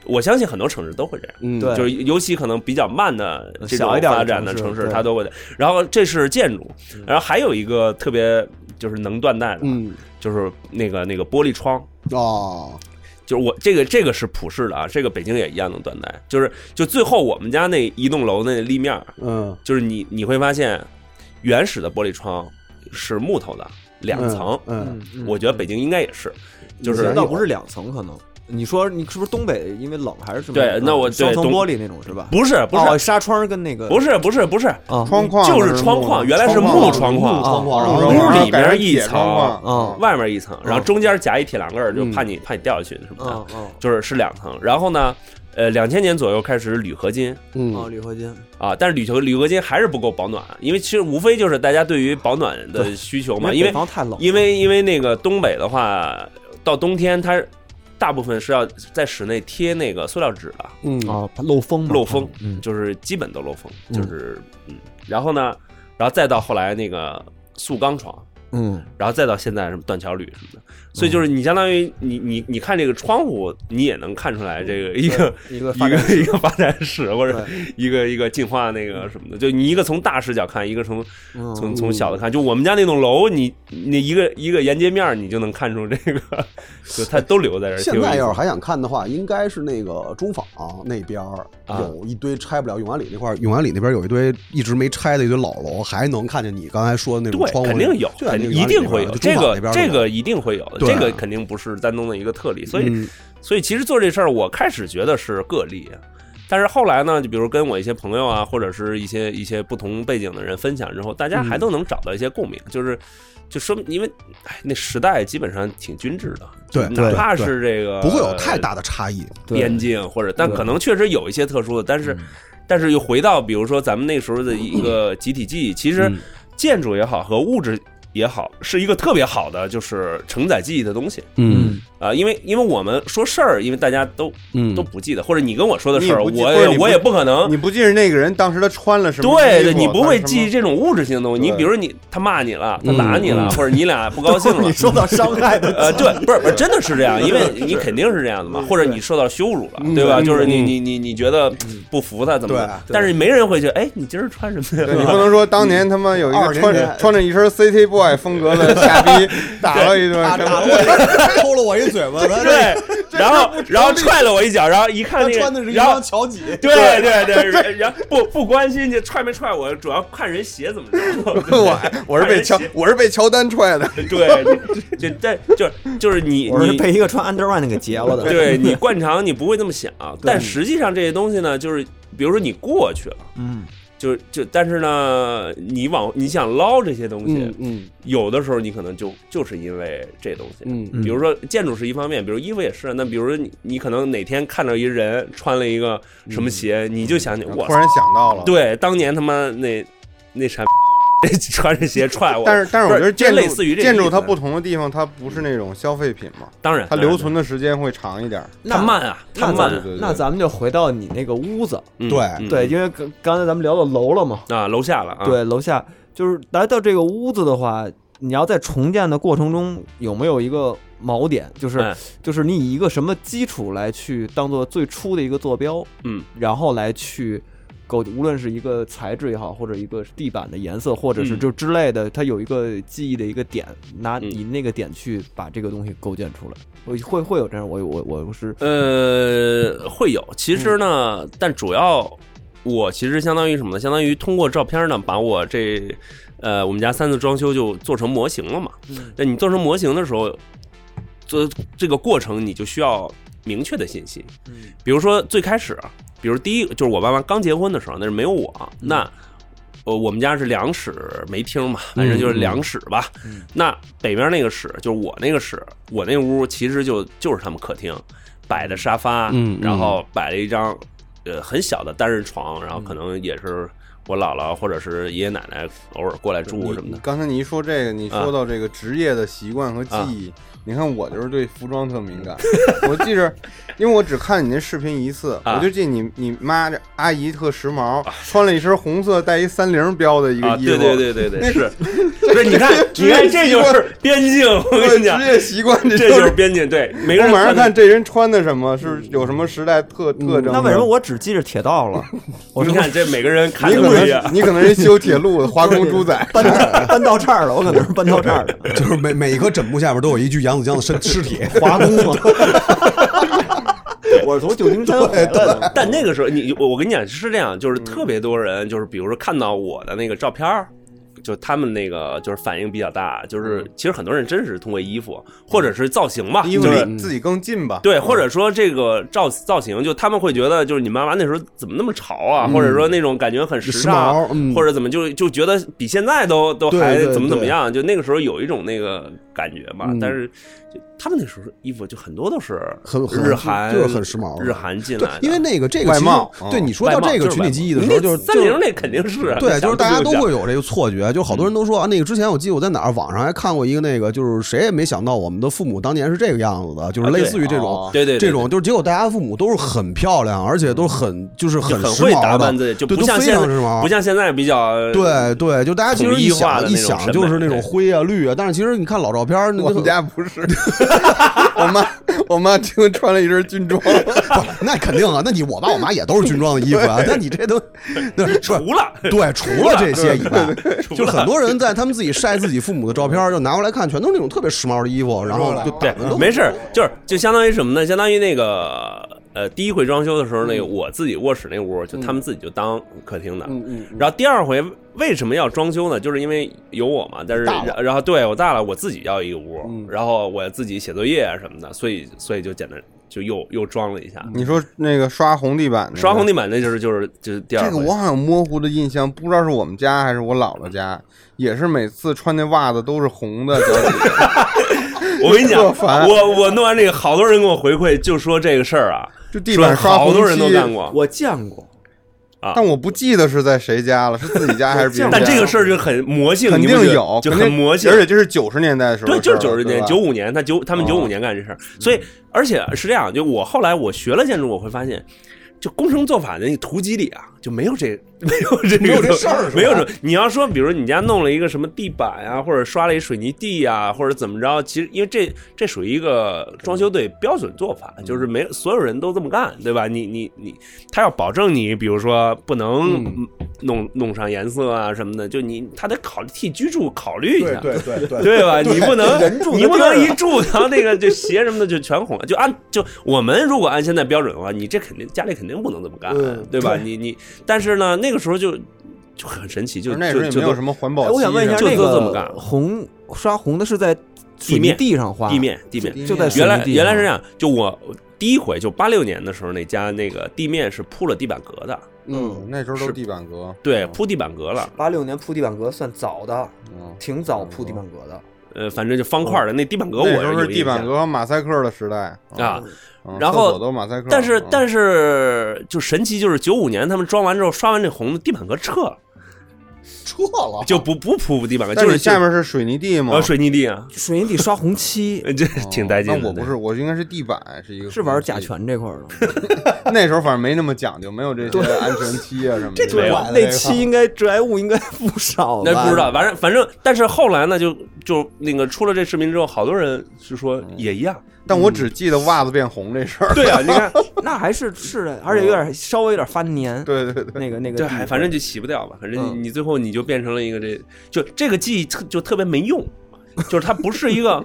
S6: 我相信很多城市都会这样。
S7: 嗯，
S8: 对
S6: 就是尤其可能比较慢的这种
S8: 小一点的
S6: 发展的
S8: 城市
S6: 市，
S8: 对
S6: 它都会的。然后这是建筑，然后还有一个特别就是能断代的，
S7: 嗯，
S6: 就是那个那个玻璃窗。
S7: 哦，
S6: 就是我这个这个是普世的啊，这个北京也一样能断代。就是就最后我们家那一栋楼那立面儿，
S7: 嗯，
S6: 就是你你会发现，原始的玻璃窗是木头的两层，
S7: 嗯，
S6: 我觉得北京应该也是，就
S8: 以
S6: 是
S8: 前倒不是两层，可能你说你是不是东北因为冷还是什么？
S6: 对那我对
S8: 双层
S6: 东
S8: 玻璃那种是吧？
S6: 不是不是
S8: 哦纱窗跟那个
S6: 不是不是不是，
S8: 啊
S3: 窗框
S6: 就
S3: 那
S6: 是窗
S3: 木
S6: 框，
S3: 的
S6: 原来是木窗
S7: 木
S6: 框，啊
S7: 窗
S8: 框
S7: 啊然后
S3: 窗框
S6: 屋
S3: 然后
S6: 里
S3: 改
S6: 面
S3: 成
S6: 一
S3: 铁
S6: 层嗯
S3: 窗框，
S8: 啊
S6: 外面一层，然后中间夹一铁栏杆儿，就
S7: 嗯
S6: 怕你怕你掉下去什么的，
S8: 嗯嗯
S6: 就是是两层。然后呢，呃，两千年左右开始铝合金
S8: 哦，
S7: 嗯，
S8: 铝合金
S6: 啊，但是铝合铝合金还是不够保暖，因为其实无非就是大家对于保暖的需求嘛，因为
S8: 北方太冷
S2: 嗯
S8: 了，
S6: 因为因为那个东北的话，到冬天它大部分是要在室内贴那个塑料纸的，
S8: 嗯
S2: 啊，怕漏风嘛
S6: 漏风，
S2: 嗯，
S6: 就是基本都漏风，就是嗯，然后呢，然后再到后来那个塑钢床，
S2: 嗯，
S6: 然后再到现在什么断桥铝什么的，所以就是你相当于你你你看这个窗户，你也能看出来这个一个
S8: 一个
S2: 呃
S6: 一
S8: 发展
S6: 个一个发展史或者一个一个进化那个什么的，就你一个从大视角看，一个从
S8: 嗯，
S6: 从从小的看，就我们家那栋楼，你你一个一个沿街面儿，你就能看出这个，就它都留在这儿。
S7: 现
S6: 挺有意
S7: 在
S6: 思
S7: 要是
S6: 的
S7: 还想看的话，应该是那个中纺那边儿
S6: 啊
S7: 有一堆拆不了，永安里那块儿，永安里那边有一堆一直没拆的一堆老楼，还能看见你刚才说的那种
S6: 对
S7: 窗户，
S6: 肯定有
S7: 就在
S6: 肯
S7: 这个
S6: 一
S7: 园里
S6: 定
S7: 边
S6: 会
S7: 了
S6: 有
S7: 就
S6: 这
S7: 中法
S6: 个
S7: 那边
S6: 这
S7: 就有
S6: 个一定会有的，
S7: 对
S6: 这
S7: 啊
S6: 个肯定不是丹东的一个特例，所以
S3: 嗯
S6: 所以其实做这事儿，我开始觉得是个例，啊但是后来呢，就比如跟我一些朋友啊，或者是一些一些不同背景的人分享之后，大家
S7: 嗯
S6: 还都能找到一些共鸣，就是就说明，因为哎，那时代基本上挺均质的，
S7: 对
S6: 哪怕是这个呃
S7: 不会有太大的差异。
S6: 边境或者，但可能确实有一些特殊的，但
S3: 嗯
S6: 是但是又回到比如说咱们那时候的一个集体记忆，其实
S3: 嗯
S6: 建筑也好和物质也好，是一个特别好的就是承载记忆的东西。
S3: 嗯
S6: 啊，因为因为我们说事儿，因为大家都
S3: 嗯
S6: 都不记得，或者你跟我说的事儿，
S3: 你也不记
S6: 我
S3: 或者
S6: 也
S3: 你不
S6: 我也不可能。
S3: 你不记着那个人当时他穿了什么衣服？
S6: 对对，
S3: 他
S6: 你不会
S3: 什么
S6: 记这种物质性的东西。你
S3: 对嗯
S6: 比如你他骂你了，他打你了，或者你俩不高兴 了
S2: 嗯
S8: 受到伤害的
S6: 呃，对，不是不是，真的是这样，因为你肯定是这样的嘛，或者你受到羞辱了，
S3: 嗯
S6: 对吧？
S3: 嗯
S6: 就是你你你你觉得不服他怎么
S7: 对
S6: 的？但是没人会觉得，哎，你今儿穿什么
S3: 对你
S6: 呀？
S3: 不能说当年他妈有一
S7: 二
S3: 个
S7: 十
S3: 穿
S7: 年
S3: 着
S7: 前
S3: 穿着一身 City Boy 风格 的傻逼打了一顿，
S7: 打打了我
S3: 什么
S7: 一，抽了我一嘴巴，他这
S6: 对，然后然后踹了我一脚，然后一看
S7: 他
S6: 那
S7: 穿
S6: 个
S7: 的是，一
S6: 然后
S7: 双乔几，
S6: 对对对，然后不不关心你踹没踹我，主要看人鞋怎么着。
S3: 我我是被乔我是被乔丹踹的，
S6: 对，就但就是就是你
S8: 我是
S6: 你
S8: 被一个穿 Under One 给劫了的。
S6: 对你惯常你不会那么想，但实际上这些东西呢，就是比如说你过去了，嗯，就就但是呢，你往你想捞这些东西，
S3: 嗯
S6: 有的时候你可能就就是因为这东西，
S3: 嗯
S6: 比如说建筑是一方面，比如衣服也是啊。那比如说你你可能哪天看到一人穿了一个什么鞋，你就想起我
S3: 突然想到了，
S6: 对当年他妈那那啥穿着鞋踹我，
S3: 但是但是我觉得
S6: 不就
S3: 建筑
S6: 类似于这个
S3: 建
S6: 意
S3: 筑
S6: 思
S3: 它不同的地方，它不是那种消费品嘛，
S6: 当然
S3: 它留存的时间会长一点。
S8: 那
S6: 它慢啊，
S8: 那
S6: 它慢
S8: 咱
S6: 啊，
S3: 对
S8: 那咱们就回到你那个屋子，
S6: 嗯
S7: 对
S6: 嗯
S8: 对，因为刚刚才咱们聊到楼了嘛，
S6: 啊楼下了啊，
S8: 对，楼下就是来到这个屋子的话，你要在重建的过程中有没有一个锚点，就是
S6: 哎
S8: 就是你以一个什么基础来去当做最初的一个坐标，
S6: 嗯，
S8: 然后来去构，无论是一个材质也好，或者一个地板的颜色，或者是
S6: 嗯
S8: 就之类的，它有一个记忆的一个点，拿
S6: 嗯
S8: 以那个点去把这个东西构建出来，我会会有这样，我我我是
S6: 呃，会有。其实呢，但主要我其实相当于什么呢？相当于通过照片呢，把我这呃我们家三次装修就做成模型了嘛。那你做成模型的时候，做这个过程你就需要明确的信息。比如说最开始啊，比如第一就是我爸妈刚结婚的时候，那是没有我，那。呃，我们家是两室没厅嘛，反正就是两室吧。那北边那个室就是我那个室，我那屋其实就就是他们客厅，摆的沙发，
S3: 嗯嗯
S6: 然后摆了一张呃很小的单人床，然后可能也是我姥姥或者是爷爷奶奶偶尔过来住什么的。啊
S3: 刚才你一说这个，你说到这个职业的习惯和记忆，你看我就是对服装特敏感。我记着，因为我只看你那视频一次，
S6: 啊
S3: 我就记你你妈这阿姨特时髦，穿了一身红色带一三菱标的一个
S6: 啊，
S3: 衣服，
S6: 对对对对对，是，不是？你看，你看，这就是边境。我
S3: 我
S6: 跟你讲
S3: 职，业习惯这
S6: 这就是边境。对，每个
S3: 我
S6: 人
S3: 马上
S6: 穿的
S3: 看这人穿的什么，
S8: 嗯
S3: 是有什么时代特特征？
S8: 那为什么？我只记着铁道了？我
S6: 你
S8: 是
S6: 看这每个人看
S3: 你
S6: 的
S3: 可
S6: 不一样
S3: 能。你可能是修铁路的华工猪仔，
S8: 搬到搬到这儿了，我可能是搬到这儿 了。
S7: 就是每每一棵枕木下面都有一具扬子江的 身尸体。
S8: 华工嘛，我是从 旧金山回来的。
S6: 但那个时候，你我我跟你讲是这样，就是特别多人，就是比如说看到我的那个照片儿，就他们那个就是反应比较大，就是其实很多人真是通过衣服或者是造型吧，
S3: 嗯衣服
S6: 就是
S3: 离自己更近吧？
S6: 对，或
S7: 嗯
S6: 者说这个造造型，就他们会觉得就是你妈妈那时候怎么那么潮啊，或者说那种感觉很时
S7: 嗯
S6: 尚
S7: 时髦，嗯
S6: 或者怎么就就觉得比现在都都
S7: 对
S6: 还
S7: 对
S6: 怎么怎么
S7: 对
S6: 样，就那个时候有一种那个感觉吧。
S7: 嗯
S6: 但是就他们那时候衣服就很多都是
S7: 很很
S6: 日韩，
S7: 就是很时髦
S6: 日韩进
S7: 对
S6: 来的，，
S7: 因为那个这个
S3: 外
S7: 其实
S3: 貌嗯
S7: 对你说到
S6: 外貌
S7: 这个
S6: 就是
S7: 群体
S6: 外貌
S7: 记忆的时候，就是
S6: 三菱那肯定是啊
S7: 对，就是大家都。
S6: 想不
S7: 会
S6: 就
S7: 有这个错觉，就好多人都说啊，那个之前我记得我在哪儿网上还看过一个那个，就是谁也没想到我们的父母当年是这个样子的，就是类似于这种
S6: 啊，对对对对嗯
S7: 这种，就是结果大家父母都是很漂亮，而且都是很就是
S6: 就
S7: 很
S6: 很
S7: 时
S6: 会打
S7: 髦
S6: 扮自
S7: 的，
S6: 己，就
S7: 对
S6: 不
S7: 都
S6: 像
S7: 非
S6: 现
S7: 常
S6: 在
S7: 时髦，
S6: 不像现在比较
S7: 对对，就大家其实一
S6: 统一化的
S7: 想一
S6: 那种
S7: 想
S6: 审
S7: 就是
S6: 美
S7: 那种
S6: 对
S7: 灰啊绿啊，但是其实你看老照片儿，那
S3: 我
S7: 个
S3: 们家不是， 我妈我妈就穿了一身军装，
S6: 嗯
S7: 不是那肯定啊，那你我爸我妈也都是军装的衣服啊，那你这都对是
S6: 除了
S7: 对，除了这些以外，
S6: 除
S7: 就就是很多人在他们自己晒自己父母的照片儿，就拿过来看，全都是那种特别时髦的衣服，然后就
S6: 对，没事儿，就是就相当于什么呢？相当于那个呃，第一回装修的时候，
S3: 嗯
S6: 那个我自己卧室那屋，就他们自己就当客厅的。
S7: 嗯嗯，
S6: 然后第二回为什么要装修呢？就是因为有我嘛，但是
S7: 大了
S6: 然然后对我大了，我自己要一个屋
S7: 嗯，
S6: 然后我自己写作业啊什么的，所以所以就简单就又又装了一下。
S3: 你说那个刷红地板，
S6: 刷红地板那就是就是就是第
S3: 这
S6: 二
S3: 个
S6: 回，
S3: 我好像模糊的印象，不知道是我们家还是我姥姥家，也是每次穿那袜子都是 红的，脚底
S6: 我跟你讲，
S3: 特烦
S6: 我我弄完这个，好多人给我回馈，就说这个事儿啊，
S3: 就地板
S6: 说
S3: 刷
S6: 好
S3: 红
S6: 多人都
S3: 漆
S6: 干过，
S2: 我见过，
S3: 但我不记得是在谁家了，是自己家还是别人家？
S6: 但这个事儿就很魔性，
S3: 肯
S6: 你不
S3: 定
S6: 觉得
S3: 有，
S6: 就
S3: 肯
S6: 很
S3: 定
S6: 魔性
S3: 而。且这是九十年代的时候
S6: 对，
S3: 的事
S6: 就
S3: 儿了，
S6: 是九十年，
S3: 对吧
S6: 九五年，他九他
S7: 哦
S6: 们九五年干这事儿，
S7: 嗯
S6: 所以而且是这样，就我后来我学了建筑，我会发现，就工程做法的那个图集里啊，就没有这没有这个
S7: 没有这事儿是吧
S6: 没有这。你要说，比如你家弄了一个什么地板啊，或者刷了一水泥地啊，或者怎么着，其实因为这这属于一个装修队标准做法，就是没所有人都这么干，对吧？你你你，他要保证你，比如说不能
S7: 嗯
S6: 弄弄上颜色啊什么的，就你他得考虑替居住考虑一下，
S7: 对对 对，
S6: 对吧？你不能
S7: 人
S3: 啊
S7: 住的
S6: 你不
S7: 地儿
S6: 能一住，然后那个就鞋什么的就全红了，就按就我们如果按现在标准的话，你这肯定家里肯定不能这么干，啊
S3: 嗯
S6: 对吧？你你，但是呢，那个时候就就很神奇，就
S3: 那时候
S6: 就
S3: 也
S6: 就
S3: 没有
S6: 都
S3: 什么环保
S2: 哎，
S3: 漆
S2: 我想问一下，
S3: 什么
S6: 就
S3: 的，
S2: 那
S6: 都这么
S2: 个
S6: 干
S2: 红刷红的是在水泥
S6: 面
S2: 地上画，
S6: 地面地面。
S2: 就在水
S6: 原
S2: 泥
S6: 来
S2: 地
S6: 原来
S2: 上
S6: 是这样，就我第一回就八六年的时候，那家那个地面是铺了地板革的，
S3: 嗯，那时候都是地板革，
S6: 对，铺地板革了，
S8: 八六年铺地板革算早
S2: 哦
S8: 的，
S3: 嗯，
S8: 挺早铺地板革的。
S6: 呃，反正就方块的那地板革，我
S3: 哦那时候
S6: 有
S3: 是地
S6: 印象
S3: 板革和马赛克的时代
S6: 啊，，
S3: 嗯
S6: 然后
S3: 厕所都马赛克，
S6: 但是
S3: 嗯
S6: 但是就神奇就是九五年他们装完之后刷完这红的地板革撤了，
S7: 撤了
S6: 就不不铺地板革，
S3: 但
S6: 就是
S3: 你下面是水泥地吗
S6: 呃？水泥地啊，
S2: 水泥地刷红 漆，
S6: 呃这
S3: 哦
S6: 挺带劲的。
S3: 那我不是，我应该是地板，是一个
S2: 是玩甲
S3: 甲醛。
S2: 醛这块儿的吗。
S3: 那时候反正没那么讲究，没有这些安全期啊什么的。
S6: 没有
S2: 那期应该致癌物应该不少
S6: 那
S2: 吧？
S6: 不知 道，反正反正，但是后来呢，就就那个出了这视频之后，好多人是说
S3: 嗯
S6: 也一样。
S3: 但我只记得袜子变红这事儿。
S6: 对啊，你看， 嗯
S2: 那还是是的，而且有点稍微有点发黏。
S3: 对对对，
S2: 那个那个
S6: 对，
S2: 地
S6: 还
S2: 方，
S6: 反正就洗不掉吧，反正你
S2: 嗯
S6: 你最后你就变成了一个这，就这个记忆特就特别没用。就是它不是一 个，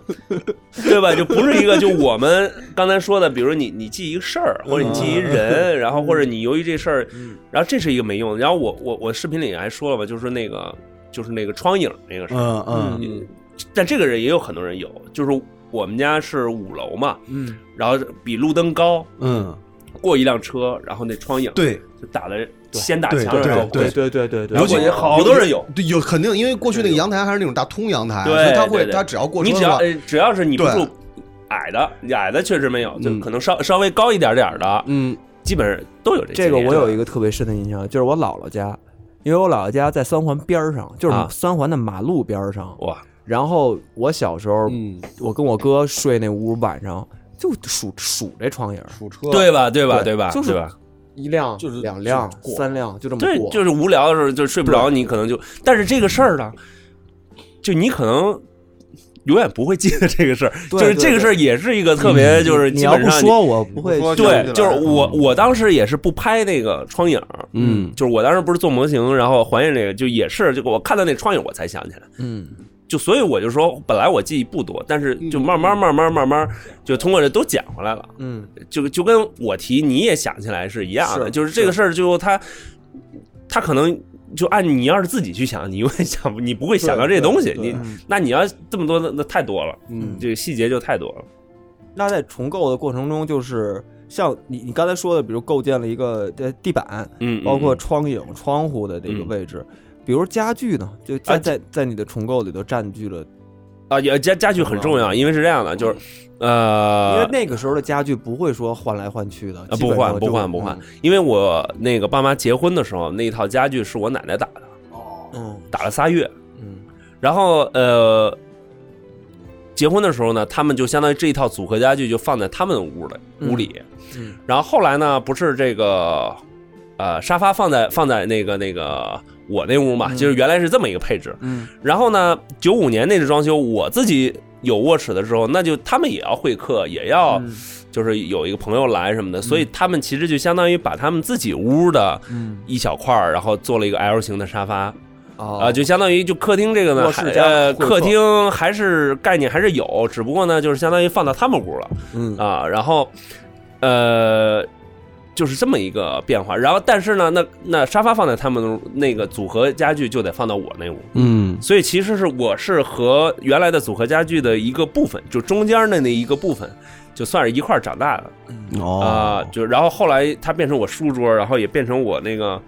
S6: 对吧？就不是一个，就我们刚才说的，比如你你记一个事儿，或者你记
S3: 嗯
S6: 一人，然后或者你由于这事儿，然后这是一个没用的。然后我我我视频里还说了吧，就是那个就是那个窗影那个事儿，
S7: 嗯嗯，
S6: 嗯，但这个人也有很多人有，就是我们家是五楼嘛，
S2: 嗯，
S6: 然后比路灯高，
S7: 嗯，
S6: 过一辆车，然后那窗影
S7: 对，
S6: 就打了，先打
S7: 对
S6: 墙上，
S7: 对
S6: 然后
S7: 对
S2: 对对对对，
S6: 尤其好多人有，
S7: 对，有肯定，因为过去那个阳台还是那种大通阳台，
S6: 对
S7: 所以他
S6: 对
S7: 会
S6: 对
S7: 他只要过
S6: 你
S7: 车
S6: 只
S7: 的
S6: 要
S7: 话，
S6: 呃只要是你不
S7: 对
S6: 住矮的，矮的确实没有，就
S7: 嗯
S6: 可能稍稍微高一点点的，
S7: 嗯，
S6: 基本上都有这
S2: 这个我有一
S6: 个
S2: 个特别深的印象，就是我姥姥家，因为我姥姥家在三环边儿上，就是
S6: 啊
S2: 三环的马路边儿上。
S6: 哇，
S2: 然后我小时候，
S7: 嗯
S2: 我跟我哥睡那屋，晚上就数数这窗影儿，
S3: 数车，
S6: 对吧？对吧？
S2: 对
S6: 对吧？
S2: 就是
S6: 对吧？
S2: 一辆、
S7: 就是
S2: 两辆
S7: 就、过
S2: 三辆，就这么
S6: 对，
S2: 过。
S6: 就是无聊的时候就睡不着，你可能就，但是这个事儿呢，就你可能。永远不会记得这个事儿，就
S2: 对
S6: 是
S2: 对
S6: 这个事儿也是一个特别，就是
S2: 嗯你
S6: 基
S2: 要
S6: 本
S2: 不
S6: 上
S2: 说，我不会
S3: 你不说
S6: 对
S3: 想不，起
S6: 就
S3: 来
S6: 是我
S2: 嗯
S6: 我当时也是不拍那个窗影，
S7: 嗯，
S6: 就是我当时不是做模型，然后还原这个，就也是就我看到那窗影我才想起来，
S2: 嗯，
S6: 就所以我就说，本来我记忆不多，但是就慢慢慢慢慢慢就通过这都捡回来了，
S2: 嗯，
S6: 就就跟我提你也想起来是一样的，
S2: 是
S6: 就是这个事儿，就他他可能就按你要是自己去想，你永远想不，你不会想到这东西，你那你要这么多那那太多了，
S7: 嗯
S6: 这个细节就太多了，
S2: 那在重构的过程中，就是像你你刚才说的，比如构建了一个呃地板，
S6: 嗯，
S2: 包括
S6: 嗯
S2: 窗影、窗户的这个位置，比如家具呢，就在
S6: 啊
S2: 在在你的重构里头占据了，
S6: 啊也家家具很重要，因为是这样的，就是
S2: 嗯因
S6: 呃
S2: 为，那个时候的家具不会说换来换去的，
S6: 啊
S2: 基本
S6: 不
S2: 上
S6: 换
S2: 就
S6: 不换不换，，因为我那个爸妈结婚的时候那一套家具是我奶奶打的，
S2: 嗯
S6: 打了仨月，
S2: 嗯
S6: 然后呃，结婚的时候呢，他们就相当于这一套组合家具就放在他们屋里屋里。
S2: 嗯
S6: 然后后来呢，不是这个呃沙发放在放在那个那个我那屋嘛，就是原来是这么一个配置。
S2: 嗯
S6: 然后呢，九五年那次装修，我自己有卧室的时候，那就他们也要会客，也要
S2: 嗯
S6: 就是有一个朋友来什么的，所以他们其实就相当于把他们自己屋的
S2: 嗯
S6: 一小块儿，然后做了一个 L 型的沙发。啊、
S8: 啊
S6: 就相当于就客厅这个呢，
S8: 卧室
S6: 还
S8: 加
S6: 呃，
S8: 会客
S6: 客厅还是概念还是有，只不过呢，就是相当于放到他们屋了，
S8: 嗯
S6: 啊，然后呃，就是这么一个变化。然后，但是呢，那那沙发放在他们屋那个组合家具就得放到我那屋，
S7: 嗯
S6: 所以其实是我是和原来的组合家具的一个部分，就中间的那一个部分，就算是一块儿长大的。啊、
S7: 哦，
S6: 就然后后来它变成我书桌，然后也变成我那个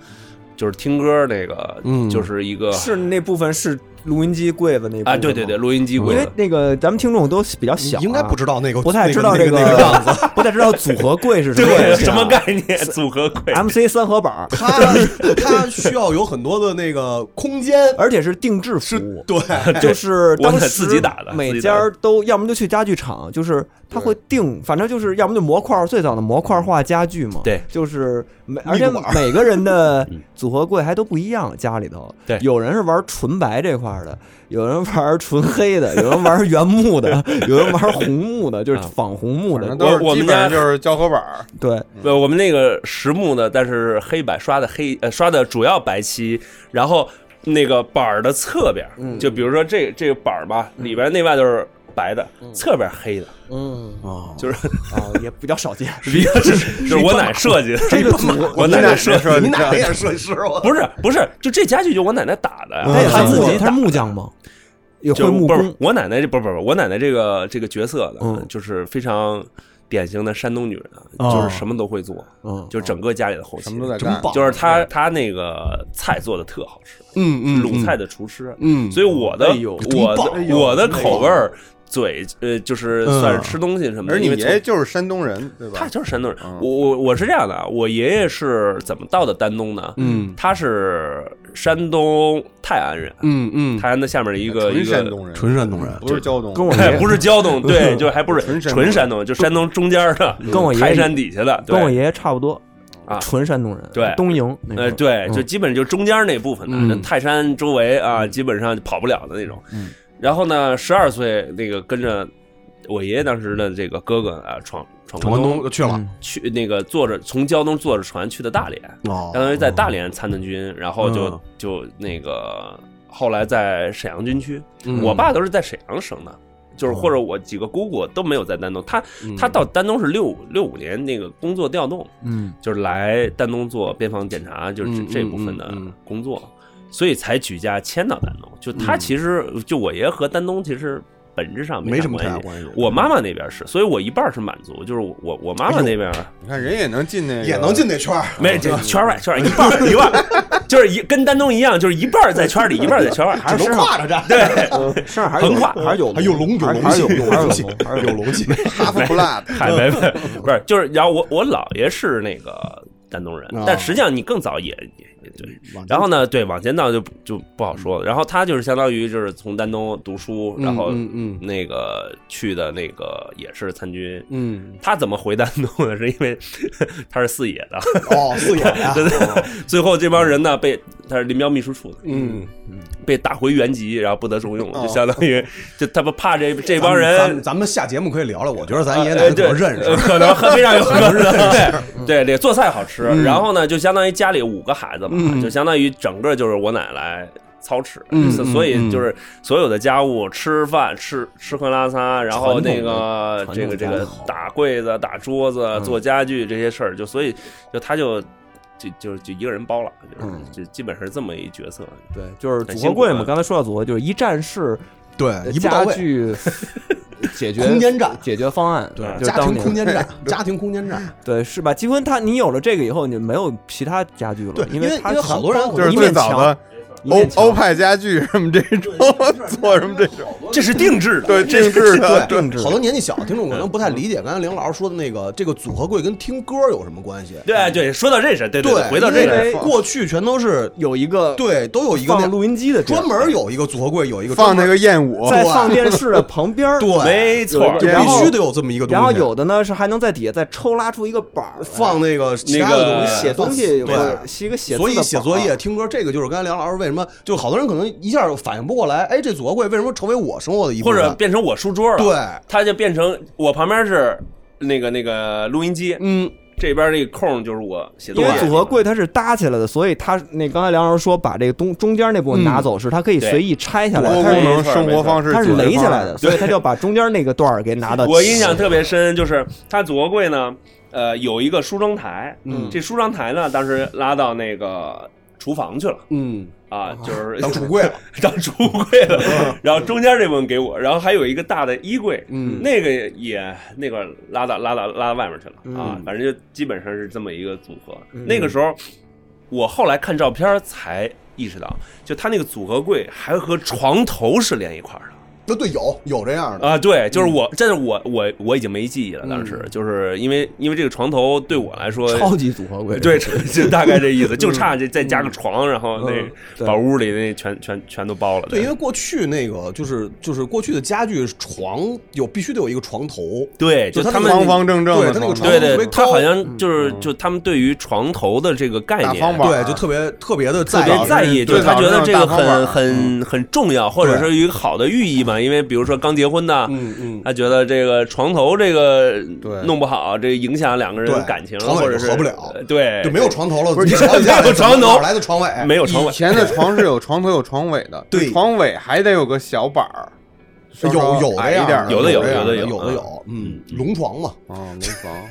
S6: 就是听歌那个，
S7: 嗯
S6: 就是一个
S2: 是那部分是录音机柜子那部分
S6: 啊，对对对，
S2: 吗，
S6: 录音机
S2: 因
S6: 柜
S2: 为
S6: 子，
S2: 那个咱们听众都比较小啊，
S7: 应该不知道那个，
S2: 不太知道
S7: 那
S2: 这
S7: 个那个那个样子。
S2: 不太知道组合柜是什么
S6: 对
S2: 东西
S6: 什
S2: 啊
S6: 么概念？组合柜，
S2: MC 三合板儿，
S7: 他他需要有很多的那个空 间，
S2: 而且是定制服务，啊
S7: 对，
S2: 就是
S6: 我
S2: 当时
S6: 自己打的自
S2: 每
S6: 己打
S2: 家
S6: 的
S2: 儿都要么就去家具厂，就是他会定，反正就是要么就模块儿，最早的模块化家具嘛，
S6: 对
S2: 就是每而且每个人 的组合柜还都不一样，家里头，
S6: 嗯对
S2: 有人是玩纯白这块儿的，有人玩纯黑的，有人玩原木的，有人玩红木的，就是
S6: 啊
S2: 仿红木
S3: 反
S2: 的
S3: 正，都
S6: 我我
S3: 是
S6: 们
S3: 基本上
S6: 家
S3: 就是胶合板儿，
S2: 对，
S6: 呃，我们那个实木的，但是黑板刷的黑呃刷的主要白漆，然后那个板儿的侧边，就比如说这这个板儿吧，里边内外都是白的，侧边黑的，
S2: 嗯，
S7: 哦
S6: 就是
S2: 啊，也比较少见，
S6: 比较 是是我奶设计的，
S2: 这个 组
S6: 我奶奶设计的，
S7: 你哪个也是设计师吗？
S6: 不是不是，就这家具就我奶奶打的呀，
S2: 他也
S6: 嗯她
S2: 是
S6: 自
S2: 木
S6: 己
S2: 匠，他是
S6: 打。
S2: 木匠吗？也会
S6: 就
S2: 木
S6: 不
S2: 工
S6: 是。我奶奶这不是不是不是我奶奶这个这个角色的，
S2: 嗯
S6: 就是非常典型的山东女人啊，
S2: 哦
S6: 就是什么都会做，
S2: 嗯
S6: 就整个家里的后期
S3: 什么都在干。
S6: 就是他他那个菜做的特好吃，
S7: 嗯
S6: 鲁菜的厨师，
S7: 嗯
S6: 所以我的
S2: 哎呦
S6: 我
S7: 真棒哎
S6: 的
S7: 呦
S6: 我的口味儿，嘴呃就是算是吃东西什么
S3: 而
S6: 的，
S3: 你
S6: 因为
S3: 爷
S6: 从
S3: 爷就是山东人，对吧？
S6: 他就是山东人
S3: 嗯，
S6: 我我我是这样的啊，我爷爷是怎么到的丹东呢？
S7: 嗯
S6: 他是山东泰安人，
S7: 嗯嗯，
S6: 泰安的下面一个一
S3: 纯山
S6: 个。
S3: 东人，
S7: 纯山东人，
S3: 不是胶东。
S2: 跟我
S6: 哎
S2: 爷，
S6: 不是胶东，对，就还不是
S3: 纯山东
S6: 纯山东，就山东中间儿的，
S2: 跟我爷
S6: 泰山底下的，对
S2: 跟我爷爷差不多
S6: 啊
S2: 纯山东人，
S6: 对
S2: 东营那
S6: 呃，
S2: 种，
S6: 对，
S2: 嗯
S6: 就基本上就中间那部分的，
S7: 嗯
S6: 那泰山周围啊，基本上就跑不了的那种。
S3: 嗯
S6: 然后呢，十二岁那个跟着我爷爷当时的这个哥哥啊，闯闯
S7: 闯
S6: 关
S7: 关
S6: 东
S7: 东去了
S6: 去那个坐着从胶东坐着船去的大连，
S2: 嗯
S7: 哦
S6: 相当于在大连参的军，然后就
S7: 嗯
S6: 就那个后来在沈阳军区，
S7: 嗯哦
S6: 我爸都是在沈阳生的。就是或者我几个姑姑都没有在丹东，他
S7: 嗯
S6: 他到丹东是六六五年那个工作调动，
S2: 嗯，
S6: 就是来丹东做边防检查，就是
S7: 嗯
S6: 这部分的
S7: 嗯嗯嗯
S6: 工作，所以才举家迁到丹东。就他其实，就我爷和丹东其实本质上
S7: 没
S6: 啥
S7: 什么太大
S6: 关
S7: 关
S6: 系。
S7: 系。
S6: 哎我妈妈那边是，所以我一半是满族，就是我我我妈
S7: 哎
S6: 妈那边
S3: 你看人也能进那个，
S7: 也能进那圈儿，
S6: 没这圈外圈外一半儿一半儿，就是一跟丹东一样，就是一半儿在圈里，一半儿在圈 外，还
S7: 只
S6: 是
S7: 能跨着站。
S6: 对
S2: 身上还 是有
S6: 横跨
S2: 还是有
S7: 还有龙有龙
S2: 还是有
S7: 气，有
S2: 还是有
S7: 龙气，有龙气。
S3: 哈 佛 blood，
S6: 海
S7: 嗯
S6: 白白不是，就是然后我我姥爷是那个丹东人
S7: 啊，
S6: 但实际上你更早也也也对。然后呢，对往前倒就不就不好说了。然后他就是相当于就是从丹东读书，然后
S7: 嗯嗯
S6: 那个去的那个也是参军。
S7: 嗯，
S6: 他怎么回丹东的？是因为 他是四野的，
S7: 哦，四眼 呀，
S6: 最后这帮人呢被他是林彪秘书处的，
S7: 哦嗯，哦
S6: 被打回原籍，然后不得重用，就相当 于就他们怕这这帮
S7: 咱们
S6: 人
S7: 咱们下节目可以聊聊。我觉得咱爷爷
S6: 呃
S7: 奶奶
S6: 对
S7: 可能认
S6: 呃
S7: 识，
S6: 可能非常有可能。对对对，做菜好吃。
S7: 嗯
S6: 然后呢，就相当于家里五个孩子嘛，就相当于整个就是我奶奶操持，
S7: 嗯
S6: 就是所以就是所有的家务、吃饭、吃吃喝拉撒，然后那个这个这个打柜子、打桌子、
S7: 嗯
S6: 做家具这些事儿，就所以就他就。就就就一个人包了，就是
S7: 嗯
S6: 就基本上是这么一角色。
S2: 对，就是组
S6: 很辛
S2: 合
S6: 苦
S2: 柜
S6: 啊
S2: 嘛。刚才说到组合，就是一站式
S7: 对，哎一步到
S2: 呃家
S7: 位，
S2: 具解决
S7: 空间站
S2: 解决方案，
S7: 对，
S6: 嗯
S2: 就是
S7: 家
S2: 当
S7: 庭
S2: 年
S7: 空间 站，家庭空间站，
S2: 对是吧？积分它你有了这个以后，你没有其他家具了，
S7: 对，因
S2: 因
S7: 为
S2: 它
S7: 因为好多人
S2: 全包
S3: 就是
S2: 一
S3: 最
S2: 面
S3: 早
S2: 墙
S3: 的
S2: 一
S3: 欧
S2: 面墙
S3: 欧派家具什么这种，做什么这种，
S6: 这是定制的，
S3: 对定制的，对
S7: 对，好多年纪小的听众可能不太理解刚才梁老师说的那个这个组合柜跟听歌有什么关系？
S6: 对对，说到这事，对
S7: 对，
S6: 回到这
S7: 因
S6: 个，
S7: 为过去全都是
S2: 有一个
S7: 对都有一个那
S2: 放录音机的地儿
S7: 专门有一个组合柜，有一个专
S3: 放那
S7: 门
S3: 个燕舞，
S2: 在放电视的旁边儿，
S7: 对，
S6: 没错儿，
S2: 对然后
S7: 必须得有这么一个东西，
S2: 然后有的呢是还能在底下再抽拉出一个板儿来
S7: 放那个其他的东西，
S2: 写东西有
S7: 对
S2: 个。是一个写字
S7: 所以
S2: 的
S7: 写
S2: 板
S7: 作
S2: 儿啊
S7: 业、听歌，这个就是刚才梁老师为什么就好多人可能一下反应不过来，哎，这组合柜为什么成为我生活的一部
S6: 或
S7: 分？
S6: 者变成我书桌了，
S7: 对，
S6: 它就变成我旁边是那个那个录音机，
S7: 嗯，
S6: 这边那个空就是我写作
S2: 因
S6: 业
S2: 为组合柜它是搭起来的，所以它那刚才梁老师说把这个东中间那部分拿走是，它可以随意拆下
S3: 多
S2: 来，它
S3: 功
S2: 是
S3: 能生活方式
S2: 它
S3: 解
S2: 是
S3: 决
S2: 垒起
S3: 方
S2: 来
S3: 案
S2: 的，所以它就把中间那个段儿给拿到。
S6: 我印象特别深，就是他组合柜呢，呃，有一个梳妆台，
S7: 嗯
S6: 这梳妆台呢，当时拉到那个厨房去了。
S7: 嗯，
S6: 啊，就是
S7: 当橱柜了，
S6: 当储物柜了。然后中间这部分给我，然后还有一个大的衣柜，
S7: 嗯
S6: 那个也那个拉到拉到拉到外面去了啊，反正就基本上是这么一个组合。那个时候，我后来看照片才意识到，就他那个组合柜还和床头是连一块儿的。
S7: 那对有有这样的，
S6: 啊，对，就是我，这是我我我已经没记忆了，当时就是因为因为这个床头对我来说
S2: 超级组合柜，
S6: 呃对，就大概这意思，就差这再加个床，然后那
S2: 对
S6: 把屋里那全全全都包了。
S9: 对，因为过去那个就是就是过去的家具床有必须得有一个床头，
S6: 对，
S9: 就
S6: 就
S9: 他
S6: 他
S9: 那
S6: 们
S9: 个
S3: 方方正正
S9: 对
S3: 的
S9: 他那个
S3: 床
S9: 床
S6: 对
S9: 特
S6: 对
S9: 别，
S6: 他
S9: 高
S6: 好像就是就他们对于床头的这个概
S3: 大方
S6: 念。
S3: 碗
S9: 对
S2: 啊
S7: 啊
S3: 儿，
S9: 就特别特别的
S6: 特
S9: 在
S6: 别
S9: 意。
S6: 在意，
S3: 对
S6: 就是他觉得这个
S3: 早上那种大
S6: 很
S3: 方碗
S6: 很很重要，或者是一个好的寓意嘛。因为比如说刚结婚的，
S7: 嗯嗯，
S6: 他觉得这个床头这个
S3: 对
S6: 弄不好，这影响两个人的
S7: 对
S6: 感情，
S7: 床尾
S6: 或者是
S7: 合不了
S6: 呃对，
S7: 就没有床头了，
S3: 不是
S7: 你吵架
S6: 没有床头
S7: 哪来的床尾？嗯
S6: 没有床
S3: 以
S6: 尾，
S3: 前的床是有床头有床尾的，
S7: 对
S3: 床尾还得有个小板儿，稍稍
S7: 有有
S3: 矮
S7: 的
S3: 一
S7: 呀
S3: 点儿，
S6: 有的有
S7: 这样
S6: 有的
S7: 的
S6: 有
S7: 有的有，嗯，龙床嘛，
S3: 啊，没床，
S6: 啊，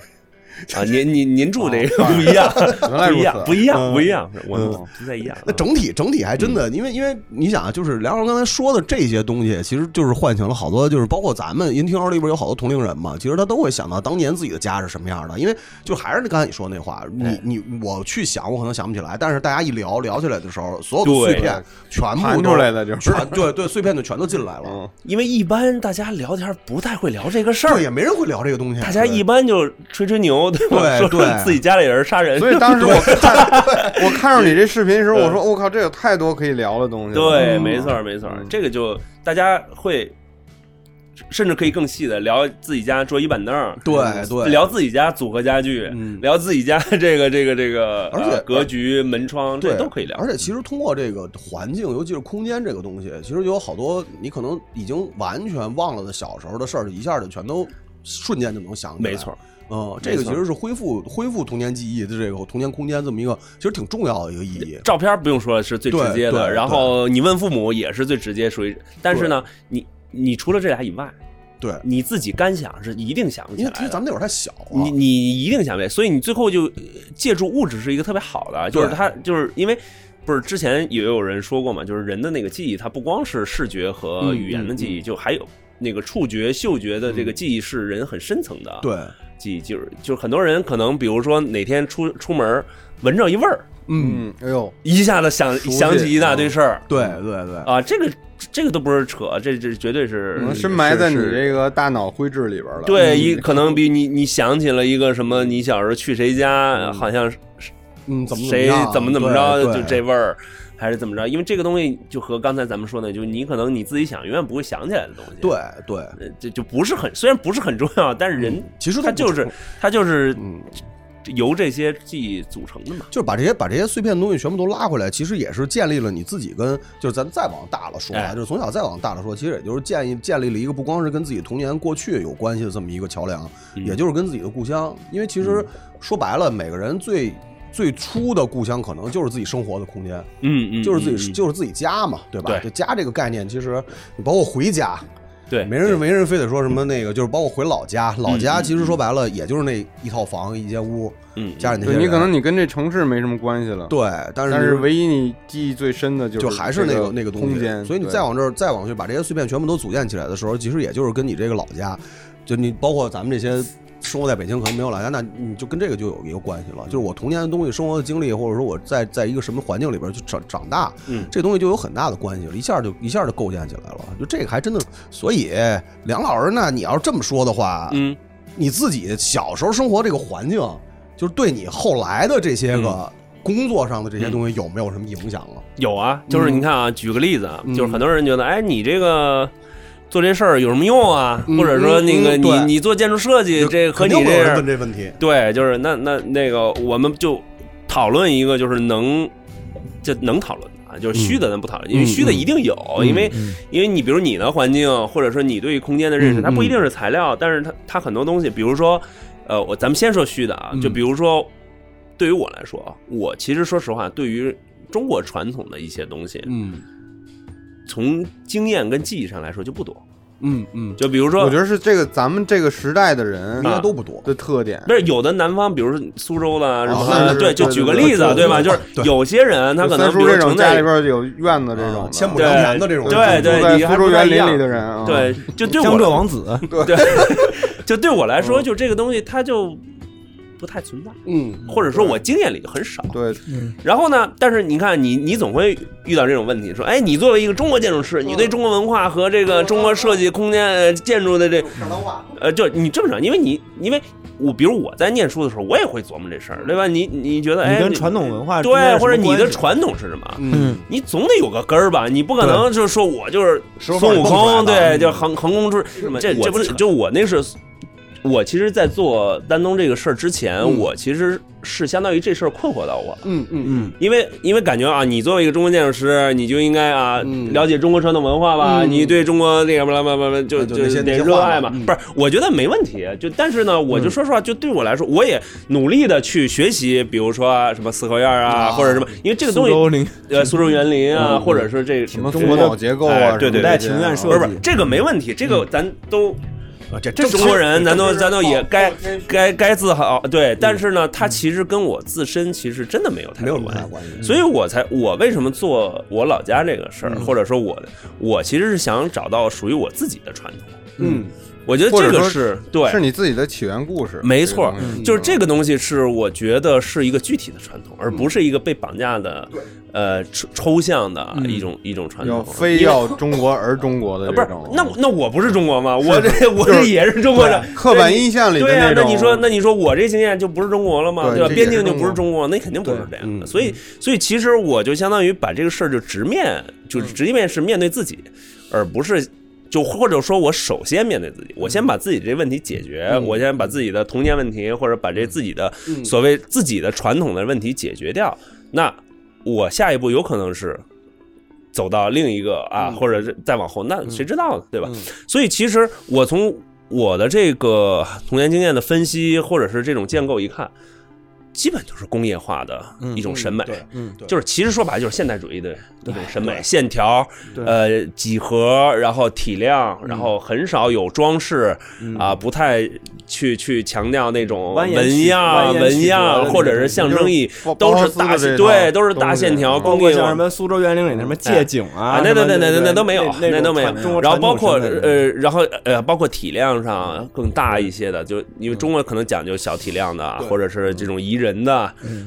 S6: 您您您住这个不一样，
S3: 原来
S6: 不一
S3: 如
S6: 样，
S3: 此
S6: 不一样，不一样，我们
S3: 嗯
S6: 不太一样。啊
S7: 那整体整体还真的，因为因为你想啊，就是梁老师刚才说的这些东西，其实就是唤醒了好多，就是包括咱们音听号里边有好多同龄人嘛，其实他都会想到当年自己的家是什么样的。因为就还是刚才你说那话，你你我去想，我可能想不起来，但是大家一聊聊起来的时候，所有的
S6: 对
S7: 碎片全部
S3: 盘
S7: 都
S3: 出来的就是
S7: 全对对，碎片就全都进来了
S3: 嗯，
S6: 因为一般大家聊天不太会聊这个事儿
S7: 对，，也没人会聊这个 东西。啊
S6: 大家一般就吹吹牛，对吧？
S7: 对
S6: 说
S7: 对
S6: 说自己家里人杀人，
S3: 所以当时我看我看着你这视频的时候，我说我靠，这有太多可以聊的东西了。
S6: 对，
S3: 嗯
S6: 没错儿没错儿，这个就大家会，甚至可以更细的聊自己家桌椅板凳儿，嗯
S7: 对对
S6: 聊自己家组合家具，
S7: 嗯
S6: 聊自己家这个这个这个，
S7: 而且
S6: 呃格局、门窗这
S7: 对，
S6: 都可以聊。嗯
S7: 而且其实通过这个环境，尤其是空间这个东西，其实有好多你可能已经完全忘了的小时候的事儿，一下就全都瞬间就能想起来。
S6: 没错儿，
S7: 嗯，这个
S6: 没错
S7: 其实是恢复恢复童年记忆的这个童年空间这么一个，其实挺重要的一个意义。
S6: 照片儿不用说了，是最直接
S7: 对
S6: 的。
S7: 对
S6: 然后你问父母也是最直接，属于。但是呢，你你除了这俩以外，
S7: 对，
S6: 你自己干想是一定想嗯不起
S7: 因
S6: 来
S7: 为其实咱
S6: 的。
S7: 们那会儿还小啊，
S6: 你你一定想不起来，所以你最后就呃借助物质是一个特别好的，就是
S7: 对
S6: 它就是因为。不是之前也有人说过嘛，就是人的那个记忆，它不光是视觉和
S7: 嗯
S6: 语言的
S7: 嗯
S6: 记忆，就还有那个触觉、嗅觉的这个记忆是人很深层的
S7: 对，
S6: 记忆，就是就是很多人可能比如说哪天出出门儿闻着一味儿，
S7: 嗯，
S3: 嗯，哎呦，
S6: 一下子想
S3: 熟悉
S6: 想起一大堆事儿，
S7: 对对对，
S6: 啊，这个这个都不是扯，这这绝对是
S3: 可能嗯深埋在你
S6: 是是
S3: 这个嗯大脑灰质里边了。
S6: 对，一可能比你你想起了一个什么，你小时候去谁家，好像是
S7: 嗯，怎么
S6: 谁
S7: 怎
S6: 怎么怎么
S7: 样
S6: 着，
S7: 对
S6: 就这味儿，还是怎么着？因为这个东西就和刚才咱们说的，就是你可能你自己想永远不会想起来的东西。
S7: 对对，
S6: 呃，这就不是很，虽然不是很重要，但是人
S7: 嗯其实都
S6: 他就是他就是
S7: 嗯。
S6: 由这些记忆组成的嘛。
S7: 就是把这些把这些碎片的东西全部都拉回来，其实也是建立了你自己跟就是咱再往大了说啊，
S6: 哎
S7: 就是从小再往大了说，其实也就是建立建立了一个不光是跟自己童年过去有关系的这么一个桥梁，
S6: 嗯
S7: 也就是跟自己的故乡。因为其实说白了，每个人最最初的故乡可能就是自己生活的空间，
S6: 嗯嗯，
S7: 就是自己、
S6: 嗯嗯
S7: 就是自己家嘛，对吧？
S6: 对
S7: 就家这个概念，其实你包括回家，
S6: 哎对，
S7: 没人没人非得说什么那个，就是包括回老家，老家其实说白了也就是那一套房一间屋，
S6: 嗯，
S7: 家里那些
S3: 对你
S7: 人
S3: 可能你跟这城市没什么关系了。
S7: 对，但是
S3: 但是唯一你记忆最深的就
S7: 就是还是那
S3: 个
S7: 那个东
S3: 空间，
S7: 西。所以你
S3: 对
S7: 再往这儿再往去把这些碎片全部都组建起来的时候，其实也就是跟你这个老家，就你包括咱们这些生活在北京可能没有老家，那你就跟这个就有一个关系了。就是我童年的东西、生活的经历，或者说我在在一个什么环境里边就长长大，
S6: 嗯
S7: 这东西就有很大的关系了，一下就一下就构建起来了。就这个还真的，所以梁老师呢，你要是这么说的话，
S6: 嗯，
S7: 你自己小时候生活这个环境，就是对你后来的这
S3: 嗯
S7: 些个工作上的这些东西有没有什么影响了？
S6: 有啊，就是你看啊，举个例子啊，
S7: 嗯
S6: 就是很多人觉得，哎，你这个做这事儿有什么用啊？
S7: 嗯
S6: 或者说那
S7: 嗯
S6: 个
S7: 嗯
S6: 你、
S7: 对
S6: 你做建筑设计，
S7: 就
S6: 这和
S7: 肯
S6: 你
S7: 定会有
S6: 这
S7: 人
S6: 样
S7: 问这问题，
S6: 对，就是那那那个，我们就讨论一个，就是能就能讨论的啊，就是虚的咱不讨
S7: 嗯
S6: 论，因为虚的一定有，因为、因为你比如你的环境，或者说你对空间的认识，
S7: 嗯
S6: 它不一定是材料，但是它它很多东西，比如说。呃，我咱们先说虚的
S7: 嗯
S6: 啊，就比如说，对于我来说啊，我其实说实话，对于中国传统的一些东西，
S7: 嗯
S6: 从经验跟记忆上来说就不多。
S7: 嗯嗯，
S6: 就比如说，
S3: 我觉得是这个咱们这个时代的人
S7: 应该都不多。
S3: 啊的特点
S6: 不。是有的南方，比如说苏州啦什么
S3: 啊
S6: 的，
S3: 是
S6: 对，
S3: 对
S6: 就
S3: 对
S6: 举个
S3: 对
S6: 例子啊，
S3: 对
S6: 对吧？就是有些人他可能
S3: 三
S6: 比如
S3: 叔
S6: 说
S3: 这种
S6: 承
S3: 家里
S6: 载。
S3: 边有院子这
S7: 啊
S3: 种的，
S7: 千亩
S6: 对
S7: 良田的这种，
S6: 对对
S3: 住在
S6: 你还
S3: 苏
S6: 不
S3: 州
S6: 太
S3: 园
S6: 一样
S3: 林里的人啊，，
S6: 对，就对
S2: 江
S6: 我
S2: 浙
S6: 来
S2: 王子，
S6: 对， 就对我来说，
S3: 嗯
S6: 就这个东西它就不太存在，
S7: 嗯，
S6: 或者说我经验里很少。
S3: 对，
S2: 嗯
S6: 然后呢，但是你看，你你总会遇到这种问题，说，哎，你作为一个中国建筑师，你
S3: 嗯
S6: 对中国文化和这个中国设计空间呃建筑的这，呃，就你这么想，因为你因为我比如我在念书的时候，我也会琢磨这事儿，对吧？你你觉得，哎，
S2: 你跟传统文化之间有什
S6: 对，
S2: 么
S6: 或者你的
S2: 关系
S6: 传统是什么？
S2: 嗯，
S6: 你总得有个根儿吧？你不可能就是说我就是
S7: 手
S6: 孙
S7: 法
S6: 悟
S7: 蹦出来
S6: 空，
S7: 的
S6: 对，就横横空出什么？这
S7: 我
S6: 这嗯不是就我那是，我其实，在做丹东这个事儿之前，
S2: 嗯
S6: 我其实是相当于这事儿困惑到我了。
S7: 嗯嗯嗯，
S6: 因为因为感觉啊，你作为一个中国建筑师，你就应该啊、了解中国传统文化吧，你对中国那个巴拉巴拉巴拉就
S7: 啊就
S6: 就
S7: 那些那
S6: 得
S7: 些
S6: 热
S7: 话
S6: 爱
S7: 嘛
S6: 嘛。不是，我觉得没问题。就但是呢，我就说实话，就对我来说，我也努力的去学习，比如说、啊、什么四合院啊，或者什么，因为这个东
S2: 苏
S6: 西，
S2: 州林
S6: 呃，苏州园林啊，或者是这个什么
S3: 中国老结构啊，
S6: 哎
S3: 什么这些
S6: 对对
S3: 啊
S2: 古代庭院设
S6: 不是不是，这个没问题，这个咱都。
S7: 啊这这
S6: 这中国人，咱都咱都也该
S3: 真是
S6: 该该自豪，对。但是呢，它其实跟我自身其实真的没有太
S7: 没有
S6: 多
S7: 什么太
S6: 关系
S7: 大。关系。
S6: 所以我才我为什么做我老家这个事儿，或者说我我其实是想找到属于我自己的传统。
S7: 嗯，
S6: 我觉得
S3: 或者
S6: 这个
S3: 说
S6: 是对，
S3: 是你嗯自己的起源故事，
S6: 没错嗯
S3: 这个东西
S6: 就是这个东西是我觉得是一个具体的传统，而不是一个被绑架的，呃，抽抽象的一种一种传
S3: 要
S6: 统。
S3: 非
S6: 因为
S3: 要中国而中国的
S6: 啊不
S3: 这
S6: 是
S3: 种，
S6: 那我那我不是中国吗？我这我
S3: 就
S6: 这
S3: 是
S6: 也是中国人，
S3: 刻板印象里的
S6: 对呀、
S3: 种。
S6: 那你说，那你说我这经验就不是中国了吗？
S3: 对
S6: 对吧？
S3: 这也
S6: 边
S3: 是
S6: 境就
S3: 中
S6: 不是
S3: 国
S6: 中国，那肯定不是这样
S7: 嗯
S6: 的。所以，所以其实我就相当于把这个事儿就直面，
S3: 嗯
S6: 就是直面是面对自己，而不是就或者说我首先面对自己，我
S3: 嗯
S6: 先把自己这问题解决，我先把自己的童年问题或者把
S3: 嗯
S6: 这自己的所谓自己的传统的问题解决掉，那我下一步有可能是走到另一个啊，或者是再往后，那谁知道呢？对吧？所以其实我从我的这个童年经验的分析，或者是这种建构一看，基本就是工业化的一种审美。
S7: 对，嗯，对，
S6: 就是其实说白了就是现代主义的一种审美，线条，呃，几何，然后体量，然后很少有装饰，啊，不太去去强调那
S2: 嗯
S6: 种
S2: 蜿蜒曲
S6: 纹样、
S2: 蜿蜒曲折的
S6: 纹
S2: 那
S6: 样，
S2: 种
S6: 或者是象征意
S3: 包，
S6: 都
S3: 包
S6: 是
S3: 豪斯
S6: 大
S3: 的这套
S6: 对，都是大
S3: 东西
S6: 线条
S3: 嗯
S2: 包
S6: 工
S2: 括
S6: 业
S2: 像
S6: 化
S2: 什。么苏州园林里那什么借景啊
S6: 啊，那
S2: 什
S6: 那
S2: 么
S6: 那那
S2: 那
S6: 那都没有，
S2: 那
S6: 那都没有。然后包括呃，
S2: 嗯
S6: 然后呃，包括体量上更大一些的，就
S2: 嗯
S6: 因为中国可能讲究小体量的啊，或者是这种宜人的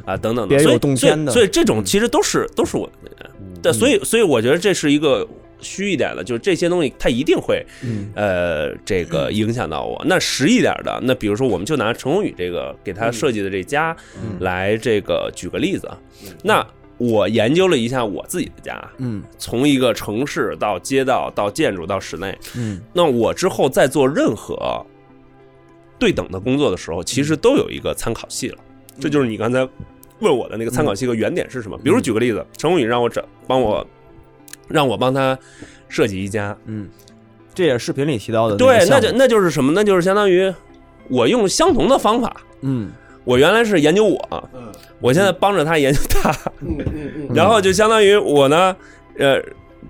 S6: 啊等
S2: 嗯
S6: 等的，
S2: 别有
S6: 所以
S2: 洞天的嗯
S6: 所以所以这种其实都是都是我们的人。对，所以所以我觉得这是一个虚一点的，就是这些东西它一定会
S2: 嗯
S6: 呃这个影响到我。那实一点的，那比如说我们就拿陈宏宇这个给
S2: 嗯
S6: 他设计的这家来这个举个例子啊，那。我研究了一下我自己的家，
S2: 嗯，
S6: 从一个城市到街道到建筑到室内，嗯，那我之后再做任何对等的工作的时候，其实都有一个参考系了。这就是你刚才问我的那个参考系和原点是什么。比如举个例子，陈宏宇让我找帮我让我帮他设计一家，
S2: 这也是视频里提到的个
S6: 对，
S2: 项
S6: 那
S2: 目
S6: 就那就是什么？那就是相当于我用相同的方法，
S2: 嗯，
S6: 我原来是研究我，我现在帮着他研究他，
S7: 嗯嗯
S6: 然后就相当于我呢，呃，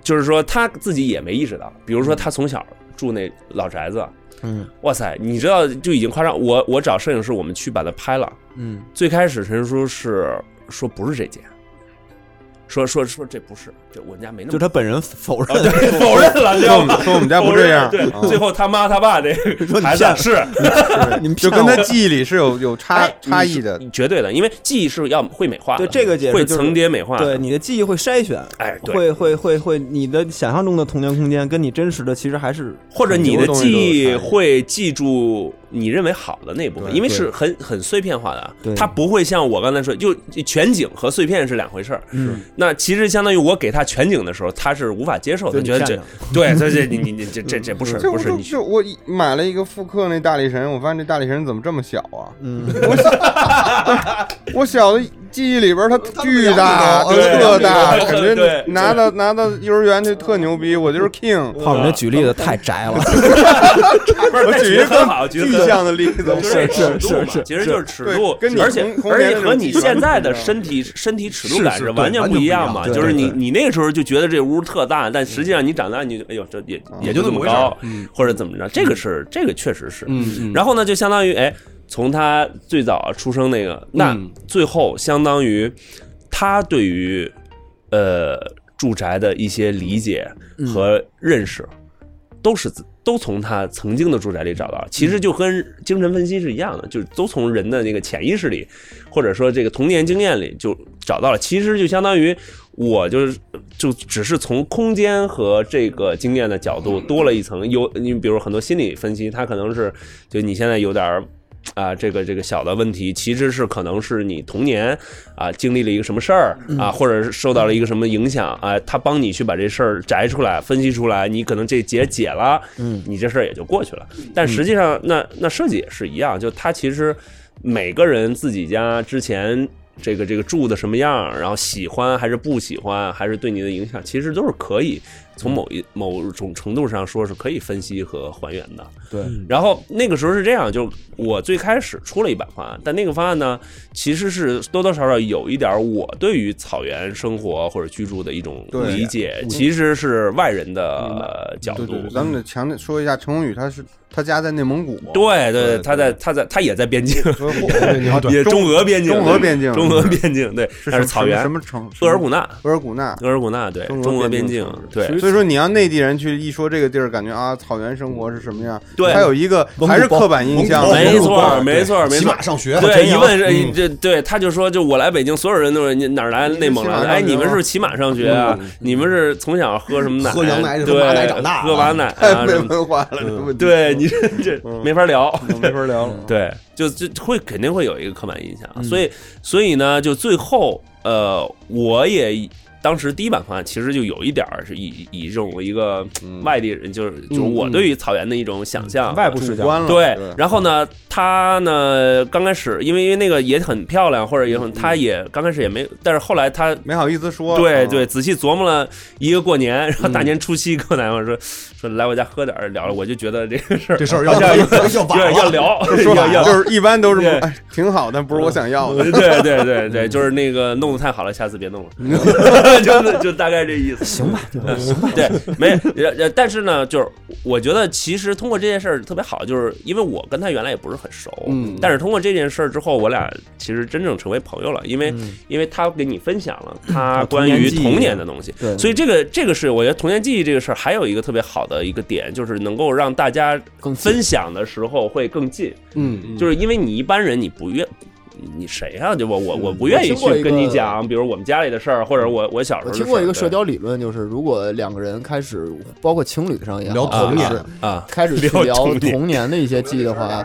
S6: 就是说他自己也没意识到，比如说他从小住那老宅子，
S2: 嗯，
S6: 哇塞，你知道就已经夸张。我我找摄影师，我们去把它拍了，
S2: 嗯，
S6: 最开始陈叔是说不是这间，说说说这不是，这我们家没那么
S2: 就他本人否认，
S6: 对， 否认了，知
S3: 说
S6: 道
S3: 我
S6: 吗
S3: 们？说我们家不这样，
S6: 否认了
S3: 啊
S6: 对，最后他妈他爸这个孩子是
S2: 你们
S3: 就
S2: 骗
S3: 跟他
S2: 我
S3: 记忆里是有有差
S6: 哎
S3: 差异的。
S6: 绝对的，因为记忆是要会美化的，
S2: 对这个解释
S6: 会
S2: 就是
S6: 层叠美化的，
S2: 对你的记忆会筛选，
S6: 哎，对，
S2: 会会会会，你的想象中的童年空间跟你真实的其实还是
S6: 或者你的
S3: 很多东西
S6: 记
S3: 都有
S6: 忆
S3: 差异
S6: 会记住你认为好的那部分，
S3: 对
S6: 因为是很很碎片化的啊
S2: 对，
S6: 它不会像我刚才说，就全景和碎片是两回事儿。
S2: 嗯，
S6: 那其实相当于我给他全景的时候，他是无法接受的，
S2: 对
S6: 觉得
S2: 你
S6: 这
S2: 占
S6: 对，这这你你你这这这不是
S3: 这
S6: 不
S3: 我
S6: 是
S3: 就
S6: 你
S3: 就我一买了一个复刻嗯那大力神，我发现这大力神怎么这么小啊？
S2: 嗯，
S3: 我小的记忆里边它
S4: 他们
S3: 巨大，
S4: 两米高
S3: 特
S6: 对
S3: 大，
S6: 两米高
S3: 感觉
S6: 对
S3: 拿到拿到幼儿园就特牛逼，我就是 king。
S2: 泡泡这举例子太宅了，
S6: 不是
S3: 我
S6: 但
S3: 举一
S6: 举得很
S3: 个
S6: 好，举得
S3: 具
S6: 很好
S3: 象的例子，
S6: 就是
S2: 是
S6: 尺度嘛
S2: 是是
S6: 其实就是尺度
S3: 对，跟你
S6: 而且
S3: 同同
S6: 而
S3: 年龄
S6: 且和你
S3: 基本上
S6: 现在的
S3: 是一样
S6: 身体身体尺度感
S4: 是
S6: 是
S4: 对
S6: 完全
S4: 完全
S6: 不
S4: 不一
S6: 一
S4: 样
S6: 样嘛。
S4: 对
S6: 就是你
S4: 对
S6: 你那个时候就觉得这屋特大，但实际上你长大你就哎呦这也也
S3: 嗯
S6: 就这么高，
S2: 嗯
S6: 或者怎么着，这个是这个确实是。
S4: 嗯
S6: 然后呢，就相当于哎，从他最早出生那个，那
S4: 嗯
S6: 最后相当于他对于呃住宅的一些理解和认识，都是自都从他曾经的住宅里找到。其实就跟精神分析是一样的，就是都从人的那个潜意识里，或者说这个童年经验里就找到了。其实就相当于。我就是就只是从空间和这个经验的角度多了一层。有你比如很多心理分析，它可能是就你现在有点儿啊、这个这个小的问题，其实是可能是你童年啊、经历了一个什么事儿啊，或者是受到了一个什么影响啊，他帮你去把这事儿摘出来、分析出来，你可能这结解了，嗯，你这事儿也就过去了。
S3: 嗯
S6: 但实际上，那那设计也是一样，就它其实每个人自己家之前。这个这个住的什么样，然后喜欢还是不喜欢，还是对你的影响，其实都是可以从某一某种程度上说是可以分析和还原的。
S2: 对，
S3: 嗯
S6: 然后那个时候是这样，就我最开始出了一版方案，但那个方案呢，其实是多多少少有一点我对于草原生活或者居住的一种
S3: 对
S6: 理解，其实是外人的呃角
S3: 对
S6: 度
S3: 对，。对咱们得强调说一下，陈宏宇他是他家在内蒙古，
S6: 对对
S3: 对
S6: 对，他在他在他也在边境，
S3: 说后面你要
S6: 也
S3: 中
S6: 中俄边境，
S3: 中俄边境
S6: 中俄边境，对，
S3: 是
S6: 它
S3: 什么
S6: 是草原
S3: 什，么城？
S6: 额尔古纳，
S3: 额尔古纳。
S6: 额尔古纳，对，中俄边境
S3: 中俄边，
S6: 对，
S3: 所以说，你让内地人去一说这个地儿，感觉啊，草原生活是什么样？
S6: 对
S3: 他有一个还是刻板印象，
S6: 没错，没错，没
S7: 骑
S6: 错
S7: 马。上学，
S6: 对，一问这这对他就说，就我来北京，所有人都是你哪儿来的内蒙来
S3: 骑马上
S6: 的？哎，
S3: 学
S6: 你们
S3: 吗
S6: 是骑马上学
S3: 嗯
S6: 啊？你们是从小喝什么奶？
S7: 喝羊奶
S6: 对，
S7: 喝马奶长大
S6: 喝马奶
S3: 太
S6: 啊
S3: 嗯没
S6: 什么的？
S3: 文化了，这问题嗯
S6: 对你这这没法聊，
S3: 没法聊了。
S6: 对，就就会肯定会有一个刻板印象，啊所以所以呢，就最后呃，我也当时第一版方案其实就有一点儿是以以这种一个
S3: 嗯
S6: 外地人，就是就是我对于草原的一种想象，啊
S2: 外部视
S3: 主
S2: 角
S3: 观了，
S6: 对
S3: 啊对，，
S6: 然后呢，她呢刚开始，因为因为那个也很漂亮，或者也很，她也刚开始也没，但是后来她。
S3: 没好意思说。
S6: 对
S3: 嗯
S6: 对，，仔细琢磨了一个过年，然后大年初七跟我男朋友说说来我家喝点儿聊聊，我就觉得这个事儿
S7: 这事儿要
S6: 要
S7: 要要晚
S6: 要
S7: 了
S6: 要聊，
S3: 说
S6: 要要
S3: 就是一般都是
S6: 对嗯
S3: 哎挺好，但不是我想要的。
S6: 对对对对，就是那个弄得太好了， 下次别弄了，就就大概这意 思。行吧，行吧。对，没，呃呃但是呢，就是我觉得其实通过这件事儿特别好，就是因为我跟他原来也不是很熟，
S4: 嗯
S6: 但是通过这件事儿之后，我俩其实真正成为朋友了，因为、
S2: 嗯
S6: 因为他给你分享了他关于童年的东西，
S2: 对
S6: 所以这个这个是我觉得童年记忆这个事儿还有一个特别好的一个点，就是能够让大家分享的时候会更近。
S4: 嗯
S6: 就是因为你一般人你不愿。你谁啊？就我我我不愿意
S10: 我听过
S6: 去
S10: 一
S6: 跟你
S10: 个
S6: 讲，比如我们家里的事儿，或者我我小时候
S10: 我
S6: 的
S10: 听过
S6: 事儿
S10: 一个社
S6: 对
S10: 交理论，就是如果两个人开始，包括情侣上也好
S7: 聊童年
S10: 就是
S6: 啊，
S10: 开 始去
S6: 聊
S10: 聊
S6: 童年
S10: 童年的一些记忆的话，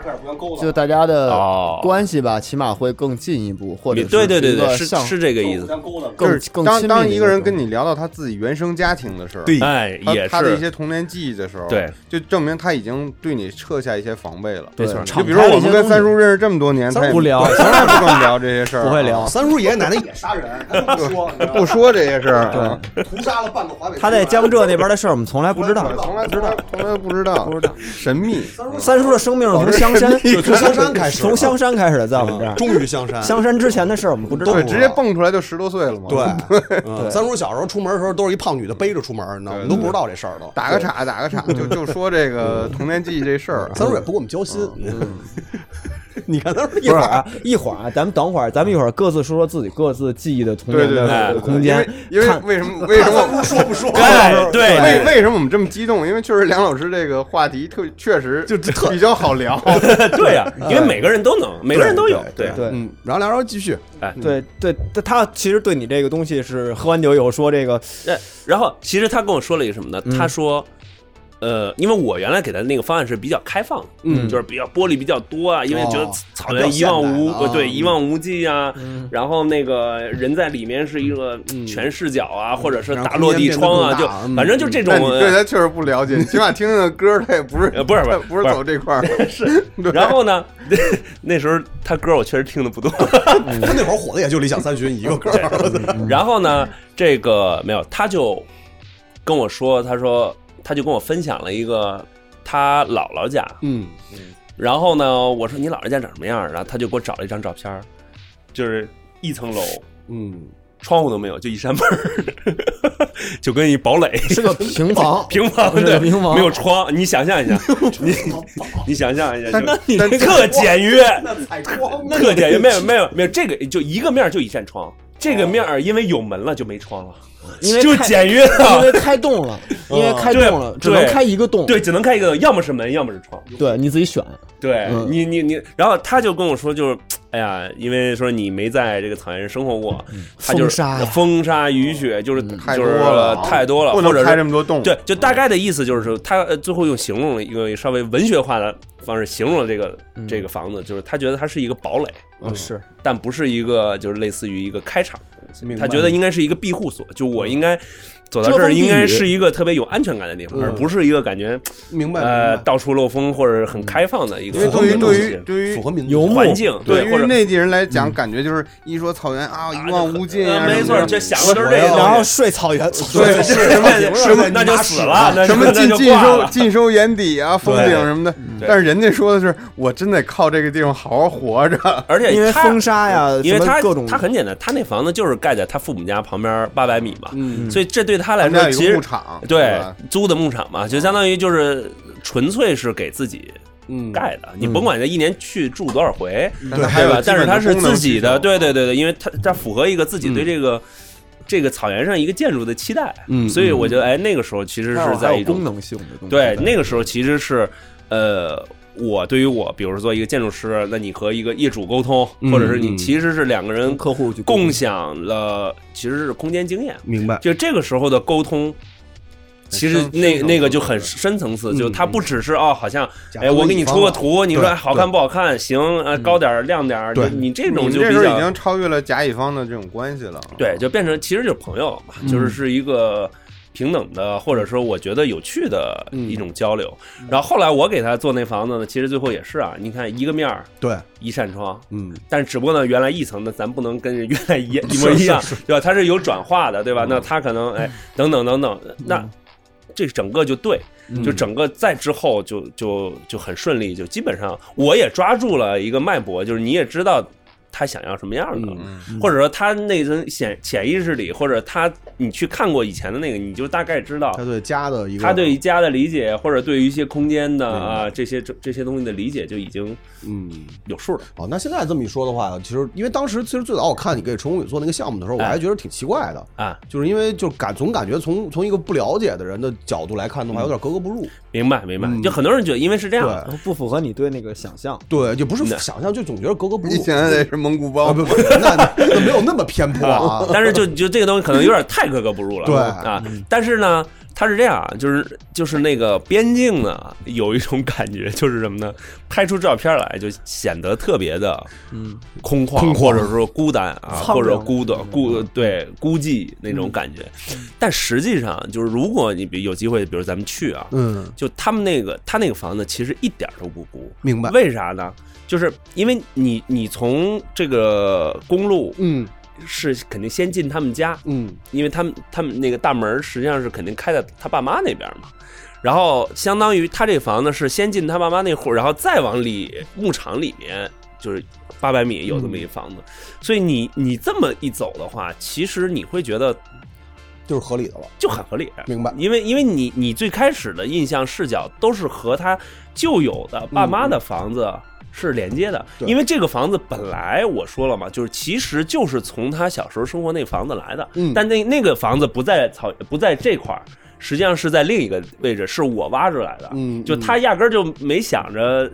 S10: 就大家的
S6: 哦
S10: 关系吧，起码会更进一步，或者
S6: 对对对
S10: 是一哦
S6: 对，
S10: 个
S6: 是
S10: 向
S6: 是这个意思。
S3: 就
S10: 更
S3: 是
S10: 更
S3: 当
S10: 亲密
S3: 当
S10: 的
S3: 一个人
S10: 种
S3: 跟你聊到他自己原生家庭的时候，
S4: 对
S6: 哎，
S3: 他
S6: 也
S3: 他的一
S6: 是
S3: 些童年记忆的时候，
S6: 对，
S3: 就证明他已经对你撤下一些防备了。
S2: 没错
S3: 就比如说我们跟三叔认识这么多年，他也
S2: 不聊
S3: 对从来不跟我们聊这些事儿，啊
S2: 不会聊。
S10: 啊
S7: 三叔爷爷奶奶也杀人，他都不说，你知道吗
S3: 不说这些事儿啊，
S7: 屠杀了半个华北。
S2: 他在江浙那边的事儿我们从来不知道。
S3: 从来不知道，从来不知道，不知道，神秘。
S2: 三叔的生命是从香山，
S7: 从香山开始的
S2: 从香山开始的，在我们这儿。
S7: 终于香山，
S2: 香山之前的事儿我们不知道
S3: 对，。直接蹦出来就十多岁了嘛。，
S7: 对，嗯三叔小时候出门的时候都是一胖女的背着出门，你知道吗？
S3: 对
S7: 我们都不知道这事儿都。
S3: 打个岔，打个岔，就就说这个童年记忆这事儿啊。
S7: 三叔也不跟我们交心，
S6: 嗯
S7: 你看三叔一
S2: 不是
S7: 会儿
S2: 啊，一会儿啊，咱们等会儿，咱们一会儿各自说说自己各自记忆的童
S3: 对
S2: 年
S3: 对对对
S2: 的
S3: 对，
S2: 哎空间。
S3: 因为因为
S2: 看
S3: 为什么为什
S7: 三
S3: 么
S7: 叔说不说？
S6: 对对，
S3: 为为什么我们这么激动？因为确实梁老师这个话题特确实就比较好聊，
S6: 对呀，因为每个人都能，每个人都有，对
S2: 对
S7: 嗯，然后梁朝继续，
S2: 对对，他他其实对你这个东西是喝完酒以后说这个，
S7: 嗯
S6: 呃，然后其实他跟我说了一个什么呢？他说，呃，因为我原来给的那个方案是比较开放的，
S2: 嗯
S6: 就是比较玻璃比较多啊，因为觉得
S7: 哦
S6: 草原一望无、
S7: 比较现代的啊
S6: 对一望无际啊，
S2: 嗯
S6: 然后那个人在里面是一个
S7: 嗯
S6: 全视角啊，或者是
S7: 然后
S6: 大落地窗啊，
S7: 空间变得
S6: 就
S7: 更大嗯
S6: 反正就这种
S3: 但你。对他确实不了解，你起码听听歌，他也不是
S6: 呃不是不是
S3: 他不是走这块儿，是。
S6: 然后呢， 那时候他歌我确实听的不多，嗯
S7: 他那会儿火的也就理想三旬一个歌儿，
S6: 然后呢，这个没有，他就跟我说，他说他就跟我分享了一个他姥姥家，
S7: 嗯，
S6: 然后呢，我说你姥姥家长什么样儿？然后他就给我找了一张照片儿，就是一层楼，
S7: 嗯，
S6: 窗户都没有，就一扇门儿， 就跟一堡垒，
S10: 是个平房
S6: 平房，
S10: 是
S6: 对，
S10: 平房
S6: 没有窗。你想象一下，你你想象一下，就
S2: 你
S3: 但
S6: 特简约，
S7: 采光
S6: 特简约，没有没有没有，这个就一个面儿就一扇窗，这个面儿因为有门了就没窗了，
S10: 因为
S6: 就
S10: 太
S6: 简约啊
S10: 因
S6: 了
S10: 为。开洞了，因为开
S6: 对
S10: 洞了，只能
S6: 嗯对
S10: 开一个洞。
S6: 对，只能开一个，要么是门，要么是窗。
S10: 对，你自己选。
S6: 对
S10: 嗯
S6: 你，你，你，然后他就跟我说，就是，哎呀，因为说你没在这个草原生活过，他就
S10: 风
S6: 是
S10: 沙呀
S6: 风沙雨雪，就是
S3: 嗯太
S6: 就
S3: 多
S6: 是
S3: 了啊
S6: 太多了，
S3: 不
S6: 或者
S3: 能开这
S6: 是
S3: 么多洞。
S6: 对，就大概的意思就是说他呃最后用形容了一个稍微文学化的方式形容了这个
S3: 嗯
S6: 这个房子，就是他觉得它是一个堡垒，
S10: 嗯，是
S6: 但不是一个就是类似于一个开场的东西，
S7: 明白
S6: 他觉得应该是一个庇护所，就我应该走到
S10: 遮
S6: 这
S10: 风
S6: 儿
S10: 避
S6: 应该
S10: 雨
S6: 是一个特别有安全感的地方，
S7: 嗯
S6: 而不是一个感觉
S7: 明白
S6: 呃
S7: 明
S6: 到处漏风或者很开放的一个
S3: 因为对于
S6: 东
S3: 对
S6: 西
S3: 于对
S7: 白，
S3: 于
S7: 符合民
S10: 游牧
S6: 环境，
S3: 对
S6: 或
S3: 于
S6: 者嗯
S3: 内地人来讲，感觉就是一说草原啊，一望无尽啊，
S6: 呃没
S3: 什么
S6: 错，
S3: 的
S6: 这想的都是这个。
S10: 然后睡草原，
S3: 对
S6: 对，什么什么那就死了，那就
S3: 什么
S6: 那
S3: 尽
S6: 就
S3: 尽
S6: 挂
S3: 收
S6: 了。嗯
S3: 尽收眼底啊，风景什么的。但是人家说的是，我真得靠这个地方好好活着。
S6: 而且
S10: 因为
S6: 他
S10: 风沙呀，
S6: 因
S10: 什
S6: 为
S10: 么
S6: 他
S10: 各种
S6: 他很简单，他那房子就是盖在他父母家旁边八百米嘛，
S7: 嗯
S6: 所以这对他来
S3: 咱们家
S6: 说
S3: 有
S6: 其
S3: 一个
S6: 实
S3: 牧场，是
S6: 对
S3: 吧
S6: 租的牧场嘛，就相当于就是纯粹是给自己
S7: 嗯，
S6: 盖的，你甭管他一年去住多少回，
S3: 但是还
S6: 对
S3: 有
S6: 吧？
S3: 基
S6: 但是
S3: 本
S6: 它是
S3: 功能
S6: 自己
S3: 需
S6: 的，
S3: 求
S6: 对对对对，因为它它符合一个自己对这个这个草原上一个建筑的期待，
S7: 嗯
S6: 所以我觉得哎，那个时候其实是在一种
S2: 功能性的东西。
S6: 对，那个时候其实是，呃，我对于我，比如说做一个建筑师，那你和一个业主沟通，或者是
S7: 嗯
S6: 你
S7: 嗯
S6: 其实是两个人
S2: 客户就
S6: 共享了，其实是空间经验。
S7: 明白。
S6: 就这个时候的沟通，其实
S3: 深
S6: 那
S3: 深层
S6: 那个
S3: 次
S6: 就
S3: 的
S6: 很深层次，
S7: 嗯
S6: 就它不只是哦，好像哎，
S7: 多
S6: 我给
S7: 一
S6: 你
S7: 方
S6: 出个
S7: 案
S6: 图，你说
S7: 对
S6: 哎好看不好看？行，呃，高点儿亮点儿，就
S7: 对
S6: 你这
S3: 你
S6: 种
S3: 们
S6: 就
S3: 这
S6: 比
S3: 时候已
S6: 较
S3: 经超越了甲乙方的这种关系了。
S6: 对，就变成其实就是朋友了嘛，就是是一个平等的，或者说我觉得有趣的一种交流。然后后来我给他做那房子呢，其实最后也是啊，你看一个面儿
S7: 对，
S6: 一扇窗，
S7: 嗯，
S6: 但是只不过呢，原来一层的咱不能跟人原来一一模一样，对吧？它是有转化的，对吧？那它可能哎，等等等等，那这整个就对，
S7: 嗯
S6: 就整个在之后就就就很顺利，就基本上我也抓住了一个脉搏，就是你也知道他想要什么样的，
S7: 嗯
S6: 或者说他那层潜潜意识里，或者他你去看过以前的那个，你就大概知道
S7: 他对家的一个，
S6: 他对家的理解，或者对于一些空间的啊这些这这些东西的理解就已经
S7: 嗯，
S6: 有数了。
S7: 哦，那现在这么一说的话，其实因为当时其实最早我看你给陈宏宇做那个项目的时候，我
S6: 哎
S7: 还觉得挺奇怪的，
S6: 啊，
S7: 就是因为就感总感觉从从一个不了解的人的角度来看的话，有点格格不入。
S6: 明白明白
S7: 嗯，
S6: 就很多人觉得因为是这样的，
S7: 对
S2: 不符合你对那个想象。
S7: 对，就不是想象，就总觉得格格不入
S3: 你。想想得是蒙
S6: 呃
S3: 古
S7: 啊
S3: 包，
S7: 不不，那那没有那么偏颇啊。
S6: 但是就就这个东西可能有点太格格不入了，
S7: 对
S6: 啊。但是呢，它是这样，啊就是就是那个边境呢，有一种感觉，就是什么呢？拍出照片来就显得特别的，嗯，空旷，
S7: 空旷
S6: 或者说孤单啊，
S2: 苍
S6: 或
S2: 凉
S6: 者孤的孤对孤寂那种感觉。但实际上，就是如果你比有机会，比如咱们去啊，
S7: 嗯，
S6: 就他们那个他那个房子其实一点儿都不孤，
S7: 明白。
S6: 为啥呢？就是因为你你从这个公路
S7: 嗯
S6: 是肯定先进他们家，
S7: 嗯，
S6: 因为他们他们那个大门儿实际上是肯定开在他爸妈那边嘛。然后相当于他这房子是先进他爸妈那户儿，然后再往里牧场里面就是八百米有这么一房子，所以你你这么一走的话，其实你会觉得
S7: 就是合理的了。
S6: 就很合理，
S7: 明白
S6: 因为因为你你最开始的印象视角都是和他旧有的爸妈的房子是连接的，
S7: 嗯对
S6: 因为这个房子本来我说了嘛，就是其实就是从他小时候生活那房子来的，
S7: 嗯
S6: 但那那个房子不在草不在这块儿。实际上是在另一个位置，是我挖出来的。
S7: 嗯
S6: 就他压根儿就没想着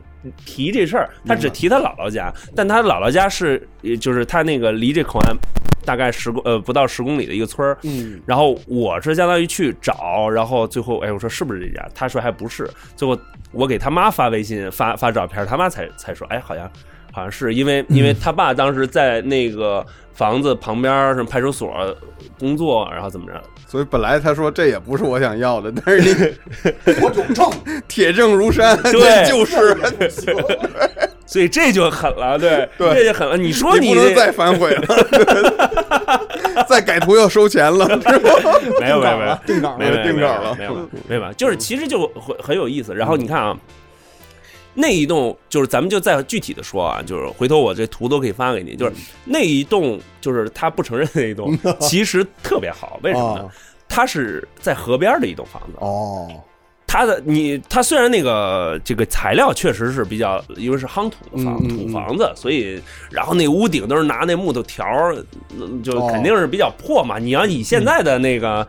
S6: 提这事儿，他只提他姥姥家，但他姥姥家是，呃就是他那个离这口岸大概十公呃不到十公里的一个村儿，
S7: 嗯，
S6: 然后我是相当于去找，然后最后哎我说是不是这家？他说还不是，最后我给他妈发微信发发照片，他妈才才说哎好像好像是
S3: 嗯
S6: 因为因为他爸当时在那个房子旁边儿什么派出所工作，然后怎么着，
S3: 所以本来他说这也不是我想要的，但是
S7: 我有证，
S3: 你铁证如山，
S6: 对
S3: 这哎就是
S6: 所以这就狠了，对
S3: 对
S6: 这就狠了。你说
S3: 你不
S6: 这
S3: 能再 反悔了，再改图要收钱了，是吧？
S6: 没有没有没有定
S3: 岗了
S6: 没有没有
S3: 定岗了
S6: 没有没有没有没有，就是其实就很很有意思。然后你看啊，那一栋就是咱们就再具体的说啊，就是回头我这图都可以发给你，就是那一栋就是他不承认的那一栋，其实特别好，为什么呢
S7: 哦？
S6: 它是在河边的一栋房子，
S7: 哦，
S6: 它的你它虽然那个这个材料确实是比较，因为是夯土的房、
S7: 嗯嗯
S6: 土房子，所以然后那屋顶都是拿那木头条儿，嗯就
S7: 哦嗯
S6: 肯定是比较破嘛。你要以现在的那个、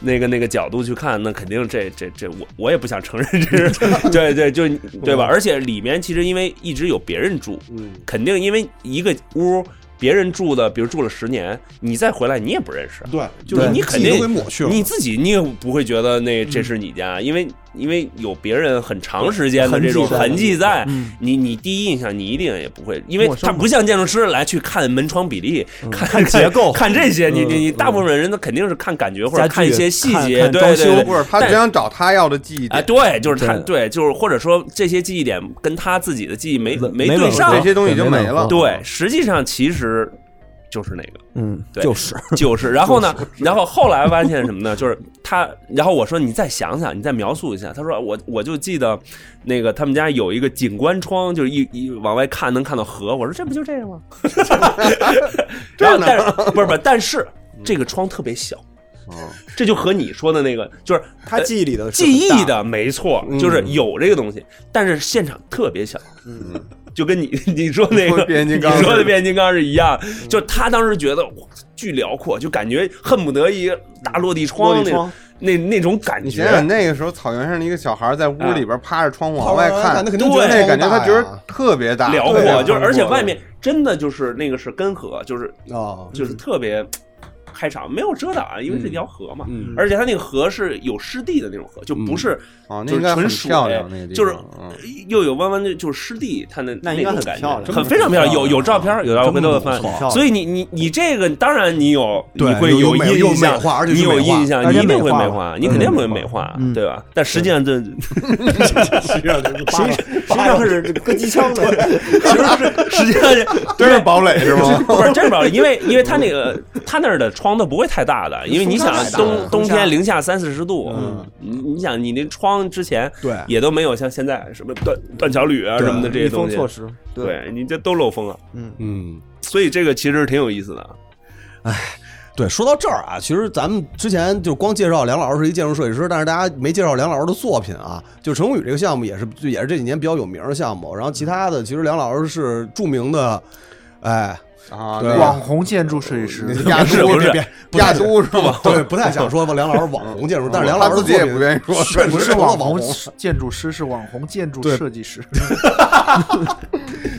S6: 那个那个角度去看，那肯定这这这我我也不想承认 这是对对就对吧？而且里面其实因为一直有别人住，
S7: 嗯，
S6: 肯定因为一个屋。别人住的，比如住了十年，你再回来你也不认识，
S7: 对，
S6: 就
S7: 就是是
S6: 你肯定
S7: 记忆都给抹去了，
S6: 你自己你也不会觉得那这是你家，因为因为有别人很长时间的这种痕迹在，你你第一印象你一定也不会，因为他不像建筑师来去看门窗比例、看结构、看这些，你你你大部分人他肯定是看感觉或者
S2: 家具
S6: 看一些细节，
S2: 看看
S6: 对
S2: 装
S6: 对
S2: 修
S6: 对。
S3: 不是，他只想找他要的记忆
S6: 啊，
S3: 点，
S6: 对，就是他，对，就是或者说这些记忆点跟他自己的记忆没没对上，
S3: 这些东西已经没了。
S6: 对，实际上其实就是那个，
S2: 嗯，
S6: 对
S2: 就是
S6: 就是，然后呢，然后后来发现什么呢？就是他，然后我说你再想想，你再描述一下。他说我我就记得那个他们家有一个景观窗，就是一一往外看能看到河。我说这不就这样吗？ 然后但是不是不是，但是这个窗特别小。嗯这就和你说的那个，就是呃
S2: 他呃记忆里的
S6: 记忆的没错，就是
S3: 嗯
S6: 有这个东西，但是现场特别小，嗯，就跟你你说那个
S3: 变形金刚
S6: 你说
S3: 似
S6: 的
S3: 的嗯
S6: 变形金刚是一样，就他当时觉得哇巨辽阔，就感觉恨不得一个大落地窗
S5: 落地
S6: 那
S5: 窗
S6: 那那种感
S3: 你
S6: 觉
S3: 想，想那个时候，草原上的一个小孩在屋里边趴着窗户往外看，
S7: 哎那肯定觉得
S3: 那感觉
S7: 窗户
S3: 他
S7: 大
S3: 觉得
S7: 呀
S3: 特别大，
S6: 辽
S3: 对
S6: 阔，
S3: 啊
S6: 就是而且
S3: 辽阔
S6: 外面真的就是那个是根河，就是
S7: 啊，
S6: 就是特别。开场没有遮挡啊，因为是一条河嘛，
S7: 嗯
S6: 而且它那个河是有湿地的那种河，就不是
S3: 哦，那
S6: 就
S3: 应
S6: 是
S3: 该
S6: 纯
S3: 很
S6: 水
S3: 漂亮那个地方，
S6: 就是
S3: 嗯
S6: 又有弯弯的，就是湿地，它那
S8: 那应该
S6: 种
S8: 很
S6: 感觉
S8: 漂亮
S6: 很非常漂亮，有有照片儿，有照片儿回头我
S8: 很漂
S6: 翻。
S8: 亮
S6: 所以你你你这个当然你有，你
S7: 对
S6: 会
S7: 有美有
S6: 印
S7: 美
S6: 象
S7: 化而，且是
S6: 你有
S7: 美化
S6: 印象，
S5: 而
S6: 你
S5: 且
S6: 一定会
S5: 美化
S6: 美
S5: 了
S6: 化，你肯定会美化，对吧？但实际上这
S8: 实际实际上是跟机枪的，
S6: 实际上是
S3: 真是堡垒是吗？
S6: 不是真是不好，因为因为它那个它那儿的窗都不会太大的，因为你想冬冬天零下三四十度，你你想你那窗之前
S7: 对
S6: 也都没有像现在什么断断桥铝啊
S7: 对
S6: 什么的这些
S8: 密
S6: 东
S8: 封
S6: 西，
S8: 措施，
S6: 对你这都漏风了。
S7: 嗯。
S6: 所以这个其实挺有意思的。
S7: 对，说到这儿啊，其实咱们之前就光介绍梁老师是一建筑设计师，但是大家没介绍梁老师的作品啊。就陈宏宇这个项目也是，就也是这几年比较有名的项目。然后其他的，其实梁老师是著名的，哎，
S3: 啊，
S7: 对
S5: 网红建筑设计
S3: 那
S5: 师，
S3: 亚
S6: 不是
S3: 都
S6: 不是
S3: 别亚都是吗？
S7: 对，不太想说吧，梁老师网红建筑，但是梁老
S3: 他
S7: 师
S3: 自己也不愿意说，
S7: 确
S5: 不
S7: 实
S5: 是
S7: 成了
S5: 网
S7: 网
S5: 红
S7: 红，
S5: 建筑师，是网红建筑
S7: 对
S5: 设计师，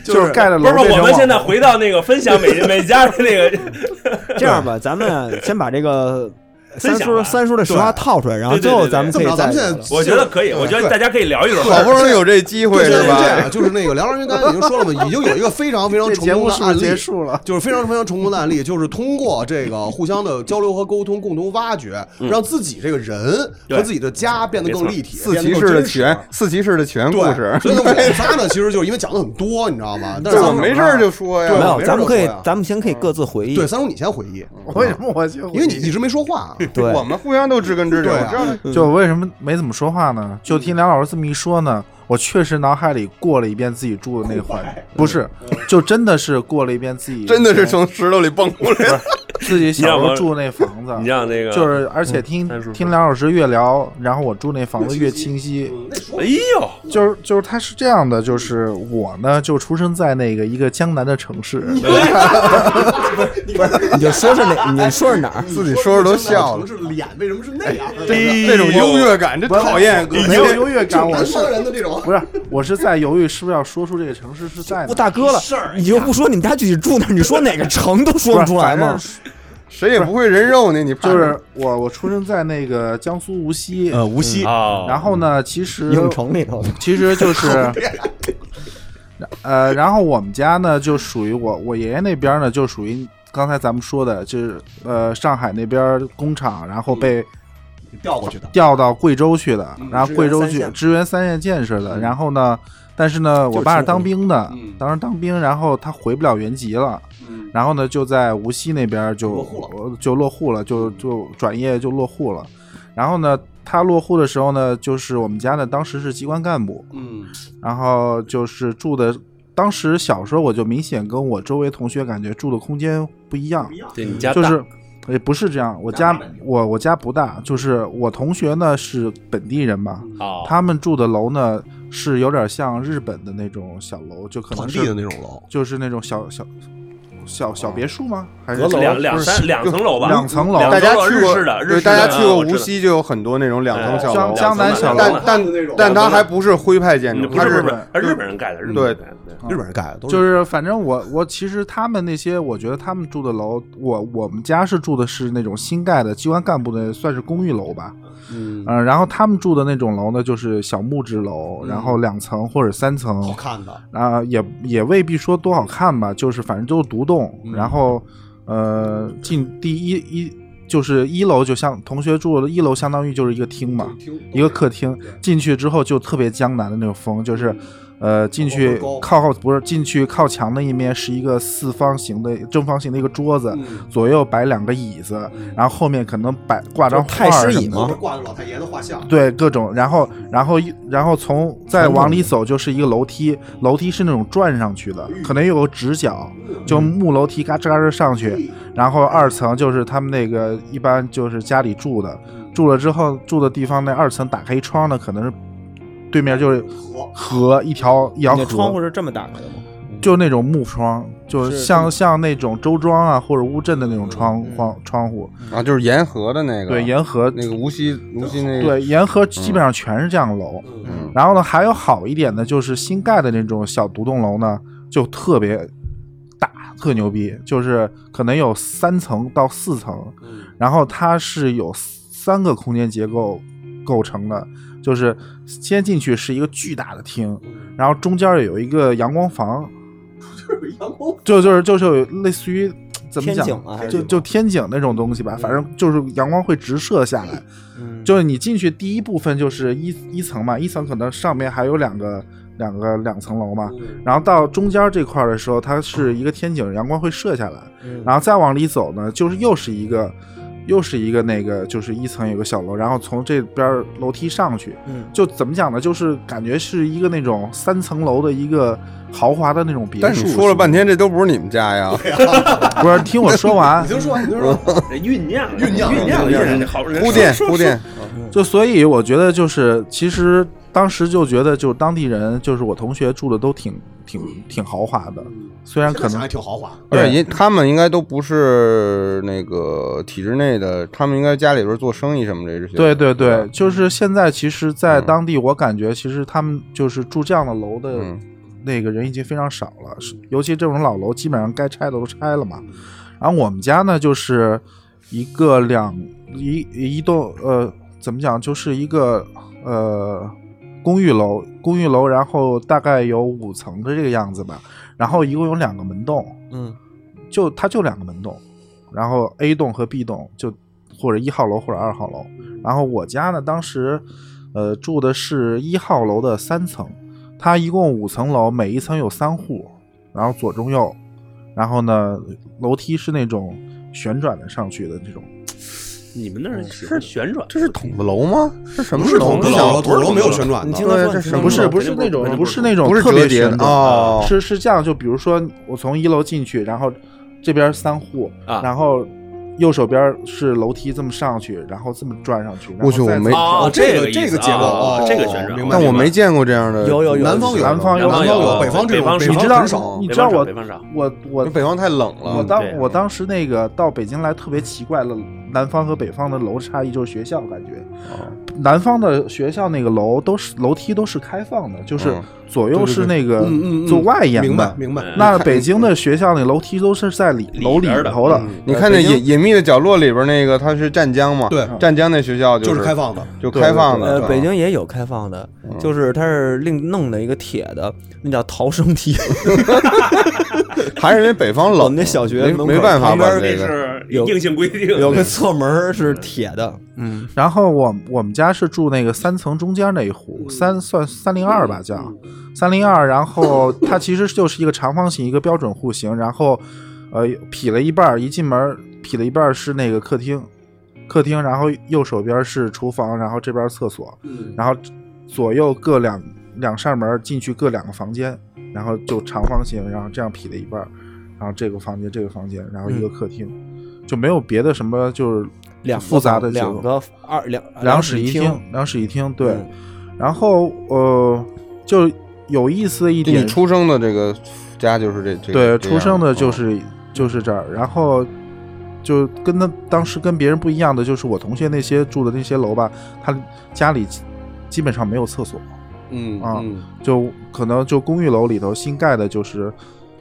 S7: 就是
S5: 盖了
S6: 不
S5: 楼
S6: 是，
S5: 变
S6: 我
S5: 成
S6: 们现在
S5: 网红
S6: 回到那个分享每每家的那个，
S8: 这样吧，咱们先把这个
S6: 分
S8: 三
S6: 享
S8: 叔
S6: 吧
S8: 三叔的实话
S6: 对
S8: 套出来，然后
S6: 对对
S8: 最
S6: 对
S8: 后
S6: 对
S8: 咱们
S7: 这
S8: 可以
S7: 么着，
S8: 再
S7: 咱们现在
S6: 我觉得可以，我觉得大家可以聊一会
S3: 好
S6: 儿。
S3: 不容易有这机会
S7: 对
S3: 是
S7: 是这
S3: 吧？
S7: 样，就是那个梁老师刚才已经说了嘛，已经有一个非常非常
S5: 这
S7: 成
S5: 节
S7: 功
S5: 目
S7: 的
S5: 是不
S7: 案
S5: 是
S7: 例
S5: 结束了？
S7: 就是非常非常成功的案 例，就是通过这个互相的交流和沟通，共同挖掘，让自己这个人
S6: 对
S7: 和自己的家变得更立体，
S3: 四
S7: 变得
S3: 骑
S7: 更
S3: 士的
S7: 真
S3: 起
S7: 实
S3: 源，四骑士的起源故事
S7: 对，，所以呢我们仨呢，其实就是因为讲的很多，你知道吗？但
S3: 对
S7: 是
S3: 我
S7: 咱们
S3: 没事儿就说呀，
S7: 对
S2: 没有，
S7: 没
S2: 咱们可以
S7: 人说呀，
S2: 咱们先可以各自回忆
S7: 对，三叔你先回忆，
S5: 为什么嗯我就
S7: 因为你一直没说话啊，
S2: 对
S3: 我们互相都知根知底，
S7: 对啊
S3: 我知道
S5: 就我为什么没怎么说话呢？就听梁老师这么一说呢，我确实脑海里过了一遍自己住的那环，不是，就真的是过了一遍自己
S3: 真的是从石头里蹦出来的。
S5: 自己小时候住那房
S6: 你
S5: 子，
S6: 让那个
S5: 就是而且听
S6: 三叔说
S5: 听梁老师越聊，然后我住那房子越清晰。
S6: 哎呦，
S5: 就是就是他是这样的，就是我呢就出生在那个一个江南的城市，
S2: 你就说是哪，你说是哪 儿？
S3: 自己说着都笑了
S7: 了，，是脸为什么是那样？
S3: 这
S6: 哎
S3: 种优越感真讨厌，哥
S5: 没有优越感，我
S7: 南
S5: 是
S7: 方人的这种
S5: 不是我是在犹豫是不是要说出这个城市是在哪
S2: 不，大哥了，你就不说你们家具体住哪儿，你说哪个城都说
S5: 不
S2: 不
S5: 是
S2: 出来
S5: 反正
S2: 吗？
S5: 是
S3: 谁也不会人肉你，你怕
S5: 就
S3: 什
S5: 是
S3: 么
S5: 我我出生在那个江苏无锡，
S7: 呃，无锡，
S6: 哦，
S5: 然后呢，其实
S8: 影城里头的，
S5: 其实就是， 呃，然后我们家呢就属于我我爷爷那边呢就属于刚才咱们说的，就是呃上海那边工厂，然后被
S7: 调过去的，
S5: 调到贵州去的，然后贵州
S8: 支援三
S5: 去
S8: 线
S5: 支援三线建设的，然后呢。但是呢，我爸是当兵的，当时当兵，然后他回不了原籍了，然后呢就在无锡那边就
S7: 落户
S5: 就落户了，就就转业就落户了。然后呢，他落户的时候呢，就是我们家呢当时是机关干部，
S7: 嗯，
S5: 然后就是住的，当时小时候我就明显跟我周围同学感觉住的空间不一样，
S6: 对你家
S5: 就
S6: 大
S5: 是也不是这样，我家我我家不大，就是我同学呢是本地人嘛，
S6: 哦，
S5: 他们住的楼呢是有点像日本的那种小楼，就可
S7: 盆
S5: 能
S7: 地的
S5: 是
S7: 那种楼，
S5: 就是那种小小小小别墅吗？还是
S3: 阁楼
S6: 哦两两三两层楼吧，
S5: 两层楼
S6: 两
S3: 大
S6: 层
S3: 家
S6: 楼
S3: 去
S6: 日
S3: 过
S6: 式的，日
S3: 对，
S6: 式
S3: 大家
S6: 的
S3: 去过
S6: 嗯我知
S3: 无
S6: 道
S3: 锡就有很多那种两层
S6: 哎
S3: 小
S5: 江
S3: 楼，
S5: 江南小楼
S3: 但但但它还不是徽派建筑
S6: 嗯，不
S3: 它
S6: 是不
S3: 是
S6: 是不是，啊日本人盖的，日本人盖的，对啊
S7: 日本人盖的，都
S5: 就是是反正我我其实他们那些，我觉得他们住的楼，我我们家是住的是那种新盖的机关干部的，算是公寓楼吧。嗯、然后他们住的那种楼呢，就是小木质楼，然后两层或者三层，
S7: 嗯好看的，
S5: 啊、也也未必说多好看吧，就是反正就是独栋，然后呃进第一一就是一楼就像同学住的一楼，相当于就是一个厅嘛，一个客厅，进去之后就特别江南的那种风，就是。呃，进去靠靠不是进去靠墙的一面是一个四方形的正方形的一个桌子，左右摆两个椅子，然后后面可能摆挂张
S8: 太
S5: 画儿
S8: 师
S5: 什
S8: 椅
S5: 么的
S8: 吗？
S7: 挂着老太爷的画像，
S5: 对，各种，然后，然后一，然后从再往里走就是一个楼梯，楼梯是那种转上去的，可能有个直角，就木楼梯嘎吱嘎吱上去，然后二层就是他们那个一般就是家里住的，住了之后住的地方那二层打开一窗呢，可能是对面就是河一条一条
S8: 你的
S5: 河，
S8: 窗户是这么打开的吗？
S5: 就是那种木窗，就是像像那种周庄啊或者乌镇的那种窗窗窗户，
S3: 啊，就是沿河的那个，
S5: 对，沿河
S3: 那个无锡无锡那个，
S8: 嗯
S5: 对，沿河基本上全是这样的楼。
S3: 嗯
S5: 然后呢，还有好一点的，就是新盖的那种小独栋楼呢，就特别大，特牛逼，就是可能有三层到四层，然后它是有三个空间结构构成的，就是先进去是一个巨大的厅，然后中间有一个阳光 房，就就是就是有类似于怎么
S8: 天
S5: 讲
S8: 井，啊，还是嗯
S5: 就就天井那种东西吧，反正就是阳光会直射下来。
S2: 嗯
S3: 嗯
S5: 就是你进去第一部分就是一一层嘛，一层可能上面还有两个两个两层楼
S3: 嗯
S5: 嘛，然后到中间这块儿的时候，它是一个天井，阳光会射下来，
S3: 嗯
S5: 然后再往里走呢，就是又是一个。又是一个那个，就是一层有个小楼，然后从这边儿楼梯上去，
S8: 嗯
S5: 就怎么讲呢？就是感觉是一个那种三层楼的一个豪华的那种别墅。
S3: 但是你说了半天，这都不是你们家呀，
S5: 不是，听我 说完，
S7: 你就说你就说，
S6: 人酝酿酝
S7: 酿
S6: 酝酿
S7: 酝酿
S6: 好人
S3: 铺垫铺垫，
S5: 就所以我觉得就是，其实当时就觉得，就当地人，就是我同学住的都挺挺挺豪华的，虽然可
S7: 可能还
S5: 能
S7: 挺豪华，
S3: 而且
S5: 对
S3: 因他们应该都不是那个体制内的，他们应该家里边做生意什么的这些。
S5: 对对对，
S3: 吧，嗯
S5: 就是现在其实，在当地我感觉，其实他们就是住这样的楼的
S3: 嗯
S5: 那个人已经非常少了，是尤其这种老楼，基本上该拆的都拆了嘛。然后我们家呢，就是一个两一一栋呃，怎么讲，就是一个呃公寓楼，公寓楼，然后大概有五层的这个样子吧，然后一共有两个门洞，
S8: 嗯，
S5: 就它就两个门洞，然后 A 栋和 B 栋就或者一号楼或者二号楼，然后我家呢当时呃住的是一号楼的三层，它一共五层楼，每一层有三户，然后左中右，然后呢楼梯是那种旋转的上去的那种，
S6: 你们那儿是旋转，
S3: 这是筒子楼吗？是什么
S7: 不是筒子
S3: 楼？
S7: 楼，啊筒子楼没有旋转
S8: 你
S7: 的，
S8: 听他说，
S3: 对这
S8: 你
S3: 是
S8: 听他
S5: 不是
S8: 说
S5: 不是那种不是那种
S3: 不是
S5: 特别
S3: 折叠
S5: 旋
S3: 的
S5: 转
S3: 哦
S5: 啊是是这样，就比如说我从一楼进去，然后这边三户，
S6: 啊
S5: 然后右手边是楼梯这么上去，然后这么转上去，然后
S3: 我去我
S5: 再
S3: 没
S6: 哦，
S7: 这
S6: 个
S7: 个
S6: 意
S7: 这
S6: 思
S7: 个结构
S6: 哦
S7: 哦
S6: 这个旋转，
S7: 明白
S3: 但我没见过这样的。
S8: 有有有
S7: 南方有，
S5: 南方有
S7: 南方
S6: 南方有
S7: 北方这
S6: 北
S7: 种
S6: 方是
S7: 北
S5: 你知
S7: 方
S5: 道
S7: 很少，
S5: 你
S6: 北
S5: 知道
S6: 方少
S5: 我
S6: 北方少
S5: 我我
S3: 北方太冷了
S5: 我。当
S6: 对
S5: 我当时那个到北京来特别奇怪了，南方和北方的楼差异就是学校感觉，
S7: 哦
S5: 南方的学校那个楼都是楼梯都是开放的，就是
S3: 嗯
S5: 左右是那个
S7: 哦嗯嗯嗯
S5: 做外延的。
S7: 明白明白。
S6: 嗯
S7: 嗯
S5: 那北京的学校那楼梯都是在里楼里
S6: 边的
S5: 头的，
S7: 嗯
S3: 你看那隐隐秘的角落里边那个，它是湛江嘛？
S7: 对
S3: 湛江那学校
S7: 就是
S3: 是
S7: 开，放的，
S3: 就开放的。
S2: 呃，
S3: 对
S2: 北京也有开放的，就是它是另弄的一个铁的，那叫逃生梯。
S3: 还是因为北方冷，
S2: 我们那小学
S3: 没
S2: 门口
S3: 没办法
S2: 旁边
S3: 把这
S6: 这
S3: 个。
S6: 啊是
S2: 有
S6: 硬性规定，
S2: 有 个侧门是铁的，嗯，
S5: 然后我我们家是住那个三层中间那一
S2: 嗯
S5: 户，三算三零二吧叫三零二，然后它其实就是一个长方形一个标准户型，然后呃劈了一半儿，一进门儿劈了一半儿是那个客厅，客厅，然后右手边是厨房，然后这边厕
S2: 嗯
S5: 所，然后左右各两两扇门儿进去各两个房间，然后就长方形，然后这样劈了一半儿，然后这个房间这个房间，然后一个客厅，就没有别的什么就是
S2: 嗯两个
S5: 复杂的结构
S2: 两个二两
S5: 两
S2: 室
S5: 室啊一
S2: 厅，，
S5: 两室一厅，对。
S2: 嗯
S5: 然后呃，就有意思的一
S3: 就你
S5: 点，
S3: 出生的这个家就是这这
S5: 对
S3: 个这样哦啊
S5: 出生的就是、就是这儿，然后就跟他当时跟别人不一样的，就是我同学那些住的那些楼吧，他家里基基本上没有厕所，
S3: 嗯
S5: 啊
S3: 嗯
S5: 就可能就公寓楼里头新盖的，就是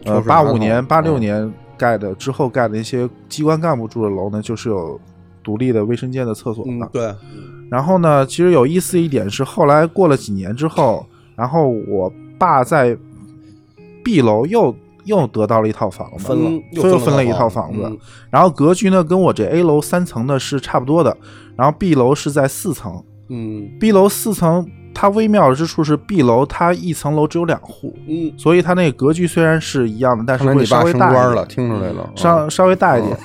S5: 呃
S3: 抽水马
S5: 八
S3: 桶
S5: 五年、八六
S3: 嗯
S5: 年盖的，之后盖的一些机关干部住的楼呢，就是有独立的卫生间的厕所的。
S7: 嗯，对，
S5: 然后呢，其实有意思一点是，后来过了几年之后，然后我爸在 B 楼又又得到了一套房子，
S7: 分了又
S5: 又
S7: 分
S5: 分
S7: 了
S5: 了
S7: 一
S5: 一
S7: 套
S5: 套
S7: 房
S5: 房
S7: 子
S5: 子。
S7: 嗯
S5: 然后格局呢跟我这 A 楼三层的是差不多的，然后 B 楼是在四层
S7: 嗯
S5: ，B 楼四层。它微妙之处是，B 楼它一层楼只有两户，
S7: 嗯，
S5: 所以它那个格局虽然是一样的，但是
S3: 看来
S5: 会
S3: 你
S5: 稍
S3: 爸
S5: 微
S3: 升
S5: 大一点。
S3: 官了，听出来了。
S5: 稍
S3: 嗯
S5: 稍微大一点。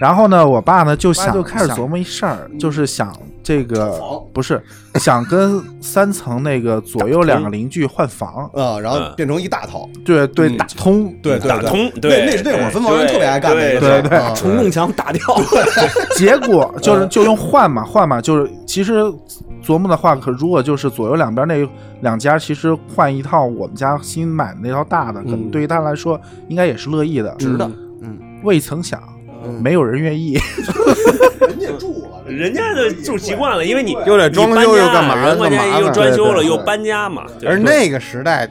S5: 然后呢，我爸呢就想嗯就开始
S10: 想
S5: 琢磨一事儿，就是想这个不是想跟三层那个左右两个邻居换房，
S7: 啊，然后变成一大套，
S5: 对对，打通
S7: 对对
S6: 打
S7: 对
S6: 嗯通，
S7: 那
S6: 对，
S7: 那那会儿分房源特别爱干那个事
S6: 对对
S7: 儿，
S5: 对对
S7: 啊
S2: 重弄墙打掉，
S5: 结 果就是就用换嘛换嘛，就是其实琢磨的话，可如果就是左右两边那两家，其实换一套我们家新买的那套大的，可能对于他来说应该也是乐意的，嗯值的。嗯，未曾想，没有人愿意。
S7: 人家住了，
S6: 人家的住习惯了，因为你
S3: 又得装修又干嘛
S6: 你搬家
S3: 干嘛呢
S6: 又装修了
S3: 对对对
S6: 又搬家嘛，对
S3: 而那个时代，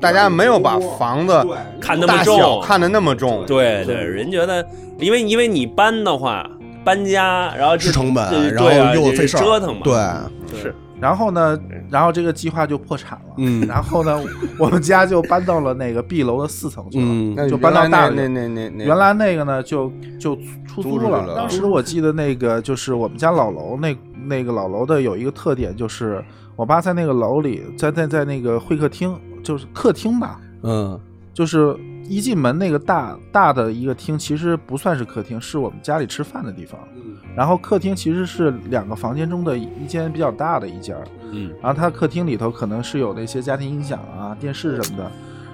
S3: 大家没有把房子
S6: 看那么
S3: 大小
S6: 重，
S3: 看得那么重，
S6: 对对，人觉得，因为因为你搬的话，搬家然后这
S7: 是成
S6: 这
S7: 本，然
S6: 对啊
S7: 后又
S6: 这
S7: 费事儿，
S6: 折腾嘛，哎
S7: 对，
S6: 是
S5: 然后呢，
S3: 嗯
S5: 然后这个计划就破产了。
S7: 嗯
S5: 然后呢，我们家就搬到了那个 B 楼的四层去了。
S7: 嗯，
S3: 那
S5: 就搬到
S3: 原来
S5: 大
S3: 那
S5: 的
S3: 那那那
S5: 原来那个呢，就就出租
S3: 租出去
S5: 了。
S3: 了
S5: 当时我记得那个就是我们家老楼那那个老楼的有一个特点，就是我爸在那个楼里，在在在那个会客厅，就是客厅吧，
S7: 嗯，
S5: 就是一进门那个大大的一个厅，其实不算是客厅，是我们家里吃饭的地方。然后客厅其实是两个房间中的一间比较大的一间儿。
S6: 嗯，
S5: 然后他客厅里头可能是有那些家庭音响啊、电视什么的。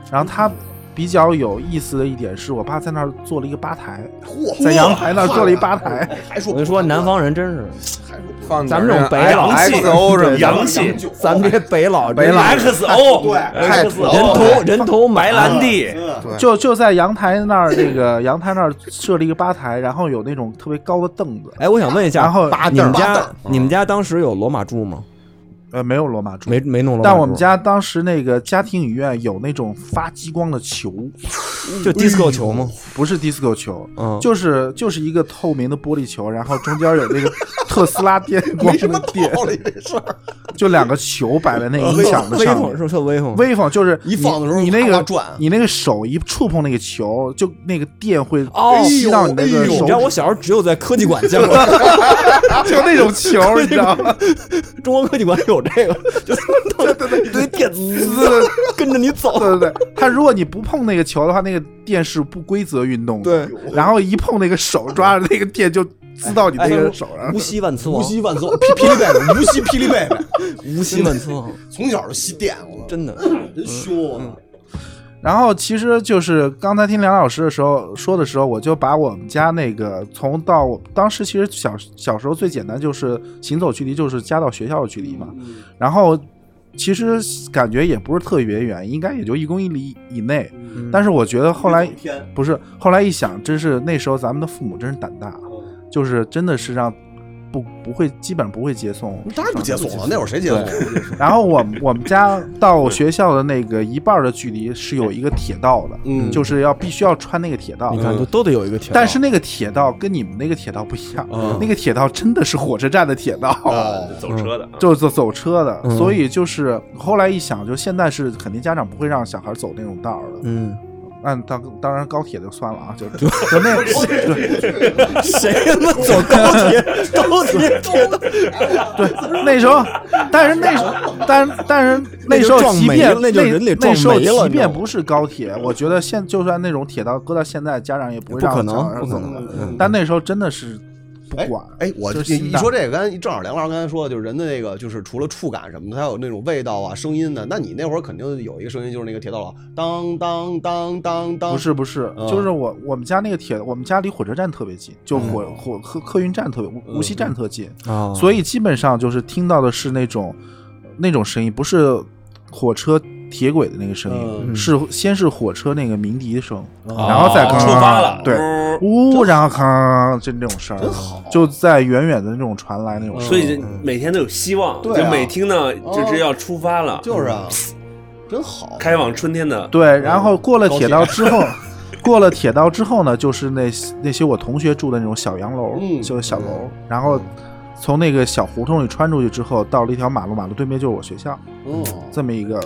S5: 然后他比较有意思的一点是我爸在那儿做了一个吧台，
S7: 嚯，
S5: 在阳台那儿做了一吧台，
S7: 还说
S8: 我跟你说，南方人 真是，
S3: 放
S8: 咱们这种北
S3: 洋
S8: 老
S3: XO 什么的
S6: 洋气
S8: 咱们这北老
S3: 北
S8: 人
S3: 老
S6: XO
S7: 哎对哦啊
S3: 太
S6: XO
S8: 人头人头
S6: 哦白
S8: 买
S6: 兰地，
S7: 嗯
S5: 就就在阳台那儿那个阳台那儿设了一个吧台，然后有那种特别高的凳子，
S2: 哎，我想问一下，
S5: 然后
S2: 你们家你们家当时有罗马柱吗？
S5: 呃没有罗马柱，
S2: 没没弄罗马柱，
S5: 但我们家当时那个家庭影院有那种发激光的球，
S2: 就 disco 球吗？
S5: 不是 disco 球，
S2: 嗯
S5: 就是就是一个透明的玻璃球，然后中间有那个特斯拉电光 的电，就两个球摆在那个音响的
S2: 威
S5: 上
S2: 呃风
S5: 面。
S2: 是特威风，
S5: 威风就是
S7: 一放的时候
S5: 你你那
S7: 哗
S5: 个
S7: 哗转
S5: 你那个手一触碰那个球，就那个电会
S2: 哦哎
S5: 吸到你那个
S2: 你
S5: 手
S2: 知
S5: 指
S2: 道，我小时候只有在科技馆见过，
S5: 就那种球，你知道吗？
S2: 中国科技馆有这个，就对对对，一堆电丝跟着你走。
S5: 对对对，他如果你不碰那个球的话，那个电是不规则运动的。对，然后一碰那个手抓着那个电就滋到你
S2: 哎
S5: 那个手上。
S2: 无锡万磁王
S7: 无，锡万岁，霹霹雳贝贝，无锡霹雳贝贝，
S2: 无锡万磁王，
S7: 从小就吸电，我
S2: 真的。
S7: 真凶
S5: 嗯
S7: 啊，
S5: 然后其实就是刚才听梁老师的时候说的时候，我就把我们家那个从到我当时其实小小时候最简单就是行走距离就是家到学校的距离嘛，然后其实感觉也不是特别远，应该也就一公里以内。但是我觉得后来不是后来一想，真是那时候咱们的父母真是胆大。就是真的是让不不会基本不会接送，
S7: 当然不接送了，那会儿谁接送啊？
S5: 然后我们我们家到学校的那个一半儿的距离是有一个铁道的，
S7: 嗯
S5: 就是要必须要穿那个铁道。
S2: 你看，就都得有一个铁道。
S5: 但是那个铁道跟你们那个铁道不一样，那个铁道真的是火车站的铁道，
S7: 嗯
S6: 走车的啊，
S5: 就是走走车的。
S2: 嗯
S5: 所以就是后来一想，就现在是肯定家长不会让小孩走那种道儿的。
S2: 嗯，
S5: 那当当然高铁就算了 啊，就就就那个
S2: 谁他妈走高铁？高铁
S5: 对，那时候，但是那时候，但是但是那时候
S2: 撞
S5: 即
S2: 没
S5: 便
S2: 了那就人得撞
S5: 那时候
S2: 没了
S5: 即
S2: 你知道
S5: 便
S2: 吗
S5: 不是高铁，我觉得现就算那种铁道搁到现在，家长也不会
S2: 不
S5: 让
S2: 可能
S5: 小孩儿
S2: 不可
S5: 走
S2: 能嗯
S5: 的但那时候真的是不管。
S7: 哎，我
S5: 就是
S7: 你
S5: 心
S7: 你
S5: 大
S7: 说这个，刚才正好梁老师刚才说的，就是人的那个，就是除了触感什么的，还有那种味道啊、声音的。那你那会儿肯定有一个声音，就是那个铁道老当当当当当，
S5: 不是不是，
S7: 嗯
S5: 就是我我们家那个铁，我们家离火车站特别近，就
S2: 嗯
S5: 火火客客运站特别无无锡站特近，
S2: 啊
S5: 所以基本上就是听到的是那种那种声音，不是火车铁轨的那个声音，
S2: 嗯
S5: 是先是火车那个鸣笛声，
S6: 啊
S7: 哦
S5: 然后再咔
S6: 出发了，嗯
S5: 对，
S6: 呜
S5: 呜，然后咔，就那种声儿，就在远远的那种传来那
S7: 嗯
S5: 种声
S6: 所
S5: 儿。
S6: 以每天都有希望，
S7: 对啊
S6: 就每听到就是要出发了，
S7: 就是啊，真好。
S6: 开往春天的。
S5: 对，然后过了铁道之后， 过了铁道之后呢，就是那那些我同学住的那种小洋楼，
S7: 嗯
S5: 就是小楼，然后从那个小胡同里穿出去之后，到了一条马路，马路对面就是我学校，
S7: 嗯，
S5: 这么一个，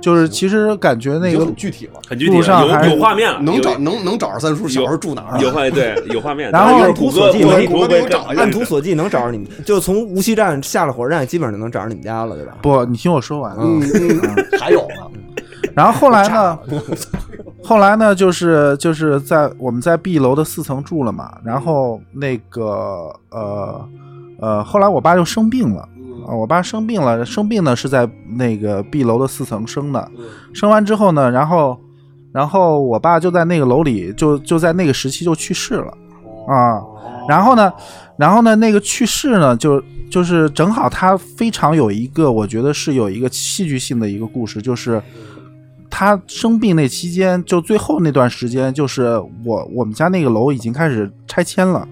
S5: 就是其实感觉那
S7: 已经
S5: 个
S7: 很具体了，
S6: 很具体
S5: 路上
S6: 了，
S5: 还
S6: 有有画面了，
S7: 能
S6: 有
S7: 找能能找着三叔小时候住哪儿了？啊
S6: 有画对有 画面，
S5: 然后
S6: 但是
S5: 按
S6: 谷
S2: 图索
S6: 歌
S2: 骥能
S6: 谷歌
S7: 能
S6: 会
S7: 找
S6: 找一下
S2: 按图索骥能找着你们，就从无锡站下了火车站，基本上就能找着你们家了，对吧？
S5: 不，你听我说完。啊
S7: 嗯，嗯还有呢，
S5: 然后后来呢， 后来呢，就是就是在我们在 B 楼的四层住了嘛，然后那个呃呃，后来我爸就生病了。啊，我爸生病了，生病呢是在那个 B 楼的四层生的，生完之后呢，然后，然后我爸就在那个楼里，就就在那个时期就去世了，啊，然后呢，然后呢，那个去世呢，就就是正好他非常有一个，我觉得是有一个戏剧性的一个故事，就是他生病那期间，就最后那段时间，就是我我们家那个楼已经开始拆迁了，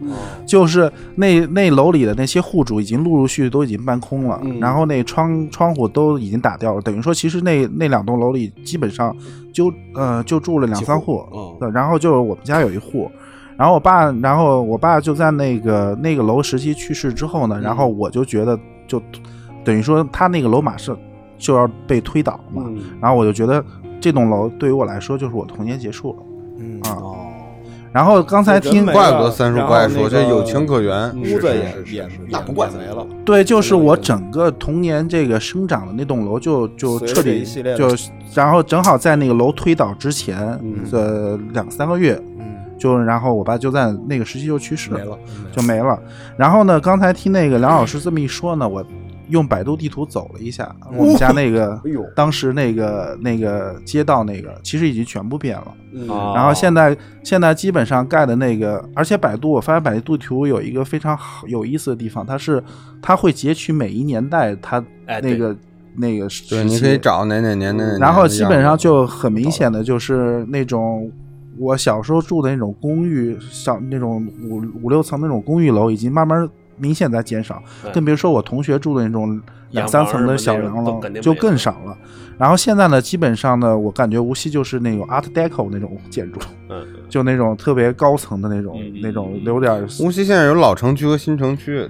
S5: 就是那那楼里的那些户主已经陆陆续续都已经搬空了，然后那窗窗户都已经打掉了，等于说其实那那两栋楼里基本上就呃就住了两三户，
S7: 嗯
S5: 对，然后就我们家有一户。然后我爸，然后我爸就在那个那个楼时期去世之后呢，然后我就觉得就等于说他那个楼马上就要被推倒嘛，
S2: 嗯
S5: 然后我就觉得这栋楼对于我来说就是我童年结束了，嗯啊。然后刚才听
S3: 怪不得三叔不爱
S2: 然后
S3: 说，
S2: 那
S3: 这
S2: 个
S3: 有情可原。
S5: 嗯
S2: 屋子也
S3: 也
S7: 那不怪谁了。
S5: 对，就是我整个童年这个生长的那栋楼就就
S2: 随着
S5: 彻
S2: 这
S5: 底
S2: 一系列的
S5: 就，然后正好在那个楼推倒之前
S2: 嗯
S5: 的两三个月，就然后我爸就在那个时期就去世了，就没了。然后呢，刚才听那个梁老师这么一说呢，我用百度地图走了一下，
S2: 哦
S5: 我们家那个
S2: 哎
S5: 当时那个那个街道那个其实已经全部变了。
S6: 嗯啊
S5: 然
S6: 哦
S5: 后现在现在基本上盖的那个，而且百度我发现百度地图有一个非常好有意思的地方，它是它会截取每一年代它
S6: 哎
S5: 那个、那个时期
S3: 对，你可以。找哪哪年哪哪年的样子。啊
S5: 然后基本上就很明显的就是那种我小时候住的那种公寓，小那种五五六层那种公寓楼，已经慢慢明显在减少
S6: 对。
S5: 更别说我同学住的那种两
S6: 洋
S5: 三
S6: 房
S5: 层的
S6: 儿
S5: 小
S6: 那种
S5: 洋
S6: 都
S5: 楼
S6: 肯定
S5: 就
S6: 没有
S5: 更少了。然后现在呢，基本上呢，我感觉无锡就是那种 Art Deco 那种建筑，
S6: 嗯，
S5: 就那种特别高层的那种、
S6: 嗯嗯
S5: 那种
S6: 嗯
S5: 留点儿
S3: 无锡现在有老城区和新城区，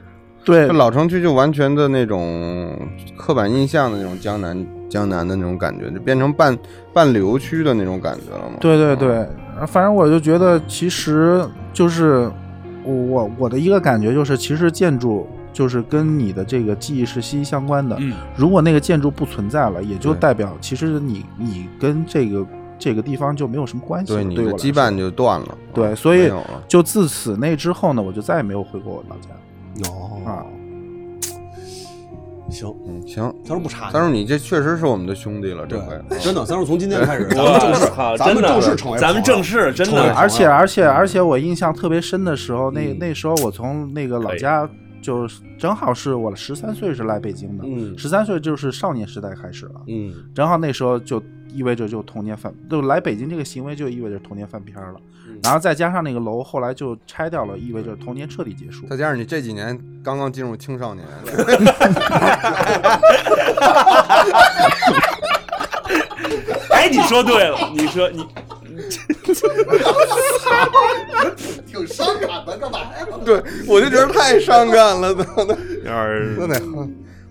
S5: 对
S3: 这老城区就完全的那种刻板印象的那种江南江南的那种感觉，就变成半半旅游区的那种感觉了嘛。
S5: 对对对，呃反正我就觉得其实就是我我我的一个感觉就是，其实建筑就是跟你的这个记忆是息息相关的。
S6: 嗯
S5: 如果那个建筑不存在了，也就
S3: 对
S5: 代表其实你你跟这个这个地方就没有什么关系了。
S3: 对，
S5: 对
S3: 你的
S5: 我来
S3: 羁
S5: 说
S3: 绊就断了。
S5: 对，所以
S3: 没有啊了
S5: 就自此那之后呢，我就再也没有回过我老家
S7: 哦，
S5: 啊。
S7: 行，
S3: 嗯，行。
S7: 三叔不差你，
S3: 但是你这确实是我们的兄弟了，这回。
S7: 对，真的，三叔从今天开始，咱
S6: 我
S7: 们正式
S6: 靠，，
S7: 咱
S6: 真
S7: 们
S6: 的
S7: 正式成为朋友了，
S6: 咱们正式真
S7: 成为
S6: 的
S7: 朋友
S5: 而且而且而且，我印象特别深的时候，那
S7: 嗯
S5: 那时候我从那个老家，就是正好是我十三岁是来北京的，
S7: 嗯
S5: 十三岁就是少年时代开始了，
S7: 嗯
S5: 正好那时候就意味着就童年犯，就来北京这个行为就意味着童年翻篇了。
S7: 嗯
S5: 然后再加上那个楼后来就拆掉了，意味着童年彻底结束。
S3: 再加上你这几年刚刚进入青少年，
S6: 哎，你说对了，你说你
S7: 挺伤感的，干嘛呀？
S3: 对我就觉得太伤感 了，都都
S6: 有点儿
S3: 那得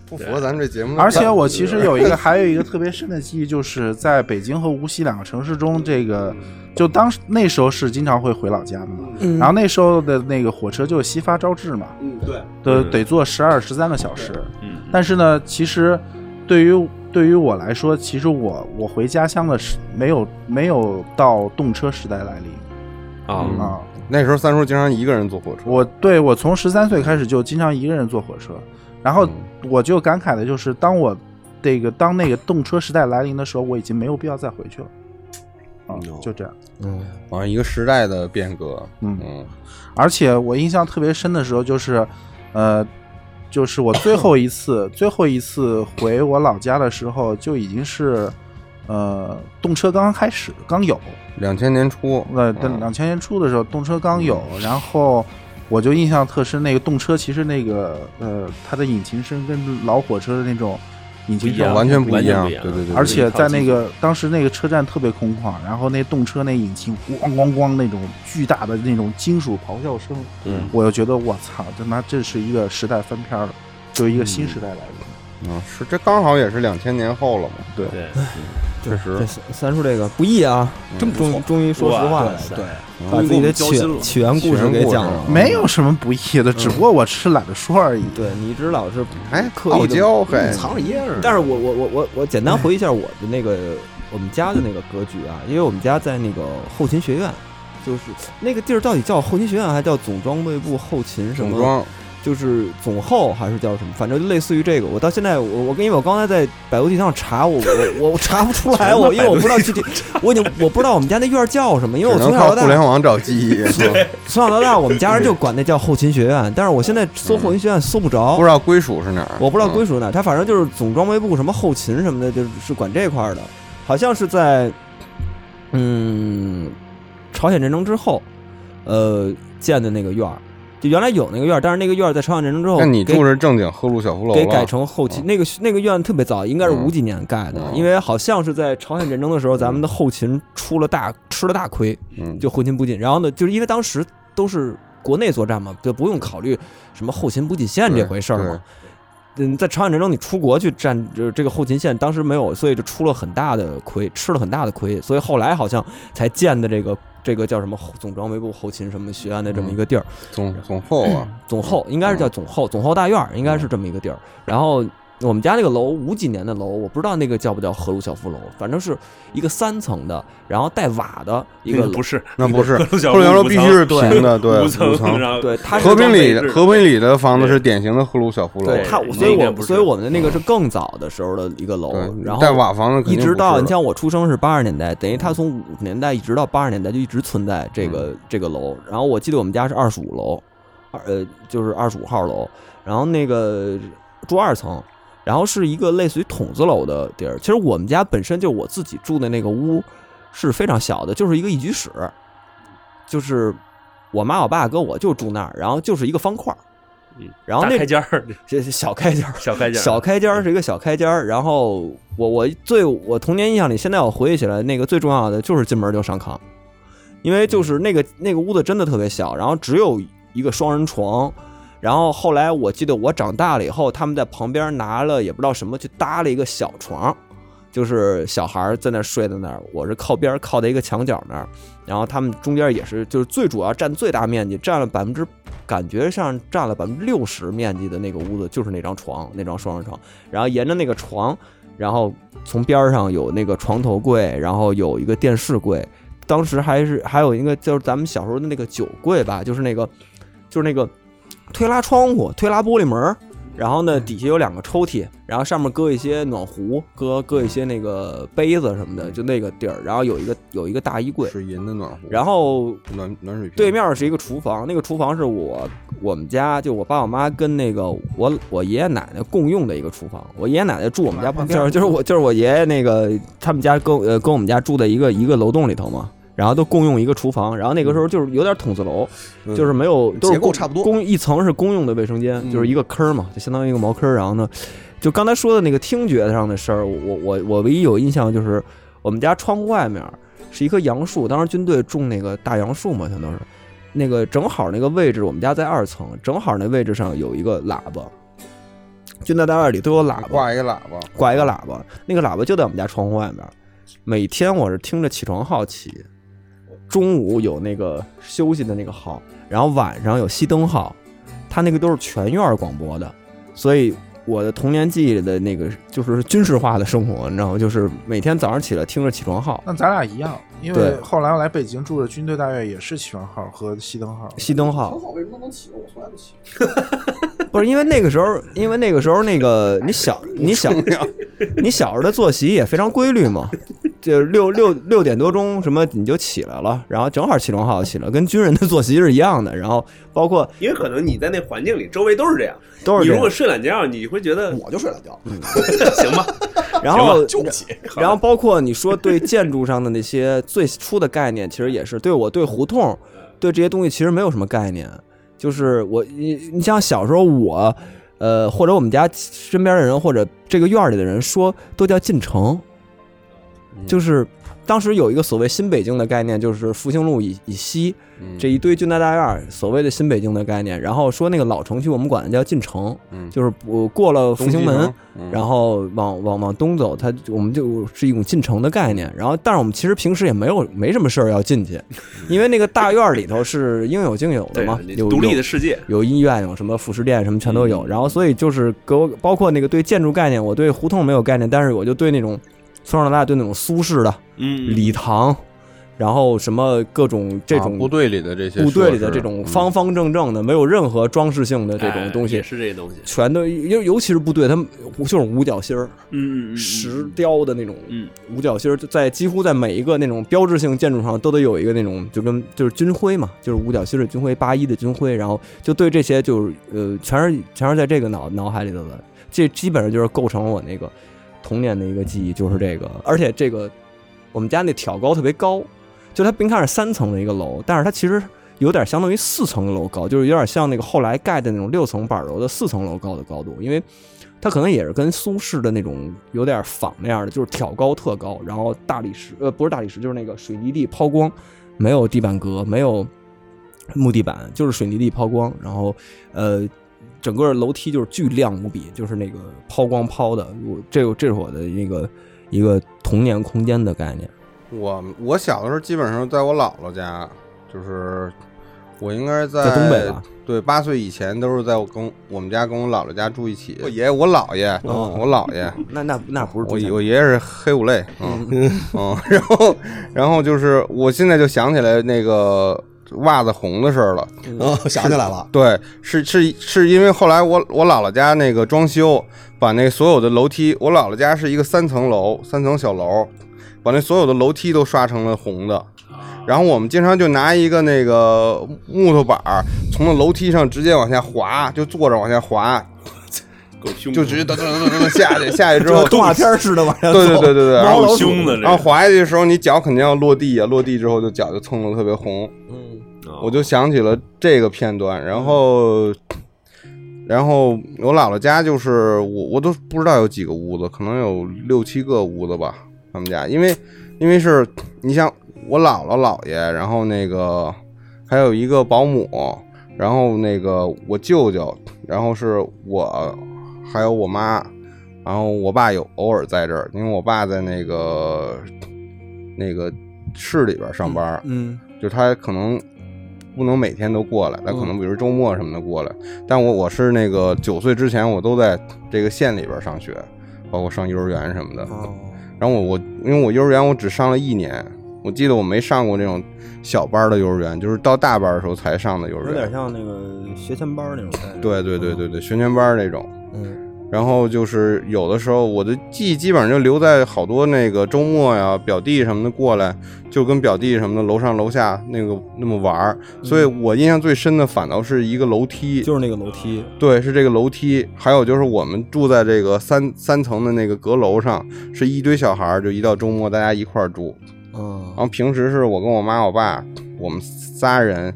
S3: 不符合咱们这节目的
S5: 而且
S3: 感
S5: 我
S3: 觉
S5: 其实有一个还有一个特别深的记忆，就是在北京和无锡两个城市中，这个
S7: 嗯
S5: 就当时那时候是经常会回老家的嘛，
S2: 嗯
S5: 然后那时候的那个火车就是西发朝至嘛，
S7: 嗯，对，
S5: 得
S6: 嗯
S5: 得坐十二十三个小时。
S6: 嗯
S5: 但是呢，其实对于对于我来说，其实我我回家乡的时没有没有到动车时代来临
S3: 嗯
S6: 啊，
S7: 嗯
S5: 啊。
S3: 那时候三叔经常一个人坐火车，
S5: 我对我从十三岁开始就经常一个人坐火车，然
S7: 嗯
S5: 后我就感慨的就是，当我这个当那个动车时代来临的时候，我已经没有必要再回去了。啊
S7: 哟，
S5: 就这样。
S3: 好啊像一个时代的变革，
S5: 嗯
S3: 嗯，
S5: 而且我印象特别深的时候就是，呃，就是我最后一次 最后一次回我老家的时候，就已经是，呃，动车刚刚开始，刚有，
S3: 两千年初，
S6: 嗯
S5: 呃，等两千年初的时候，动车刚有，然后我就印象特深，那个动车其实那个呃，它的引擎声跟老火车的那种引擎
S6: 不一样
S5: 声
S3: 完全不
S6: 完
S3: 一
S6: 全
S3: 样，
S6: 不一
S3: 对
S6: 样
S3: 对对，
S5: 而且在那个当时那个车站特别空旷，然后那动车那引擎咣咣咣那种巨大的那种金属咆哮声，
S6: 嗯，
S5: 我就觉得我操，他妈这是一个时代翻篇了，就是一个新时代来临。
S3: 嗯是这刚好也是两千年后了嘛，对
S6: 对，
S3: 确实
S2: 这，三三叔这个不易啊，
S3: 真
S2: 终于终于说实话嗯了，
S6: 对，
S2: 把自己的
S7: 终于
S2: 起
S7: 给我们交心了
S2: 起源故事给讲了。
S5: 没有什么不易的，只不过我是懒得说而已。
S2: 对你一直老是
S3: 哎，
S2: 刻
S3: 傲
S2: 意地
S3: 娇嘿，
S7: 藏着掖着。
S2: 但是我我我我我简单回忆一下我的那个我们家的那个格局啊，因为我们家在那个后勤学院，就是那个地儿到底叫后勤学院还叫总装备部后勤什
S3: 总
S2: 么？
S3: 装，
S2: 就是总后还是叫什么？反正就类似于这个。我到现在我我跟因为我刚才在百度地图上查，我我我查不出来，我因为我不知道具体， 我已经我不知道我们家那院儿叫什么，因为
S3: 只
S2: 我
S3: 能
S2: 从小
S3: 靠
S2: 到大
S3: 互联网找 记忆，是吧
S2: 从小到大我们家人就管那叫后勤学院，但是我现在搜后勤学院搜不着
S3: 不，知道归属是哪儿，
S2: 我不知道
S3: 嗯
S2: 归属哪，他反正就是总装备部什么后勤什么的，就是是管这块儿的，好像是在嗯朝鲜战争之后，呃建的那个院儿，就原来有那个院儿，但是那个院儿在朝鲜战争之后
S3: 那你
S2: 给
S3: 住是正经赫鲁晓夫楼
S2: 给
S3: 了
S2: 改成后勤，
S3: 嗯
S2: 那个那个院特别早，应该是五几年盖的，
S3: 嗯
S2: 因为好像是在朝鲜战争的时候，咱们的后勤出了大吃了大亏，
S3: 嗯
S2: 就后勤补给。然后呢，就是因为当时都是国内作战嘛，就不用考虑什么后勤补给线这回事儿嘛。嗯，在朝鲜战争，你出国去占就是这个后勤线，当时没有，所以就出了很大的亏，吃了很大的亏，所以后来好像才建的这个这个叫什么后总装备部后勤什么学院的
S3: 嗯
S2: 这么一个地儿。
S3: 总总后 啊，
S2: 总后
S6: 嗯
S2: 应该是叫总后，总后大院儿应该是这么一个地儿。然后我们家那个楼五几年的楼，我不知道那个叫不叫赫鲁晓夫楼，反正是一个三层的，然后带瓦的一个楼。
S6: 不是，
S3: 那不是
S6: 赫鲁晓
S3: 赫
S6: 夫
S3: 鲁晓夫
S6: 五
S3: 必须
S6: 层
S3: 是平的， 对，
S6: 五
S3: 五层
S6: 层，。然后
S2: 对，它是
S3: 和平
S6: 装
S3: 里
S6: 备制
S3: 和平里的房子
S6: 对
S3: 是典型的赫鲁晓夫楼，
S2: 对它，
S6: 对
S2: 所以
S6: 那应该
S2: 我
S6: 不是
S2: 所以我们的那个是更早的时候的一个楼
S3: 对，
S2: 然
S3: 带
S2: 后
S3: 瓦房子肯
S2: 一
S3: 定
S2: 直
S3: 不
S2: 到
S3: 是嗯
S2: 你像我出生是八十年代，等于它从五十年代一直到八十年代就一直存在这个、这个楼。然后我记得我们家是二十五楼，二呃就是二十五号楼，然后那个住二层，然后是一个类似于筒子楼的地儿。其实我们家本身就我自己住的那个屋是非常小的，就是一个一居室，就是我妈我爸跟我就住那儿，然后就是一个方块儿，
S6: 嗯
S2: 然后
S6: 大
S2: 那
S6: 开间儿，
S2: 这这小开间儿。
S6: 小开间儿，
S2: 小开间儿是一个小开间儿，然后我我最我童年印象里，现在我回忆起来，那个最重要的就是进门就上炕，因为就是那个那个屋子真的特别小，然后只有一个双人床，然后后来我记得我长大了以后，他们在旁边拿了也不知道什么去搭了一个小床，就是小孩儿在那儿睡在那儿，我是靠边儿靠在一个墙角那儿，然后他们中间也是就是最主要占最大面积，占了百分之感觉上占了百分之六十面积的那个屋子就是那张床，那张双人床，然后沿着那个床，然后从边儿上有那个床头柜，然后有一个电视柜，当时还是还有一个就是咱们小时候的那个酒柜吧，就是那个就是那个推拉窗户、推拉玻璃门儿，然后呢底下有两个抽屉，然后上面搁一些暖壶，搁搁一些那个杯子什么的，就那个地儿，然后有一个有一个大衣柜，
S3: 是银的暖壶，
S2: 然后
S3: 暖暖水瓶，
S7: 嗯
S2: 对面是一个厨房，那个厨房是我我们家就我爸我妈跟那个我我爷爷奶奶共用的一个厨房，我爷爷奶奶住我们家旁边，就是就是我就是我爷爷那个他们家跟我呃跟我们家住的一个一个楼栋里头嘛，然后都共用一个厨房，然后那个时候就是有点筒子楼，
S7: 嗯
S2: 就是没有都是
S7: 结构
S2: 公
S7: 差不多嗯
S2: 公一层是公用的卫生间，就是一个坑嘛，就相当于一个茅坑，然后呢，就刚才说的那个听觉上的事儿，我我我唯一有印象就是我们家窗户外面是一棵杨树，当时军队种那个大杨树嘛，全都是。那个正好那个位置，我们家在二层，正好那位置上有一个喇叭，军队大院里都有喇叭，
S3: 啊挂一个喇叭，
S2: 挂一个喇叭，那个喇叭就在我们家窗户外面。每天我是听着起床号起，中午有那个休息的那个号，然后晚上有熄灯号，它那个都是全院广播的，所以我的童年记忆里的那个就是军事化的生活，你知道吗？就是每天早上起来听着起床号，
S5: 那咱俩一样，因为
S2: 对
S5: 后来我来北京住的军队大院也是起床号和熄灯号。
S2: 熄灯号
S11: 很，好，为什么能起？我从来不 起。
S2: 不是因为那个时候，因为那个时候那个你小 你小你小时候的作息也非常规律嘛，就六六六点多钟什么你就起来了，然后正好起床号起了，跟军人的作息是一样的。然后包括
S6: 因为可能你在那环境里，周围都是这样。
S2: 都是
S6: 你
S2: 这
S6: 如果
S2: 样，
S6: 睡懒觉，你会觉得嗯
S11: 我就睡懒觉，
S6: 行吧，
S2: 然后
S11: 就不起。
S2: 然后包括你说对建筑上的那些最初的概念，其实也是对我对胡同，对这些东西其实没有什么概念。就是我，你你像小时候我，呃，或者我们家身边的人，或者这个院儿里的人说，都叫进城，就是当时有一个所谓新北京的概念，就是复兴路以以西这一堆军大大院儿，所谓的新北京的概念。然后说那个老城区，我们管它叫进城，
S3: 嗯
S2: 就是我过了复兴门，
S3: 嗯
S2: 然后往往往东走，它我们就是一种进城的概念。然后，但是我们其实平时也没有没什么事儿要进去，因为那个大院儿里头是应有尽有的
S6: 对
S2: 嘛，
S6: 你
S2: 有
S6: 独立
S2: 有
S6: 的嗯世界，
S2: 有医院，有什么副食店，什么全都有。然后，所以就是给我包括那个对建筑概念，我对胡同没有概念，但是我就对那种从小到大对那种苏式的
S6: 嗯，
S2: 礼堂，然后什么各种这种
S3: 啊部队里的这些
S2: 部队里的
S3: 设施嗯
S2: 这种方方正正的，没有任何装饰性的这种东
S6: 嗯哎
S2: 西
S6: 也，是这些东西，
S2: 全都尤尤其是部队，他们就是五角星儿。
S6: 嗯嗯嗯，
S2: 石雕的那种
S6: 嗯
S2: 五角星儿，就在几乎在每一个那种标志性建筑上都得有一个那种，就跟就是军徽嘛，就是五角星儿的军徽，八一的军徽，然后就对这些就是呃，全是全是在这个脑脑海里头的，这基本上就是构成了我那个童年的一个记忆，就是这个，而且这个我们家那挑高特别高，就它别看是三层的一个楼，但是它其实。有点相当于四层楼高，就是有点像那个后来盖的那种六层板楼的四层楼高的高度，因为它可能也是跟苏式的那种有点仿那样的，就是挑高特高，然后大理石呃不是大理石，就是那个水泥地抛光，没有地板革，没有木地板，就是水泥地抛光，然后呃整个楼梯就是巨亮无比，就是那个抛光抛的，我这个这是我的一个一个童年空间的概念。
S3: 我我小的时候基本上在我姥姥家，就是我应该在
S2: 在东北吧
S3: 对，八岁以前都是在我跟我们家跟我姥姥家住一起。我爷爷，我姥爷，
S2: 哦
S3: 我姥爷，
S2: 那那那不是
S3: 我
S2: 中
S3: 爷
S2: 间
S3: 我爷爷是黑五类， 嗯嗯，然后然后就是我现在就想起来那个袜子红的事儿了。
S7: 嗯，想起来了，
S3: 对，是是是因为后来我我姥姥家那个装修，把那所有的楼梯，我姥姥家是一个三层楼，三层小楼，把那所有的楼梯都刷成了红的。
S2: 啊
S3: 然后我们经常就拿一个那个木头板儿，从那楼梯上直接往下滑，就坐着往下滑，
S6: 嗯够凶的，
S3: 就直接噔噔噔噔噔下去，下去之后，
S2: 动画片似的往上
S3: 对对对对对，然后
S6: 够凶的，
S3: 然后滑下去的时候，你脚肯定要落地啊，落地之后就脚就蹭的特别红。
S6: 这个
S3: 我就想起了这个片段，然后，然后我姥姥家就是我我都不知道有几个屋子，可能有六七个屋子吧，他们家，因为因为是你像我姥姥姥爷，然后那个还有一个保姆，然后那个我舅舅，然后是我还有我妈，然后我爸有偶尔在这儿，因为我爸在那个那个市里边上班儿，
S2: 嗯
S3: 就他可能不能每天都过来，他可能比如周末什么的过来。但我我是那个九岁之前，我都在这个县里边上学，包括上幼儿园什么的。然后我我因为我幼儿园我只上了一年，我记得我没上过这种小班的幼儿园，就是到大班的时候才上的幼儿
S2: 有点嗯
S3: 园。
S2: 像那个学前班那种概念。
S3: 对对对对对，学前班那种。
S2: 嗯，
S3: 然后就是有的时候我的记忆基本上就留在好多那个周末呀，表弟什么的过来，就跟表弟什么的楼上楼下那个那么玩儿。所以我印象最深的反倒是一个楼梯，
S2: 嗯就是那个楼梯，
S3: 对，是这个楼梯，还有就是我们住在这个三三层的那个阁楼上，是一堆小孩儿，就一到周末大家一块儿住。
S2: 嗯
S3: 然后平时是我跟我妈我爸，我们仨人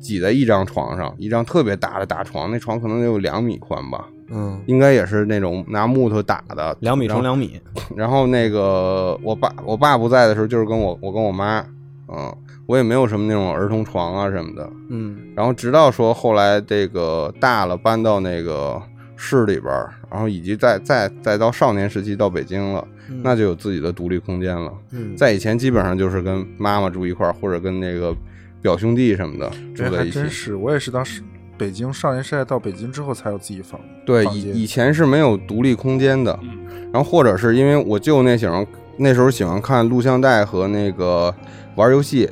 S3: 挤在一张床上，一张特别大的大床，那床可能得有两米宽吧，
S2: 嗯，
S3: 应该也是那种拿木头打的，
S2: 两米乘
S3: 然后。
S2: 两米，
S3: 然后那个我爸我爸不在的时候，就是跟我我跟我妈，嗯，我也没有什么那种儿童床啊什么的，
S2: 嗯，
S3: 然后直到说后来这个大了，搬到那个市里边儿，然后以及再再再到少年时期到北京了，那就有自己的独立空间了。
S2: 嗯
S3: 在以前基本上就是跟妈妈住一块儿，或者跟那个表兄弟什么的
S5: 这
S3: 住在
S5: 哎还
S3: 一起
S5: 真。是，我也是当时北京少年时代到北京之后才有自己房。
S3: 对，
S5: 房间
S3: 以以前是没有独立空间的。
S5: 嗯
S3: 然后或者是因为我舅那喜欢那时候喜欢看录像带和那个玩游戏，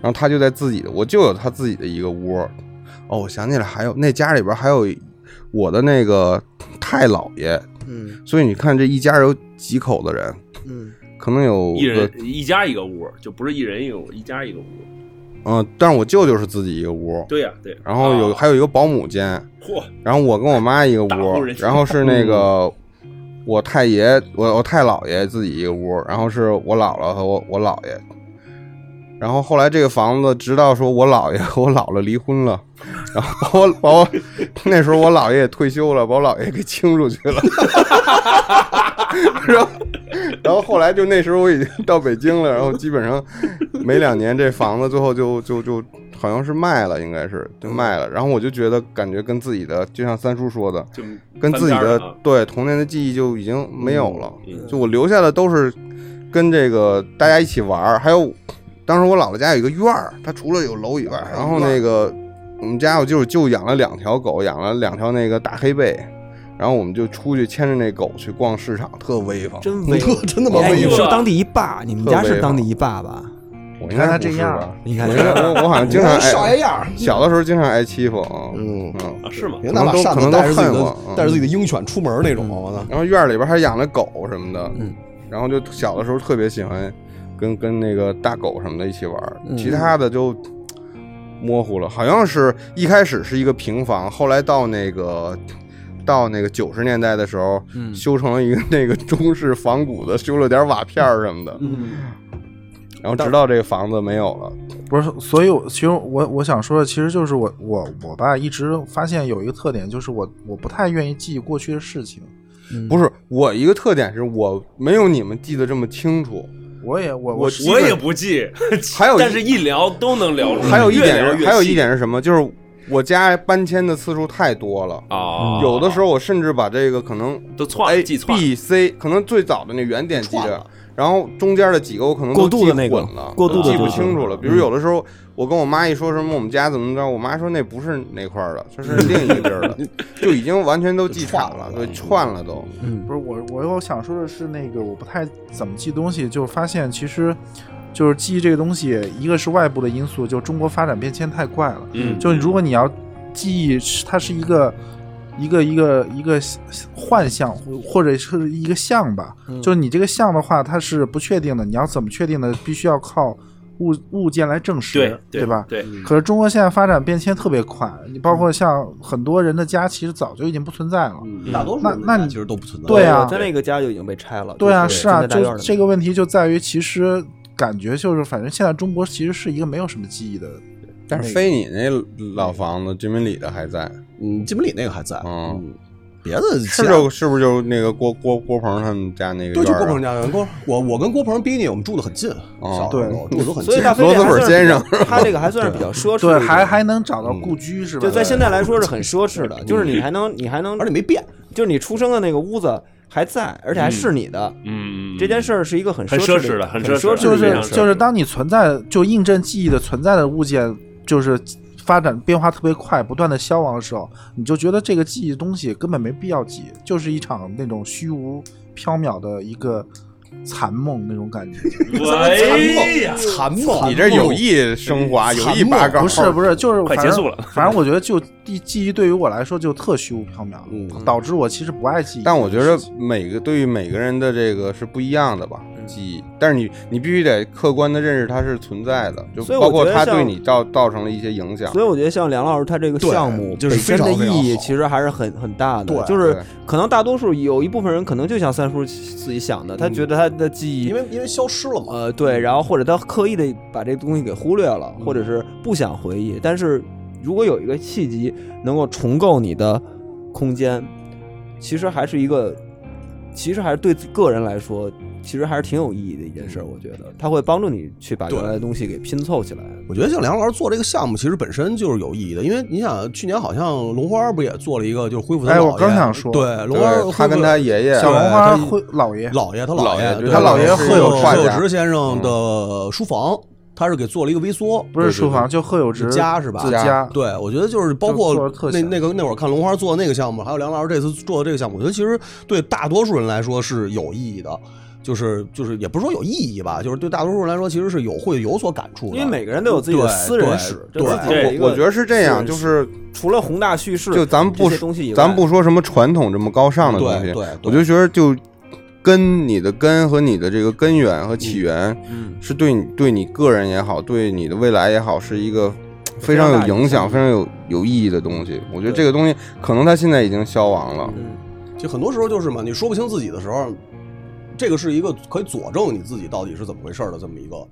S3: 然后他就在自己的，我舅有他自己的一个屋。哦，我想起来，还有那家里边还有我的那个太姥爷，
S2: 嗯
S3: 所以你看这一家有几口的人，
S2: 嗯，
S3: 可能有
S6: 一人
S3: 个
S6: 一家一个屋，就不是一人一个屋，一家一个屋。
S3: 嗯，但是我舅舅是自己一个屋，
S6: 对呀、对呀、
S3: 然后有
S6: 啊
S3: 还有一个保姆间，
S6: 嚯，
S3: 然后我跟我妈一个
S6: 大户
S3: 屋
S6: 人，家
S3: 然后是那 个我太爷，我我太姥爷自己一个屋，然后是我姥姥和我我姥爷。然后后来这个房子，直到说我姥爷 和我姥姥离婚了，然后把我把我 那时候我姥爷也退休了，把我姥爷给清出去了。然后然后后来就那时候我已经到北京了，然后基本上没两年，这房子最后就就就好像是卖了，应该是就卖了。然后我就觉得感觉跟自己的，就像三叔说的，
S6: 就
S3: 跟自己
S6: 翻篇
S3: 的
S6: 儿了啊
S3: 对童年的记忆就已经没有了。
S6: 嗯
S3: 就我留下的都是跟这个大家一起玩儿，还有当时我姥姥家有一个院儿，它除啊了有楼以外，然后那个我们家我就是就养了两条狗，养了两条那个大黑背。然后我们就出去牵着那狗去逛市场，特威风。
S2: 真 威，
S7: 真的吗？
S2: 哎，
S7: 为
S2: 你
S7: 什
S2: 是
S7: 么？
S2: 当地一霸，你们家是当地一霸吧？
S3: 我应该
S5: 看他
S3: 不
S5: 这
S3: 是
S5: 样
S3: 吧
S2: 你看
S3: 我 应该我我好像经常
S7: 你看少
S3: 挨
S7: 爷样儿，
S3: 小的时候经常挨欺负啊。
S7: 嗯
S3: 嗯。
S6: 啊是吗？
S7: 别拿把扇
S3: 可
S7: 子
S3: 能都
S7: 带着自己
S3: 恨
S7: 的
S3: 我嗯
S7: 带着自己的鹰犬出门那种，我操！
S3: 然后院里边还养了狗什么的，然后就小的时候特别喜欢跟跟那个大狗什么的一起玩儿，其他的就模糊了。好像是一开始是一个平房，后来到那个。到那个九十年代的时候，修成了一个那个中式仿古的，修了点瓦片儿什么的，然后直到这个房子没有了，
S5: 不是，所以我其实我我想说的，其实就是我我我吧，一直发现有一个特点，就是我我不太愿意记过去的事情。
S3: 不是我一个特点是我没有你们记得这么清楚，
S5: 我也我
S3: 我
S6: 我也不记，
S3: 还有一
S6: 但是一聊都能聊出来，
S3: 还有一
S6: 嗯越聊
S3: 点
S6: 越
S3: 是，还有
S6: 细
S3: 一点是什么？就是我家搬迁的次数太多了，
S6: 啊，
S2: 嗯
S3: 有的时候我甚至把这个可能
S6: 都串
S3: A、
S6: 记串
S3: B、C，可能最早的那原点记
S7: 串
S3: 着
S7: 了，
S3: 然后中间的几个我可能都
S2: 过渡的那
S3: 记
S2: 个
S3: 混了，
S2: 过渡
S6: 的
S3: 记
S6: 就
S3: 不
S6: 是
S3: 清楚了。比如有的时候我跟我妈一说什么我们家怎么着，我妈说那不是那块儿的，这是另一个地儿的，就已经完全都记串了，对，串了都。
S5: 不是我，我又想说的是，那个我不太怎么记东西，就发现其实就是记忆这个东西，一个是外部的因素，就中国发展变迁太快了，
S6: 嗯
S5: 就如果你要记忆是它是一个一个一个一个幻象或或者是一个象吧，
S2: 嗯
S5: 就是你这个象的话，它是不确定的，你要怎么确定的，必须要靠物物件来证实，
S6: 对对
S5: 吧？
S6: 对，
S2: 嗯
S5: 可是中国现在发展变迁特别快，你包括像很多人的家，其实早就已经不存在了。
S2: 嗯
S7: 大多数
S5: 嗯那
S7: 人
S5: 那
S7: 家
S5: 你
S7: 其实都不存在。
S5: 对啊
S2: 我在那个家就已经被拆了。
S5: 对啊，
S2: 就是
S5: 啊，
S2: 现在大院
S5: 就
S2: 里
S5: 这个问题就在于，其实感觉就是，反正现在中国其实是一个没有什么记忆的。
S3: 但是非你那老房子，居民里的还在，
S7: 嗯，金门里那个还在，
S3: 嗯，
S7: 别的
S3: 是
S7: 其他
S3: 就是不是就是那个郭郭郭鹏他们家那个
S7: 对，就
S3: 院儿
S7: 郭
S3: 啊
S7: 鹏家园，郭我我跟郭鹏、逼你，我们住的很近，
S3: 哦
S7: 小时候住的都很
S2: 所以
S7: 近。
S2: 大飞这
S3: 螺蛳粉
S2: 还算是
S3: 先生
S2: 比较，他这个还算是比较奢侈
S5: 对，
S2: 的，
S5: 还还能找到故居是吧？
S2: 就在现在来说是很奢侈的，就是你还能你还 能
S7: 而且没变，
S2: 就是你出生的那个屋子还在，而且还是你的，
S6: 嗯，
S2: 这件事儿是一个很
S6: 很
S2: 奢
S6: 奢侈的
S2: 的，
S6: 很
S2: 很
S6: 奢侈的
S5: 就
S2: 侈的
S5: 是
S2: 一件事
S5: 就是当你存在就印证记忆的存在的物件，就是发展变化特别快，不断的消亡的时候，你就觉得这个记忆的东西根本没必要记，就是一场那种虚无缥缈的一个残梦那种感觉。
S6: 嗯喂呀，
S7: 残梦，
S3: 哎你这有意升
S2: 嗯
S3: 华，有意
S5: 残梦
S3: 拔高，
S5: 不是不是，就是
S6: 快
S5: 反
S6: 结
S5: 正
S6: 束了。
S5: 反正我觉得就记记忆对于我来说就特虚无缥缈，导致我其实不爱记忆。
S3: 但我觉得每个对于每个人的这个是不一样的吧，
S2: 嗯
S3: 记忆。但是你你必须得客观的认识它是存在的，就
S2: 所以我
S3: 包括
S2: 觉得
S3: 它
S2: 像
S3: 对你造造成了一些影响
S2: 所。以我觉得像梁老师他这个
S7: 对
S2: 项目
S7: 就是
S2: 本身的
S7: 非常非常
S2: 意义
S7: 好
S2: 其实还是很很大的
S7: 对，
S2: 就是
S3: 对
S2: 可能大多数有一部分人可能就像三叔自己想的，他觉得他的记忆
S7: 因。为因为消失了嘛。
S2: 呃，对，然后或者他刻意的把这个东西给忽略了，或者是不想回忆。但是如果有一个契机能够重构你的空间，其实还是一个，其实还是对个人来说，其实还是挺有意义的一件事儿。我觉得它会帮助你去把
S7: 对
S2: 原来的东西给拼凑起来。
S7: 我觉得像梁老师做这个项目，其实本身就是有意义的，因为你想，去年好像龙花儿不也做了一个，就是恢复他
S5: 哎
S7: 姥
S5: 我
S7: 爷
S5: 刚想说
S7: 对，龙花儿恢
S3: 对，
S7: 复
S3: 他跟他爷爷
S5: 小
S7: 对
S5: 龙花
S7: 他一
S5: 会姥爷
S7: 姥爷，他
S3: 姥爷
S7: 爷，
S3: 对
S7: 对
S3: 他
S5: 姥爷
S7: 是
S5: 会有
S7: 贺
S3: 画
S7: 有
S3: 家
S7: 直先生的书房，他是给做了一个微缩，
S5: 不是书房，就贺有
S7: 是
S5: 直
S7: 家是吧
S5: 自
S3: 家
S5: 家
S7: 对，我觉得就是包
S5: 就做
S7: 括
S5: 得特
S7: 那
S5: 像
S7: 那个那会儿看龙花做那个项目，还有梁老师这次做的这个项目，我觉得其实对大多数人来说是有意义的，就是就是也不是说有意义吧，就是对大多数人来说其实是有会有所感触的。
S2: 因为每个人都有自己的
S7: 对
S2: 私人
S7: 对
S2: 史，
S7: 对
S2: 就自己
S6: 对
S2: 的一个
S3: 我我觉得是这样，
S2: 是
S3: 就是
S2: 除了宏大叙事，
S3: 就咱们不
S2: 这些东西以外，
S3: 咱不说什么传统这么高尚的东
S7: 对
S3: 西，
S7: 对，
S3: 我就觉得就跟你的根和你的这个根源和起源，
S7: 嗯
S3: 是对你对你个人也好，对你的未来也好，是一个非常有影响、非常有有意义的东西。我觉得这个东西可能它现在已经消亡了，
S7: 就很多时候就是嘛，你说不清自己的时候，这个是一个可以佐证你自己到底是怎么回事儿的这么一个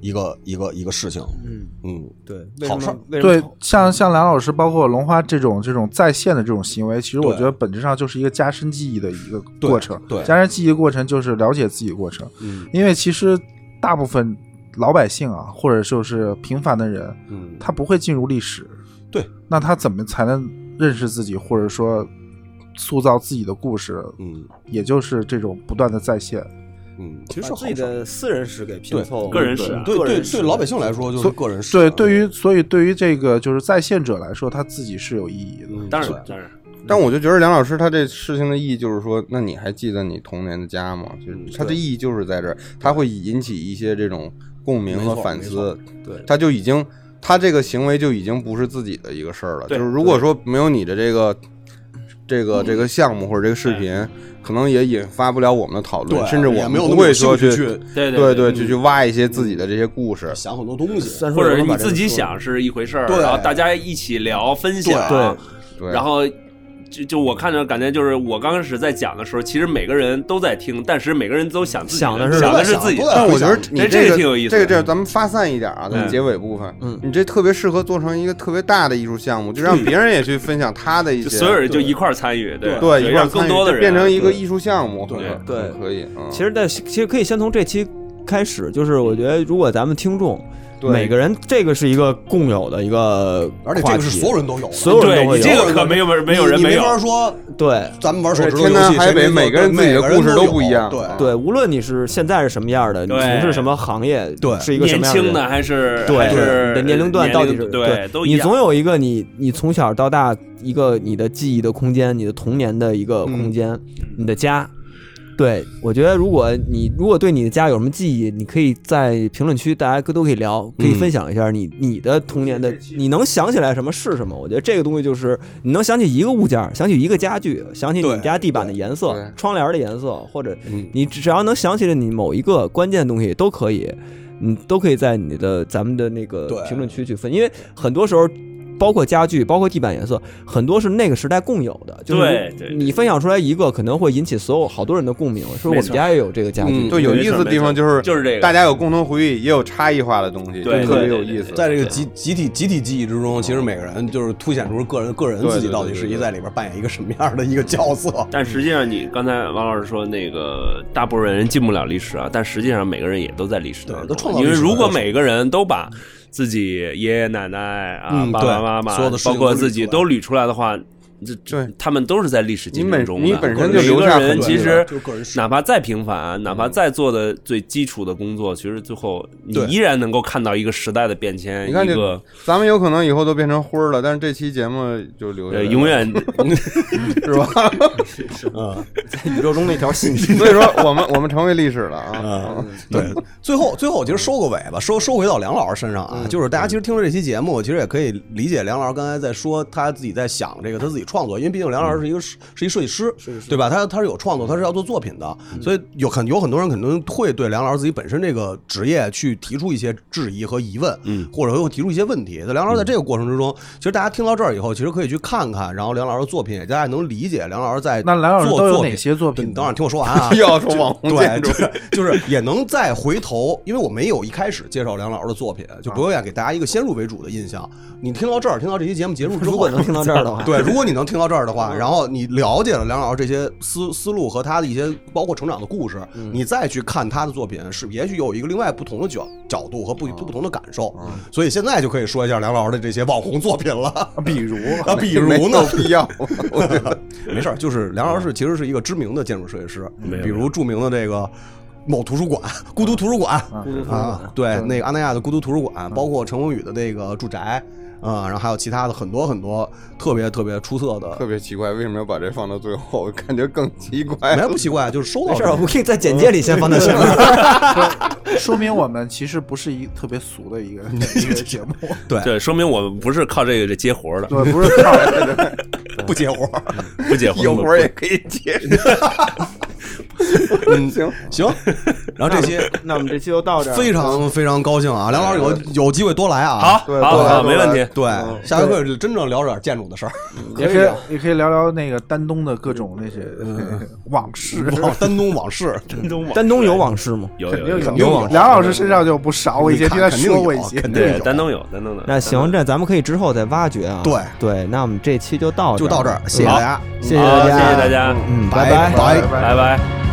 S7: 一个一个一个事情。
S2: 嗯，
S7: 嗯，
S2: 对，为什
S7: 好事嗯
S2: 么
S7: 儿？
S2: 为什么
S5: 对，像像梁老师，包括龙花这种这种在线的这种行为，其实我觉得本质上就是一个加深记忆的一个
S7: 对
S5: 过程。
S7: 对
S5: 加深记忆的过程就是了解自己的过程。
S7: 嗯，
S5: 因为其实大部分老百姓啊，或者就是平凡的人，
S7: 嗯
S5: 他不会进入历史。
S7: 对，
S5: 那他怎么才能认识自己，或者说塑造自己的故事？
S7: 嗯
S5: 也就是这种不断的在线。
S7: 嗯，其实是
S2: 把
S7: 好
S2: 自己
S7: 事儿。
S2: 的私人史给拼凑，
S6: 个人史啊
S7: 对
S2: 个
S7: 对
S2: 人史
S7: 对，老百姓来说就是啊个人事
S5: 对，
S7: 儿。
S5: 对于所以对于这个就是在线者来说，他自己是有意义的。
S7: 嗯
S6: 当然当然，
S3: 但我就觉得梁老师他这事情的意义就是说，那你还记得你童年的家吗？就是
S7: 嗯
S3: 他的
S7: 对
S3: 意义就是在这儿，他会引起一些这种共鸣
S7: 没
S3: 和
S7: 错
S3: 反
S7: 没
S3: 思
S7: 错。
S3: 对，他就已经他这个行为就已经不是自己的一个事儿了。就是如果说没有你的这个这个这个项目或者这个视频，可能也引发不了我们的讨论，
S7: 对，
S3: 甚至
S7: 也
S3: 我
S7: 没
S3: 们
S7: 有
S3: 不
S7: 那么有
S3: 会说
S7: 兴趣
S3: 去对
S6: 对对
S7: 嗯
S3: 对，去去挖一些自己的这些故事。
S7: 想很多东西。
S2: 三叔
S6: 或者
S2: 有没有把
S6: 你
S2: 这个
S6: 自己
S2: 说
S6: 想是一回事儿，
S7: 对
S6: 然后大家一起聊分享，
S7: 对
S3: 对，
S6: 然后就就我看着感觉就是我刚开始在讲的时候，其实每个人都在听，但是每个人都想自己
S2: 想的
S6: 的
S2: 是
S6: 想
S7: 都
S6: 的
S7: 在
S6: 是
S7: 想
S6: 自己
S7: 都
S6: 的，
S7: 在
S3: 但我觉得
S7: 回
S3: 你
S6: 哎这
S3: 这
S6: 个挺有意思
S3: 这
S6: 的
S3: 个这个咱们发散一点啊，咱
S6: 嗯
S3: 们结尾部分，嗯，你这特别适合做成一个特别大的艺术项目，就让别人也去分享他的一
S6: 就
S3: 些，
S6: 所有人就一块儿参与，对
S3: 对
S6: 就
S3: 一块儿
S6: 让
S3: 参
S6: 更
S3: 与
S6: 多的
S3: 就
S6: 人
S3: 变成一个艺术项目，
S7: 对
S3: 很
S2: 对
S3: 很可以。嗯
S2: 其实在其实可以先从这期开始，就是我觉得如果咱们听众
S3: 对
S2: 每个人这个是一个共有的一个话
S7: 而
S2: 题，
S7: 且这个是所有人都有的，
S2: 所有人
S6: 对
S2: 都会
S6: 你这
S2: 有
S6: 个可没有没有
S7: 你
S6: 人
S7: 你
S6: 没
S7: 没
S6: 有，
S7: 法说
S2: 对。
S7: 咱们玩手指头
S3: 天
S7: 游
S3: 南
S7: 戏，
S3: 海
S7: 谁
S3: 北
S7: 没做
S3: 每
S7: 对每
S3: 个人自己的
S7: 个人
S3: 故事
S7: 都
S3: 都
S7: 有
S3: 不一样
S7: 对
S3: 对
S2: 对，无论你是现在是什么样的，你
S6: 对
S2: 从事什么行业，
S7: 对
S2: 是一个什
S6: 年
S2: 么样的
S6: 轻
S2: 人
S6: 的还是
S2: 对
S6: 还是
S2: 你的年龄段到底是
S6: 对都一
S2: 你
S6: 样
S2: 总有一个你你从小到大一个你的记忆的空间，你的童年的一个空间，你的家。对，我觉得如果你如果对你的家有什么记忆，你可以在评论区大家都可以聊，可以分享一下你、你的童年的，你能想起来什么是什么？我觉得这个东西就是你能想起一个物件儿，想起一个家具，想起你
S7: 对
S2: 家地板的颜色
S3: 对对、
S2: 窗帘的颜色，或者
S7: 嗯
S2: 你只要能想起来你某一个关键的东西都可以，你都可以在你的咱们的那个
S7: 对
S2: 评论区去分，因为很多时候。包括家具，包括地板颜色，很多是那个时代共有的。就是
S6: 对对对
S2: 你分享出来一个，可能会引起所有好多人的共鸣。说我
S6: 没
S2: 们
S6: 错
S2: 家也有这个家具，
S3: 嗯，对，有
S6: 没
S3: 意
S6: 错
S3: 思的
S6: 没
S3: 地方
S6: 错
S3: 就是
S6: 就是这个
S3: 大家有共同回忆，也有差异化的东西，就
S6: 对
S3: 特别
S6: 对
S3: 有
S6: 对对
S3: 意思。
S7: 在这个集集体集体记忆之中，其实每个人就是凸显出个人个人
S3: 对
S7: 自己
S3: 对
S7: 到
S3: 对
S7: 底
S3: 对
S7: 是一
S3: 对
S7: 在里边扮演一个什么样的一个角色。
S6: 但实际上，你刚才王老师说那个大部分人进不了历史啊，但实际上每个人也都在历史当中。
S7: 对都创造历
S6: 因
S7: 史
S6: 为如果每个人都把自己爷爷奶奶啊、
S7: 嗯
S6: 爸爸妈妈，
S7: 对所有的事情
S6: 包括自己
S7: 都
S6: 都捋出来的话，这
S3: 对
S6: 这他们都是在历史进程中的。
S3: 你本你本身就
S6: 每
S3: 留
S6: 个
S3: 下很
S6: 人
S3: 多
S6: 其实
S7: 就是个人视
S6: 哪怕再平凡，哪怕再做的最基础的工作，其实最后你
S7: 对
S6: 依然能够看到一个时代的变迁，
S3: 你看
S6: 一
S3: 这
S6: 个
S3: 咱们有可能以后都变成灰儿了，但是这期节目就留下来
S6: 呃
S3: 了
S6: 永远
S3: 是吧？
S8: 嗯宇宙中那条信息。
S3: 所以说我们我们成为历史了啊！
S7: 对，最后最后我其实收个尾吧，收收回到梁老师身上啊，就是大家其实听了这期节目，其实也可以理解梁老师刚才在说他自己在想这个他自己创作，因为毕竟梁老师是一个是是一嗯设计师，嗯对吧？他他是有创作，他是要做作品的，所以有很有很多人可能会对梁老师自己本身这个职业去提出一些质疑和疑问，嗯，或者会提出一些问题。那梁老师在这个过程之中，其实大家听到这儿以后，其实可以去看看，然后梁老师的作品，大家也能理解梁老师在
S5: 那梁老师
S7: 做
S5: 都有
S7: 作
S5: 哪
S7: 品
S5: 些作
S7: 对
S5: 品
S7: 你等会儿听我说完
S6: 嗯
S7: 啊，
S3: 又要说网红
S7: 对
S3: 建筑，
S7: 对，就是也能再回头，因为我没有一开始介绍梁老师的作品，
S8: 啊
S7: 就不要给大家一个先入为主的印象。你听到这儿，听到这期节目结束之后，
S8: 如果能听到这儿的 话嗯
S7: 对，如果你能听到这儿的话，然后你了解了梁老师这些思思路和他的一些包括成长的故事，
S8: 嗯
S7: 你再去看他的作品，是也许有一个另外不同的角角度和不
S8: 啊
S7: 不同的感受。所以现在就可以说一下梁老师的这些网红作品了。
S5: 比 如
S7: 啊，比如
S3: 没
S7: 呢
S3: 有？必要，我觉得
S7: 没事儿，就是梁老师其实是一个知名的建筑设计师，比如著名的这个某图书馆、孤独图书馆嗯啊，对，那个阿那亚的孤独图书馆，包括陈宏宇的那个住宅啊，然后还有其他的很多很多特别特别出色
S3: 特
S7: 的。
S3: 别奇怪，为什么要把这放到最后？ 感觉更奇怪
S7: 没。有不奇怪，就是收到
S8: 没事
S7: 这
S8: 儿，
S7: 儿
S8: 我们可以在简介里先放到前面。
S5: 说明我们其实不是一特别俗的 一个一个节目，
S6: 对，说明我们不是靠这个这接活的，
S5: 对，不是靠
S7: 不接活儿。
S6: 不接活
S3: 有活儿也可以接。嗯，行，
S7: 行，然后这期
S2: 那我们这期就到 这儿。
S7: 非常非常高兴啊，梁老师有有机会多来啊。
S6: 好，，
S3: 对
S6: 好，
S3: 多来
S6: 好，
S3: 多
S6: 没
S3: 来
S6: 问题。
S7: 对，下回可以真正聊点建筑的 事儿。
S5: 也可
S7: 啊
S5: 以也可以聊聊那个丹东的各种那些 往事。
S7: 嗯 往 丹东往事，
S8: 丹东有往事吗？
S6: 有
S5: 肯
S6: 有
S5: 定
S6: 有，
S5: 有梁老师身上就有不少，我以前听他
S7: 肯定有
S5: 说过一些。
S7: 肯定
S6: 对，
S7: 有
S6: 丹东有，丹东的。
S8: 那行，这咱们可以之后再挖掘啊。
S7: 对
S8: 对，那我们这期就到
S7: 就到这儿，谢
S8: 嗯
S7: 谢大家，
S8: 谢谢
S6: 好，
S8: 大
S6: 谢
S8: 家，
S6: 谢大，家，
S8: 嗯，
S7: 拜
S8: 拜
S7: 拜。
S5: 拜
S6: 拜拜。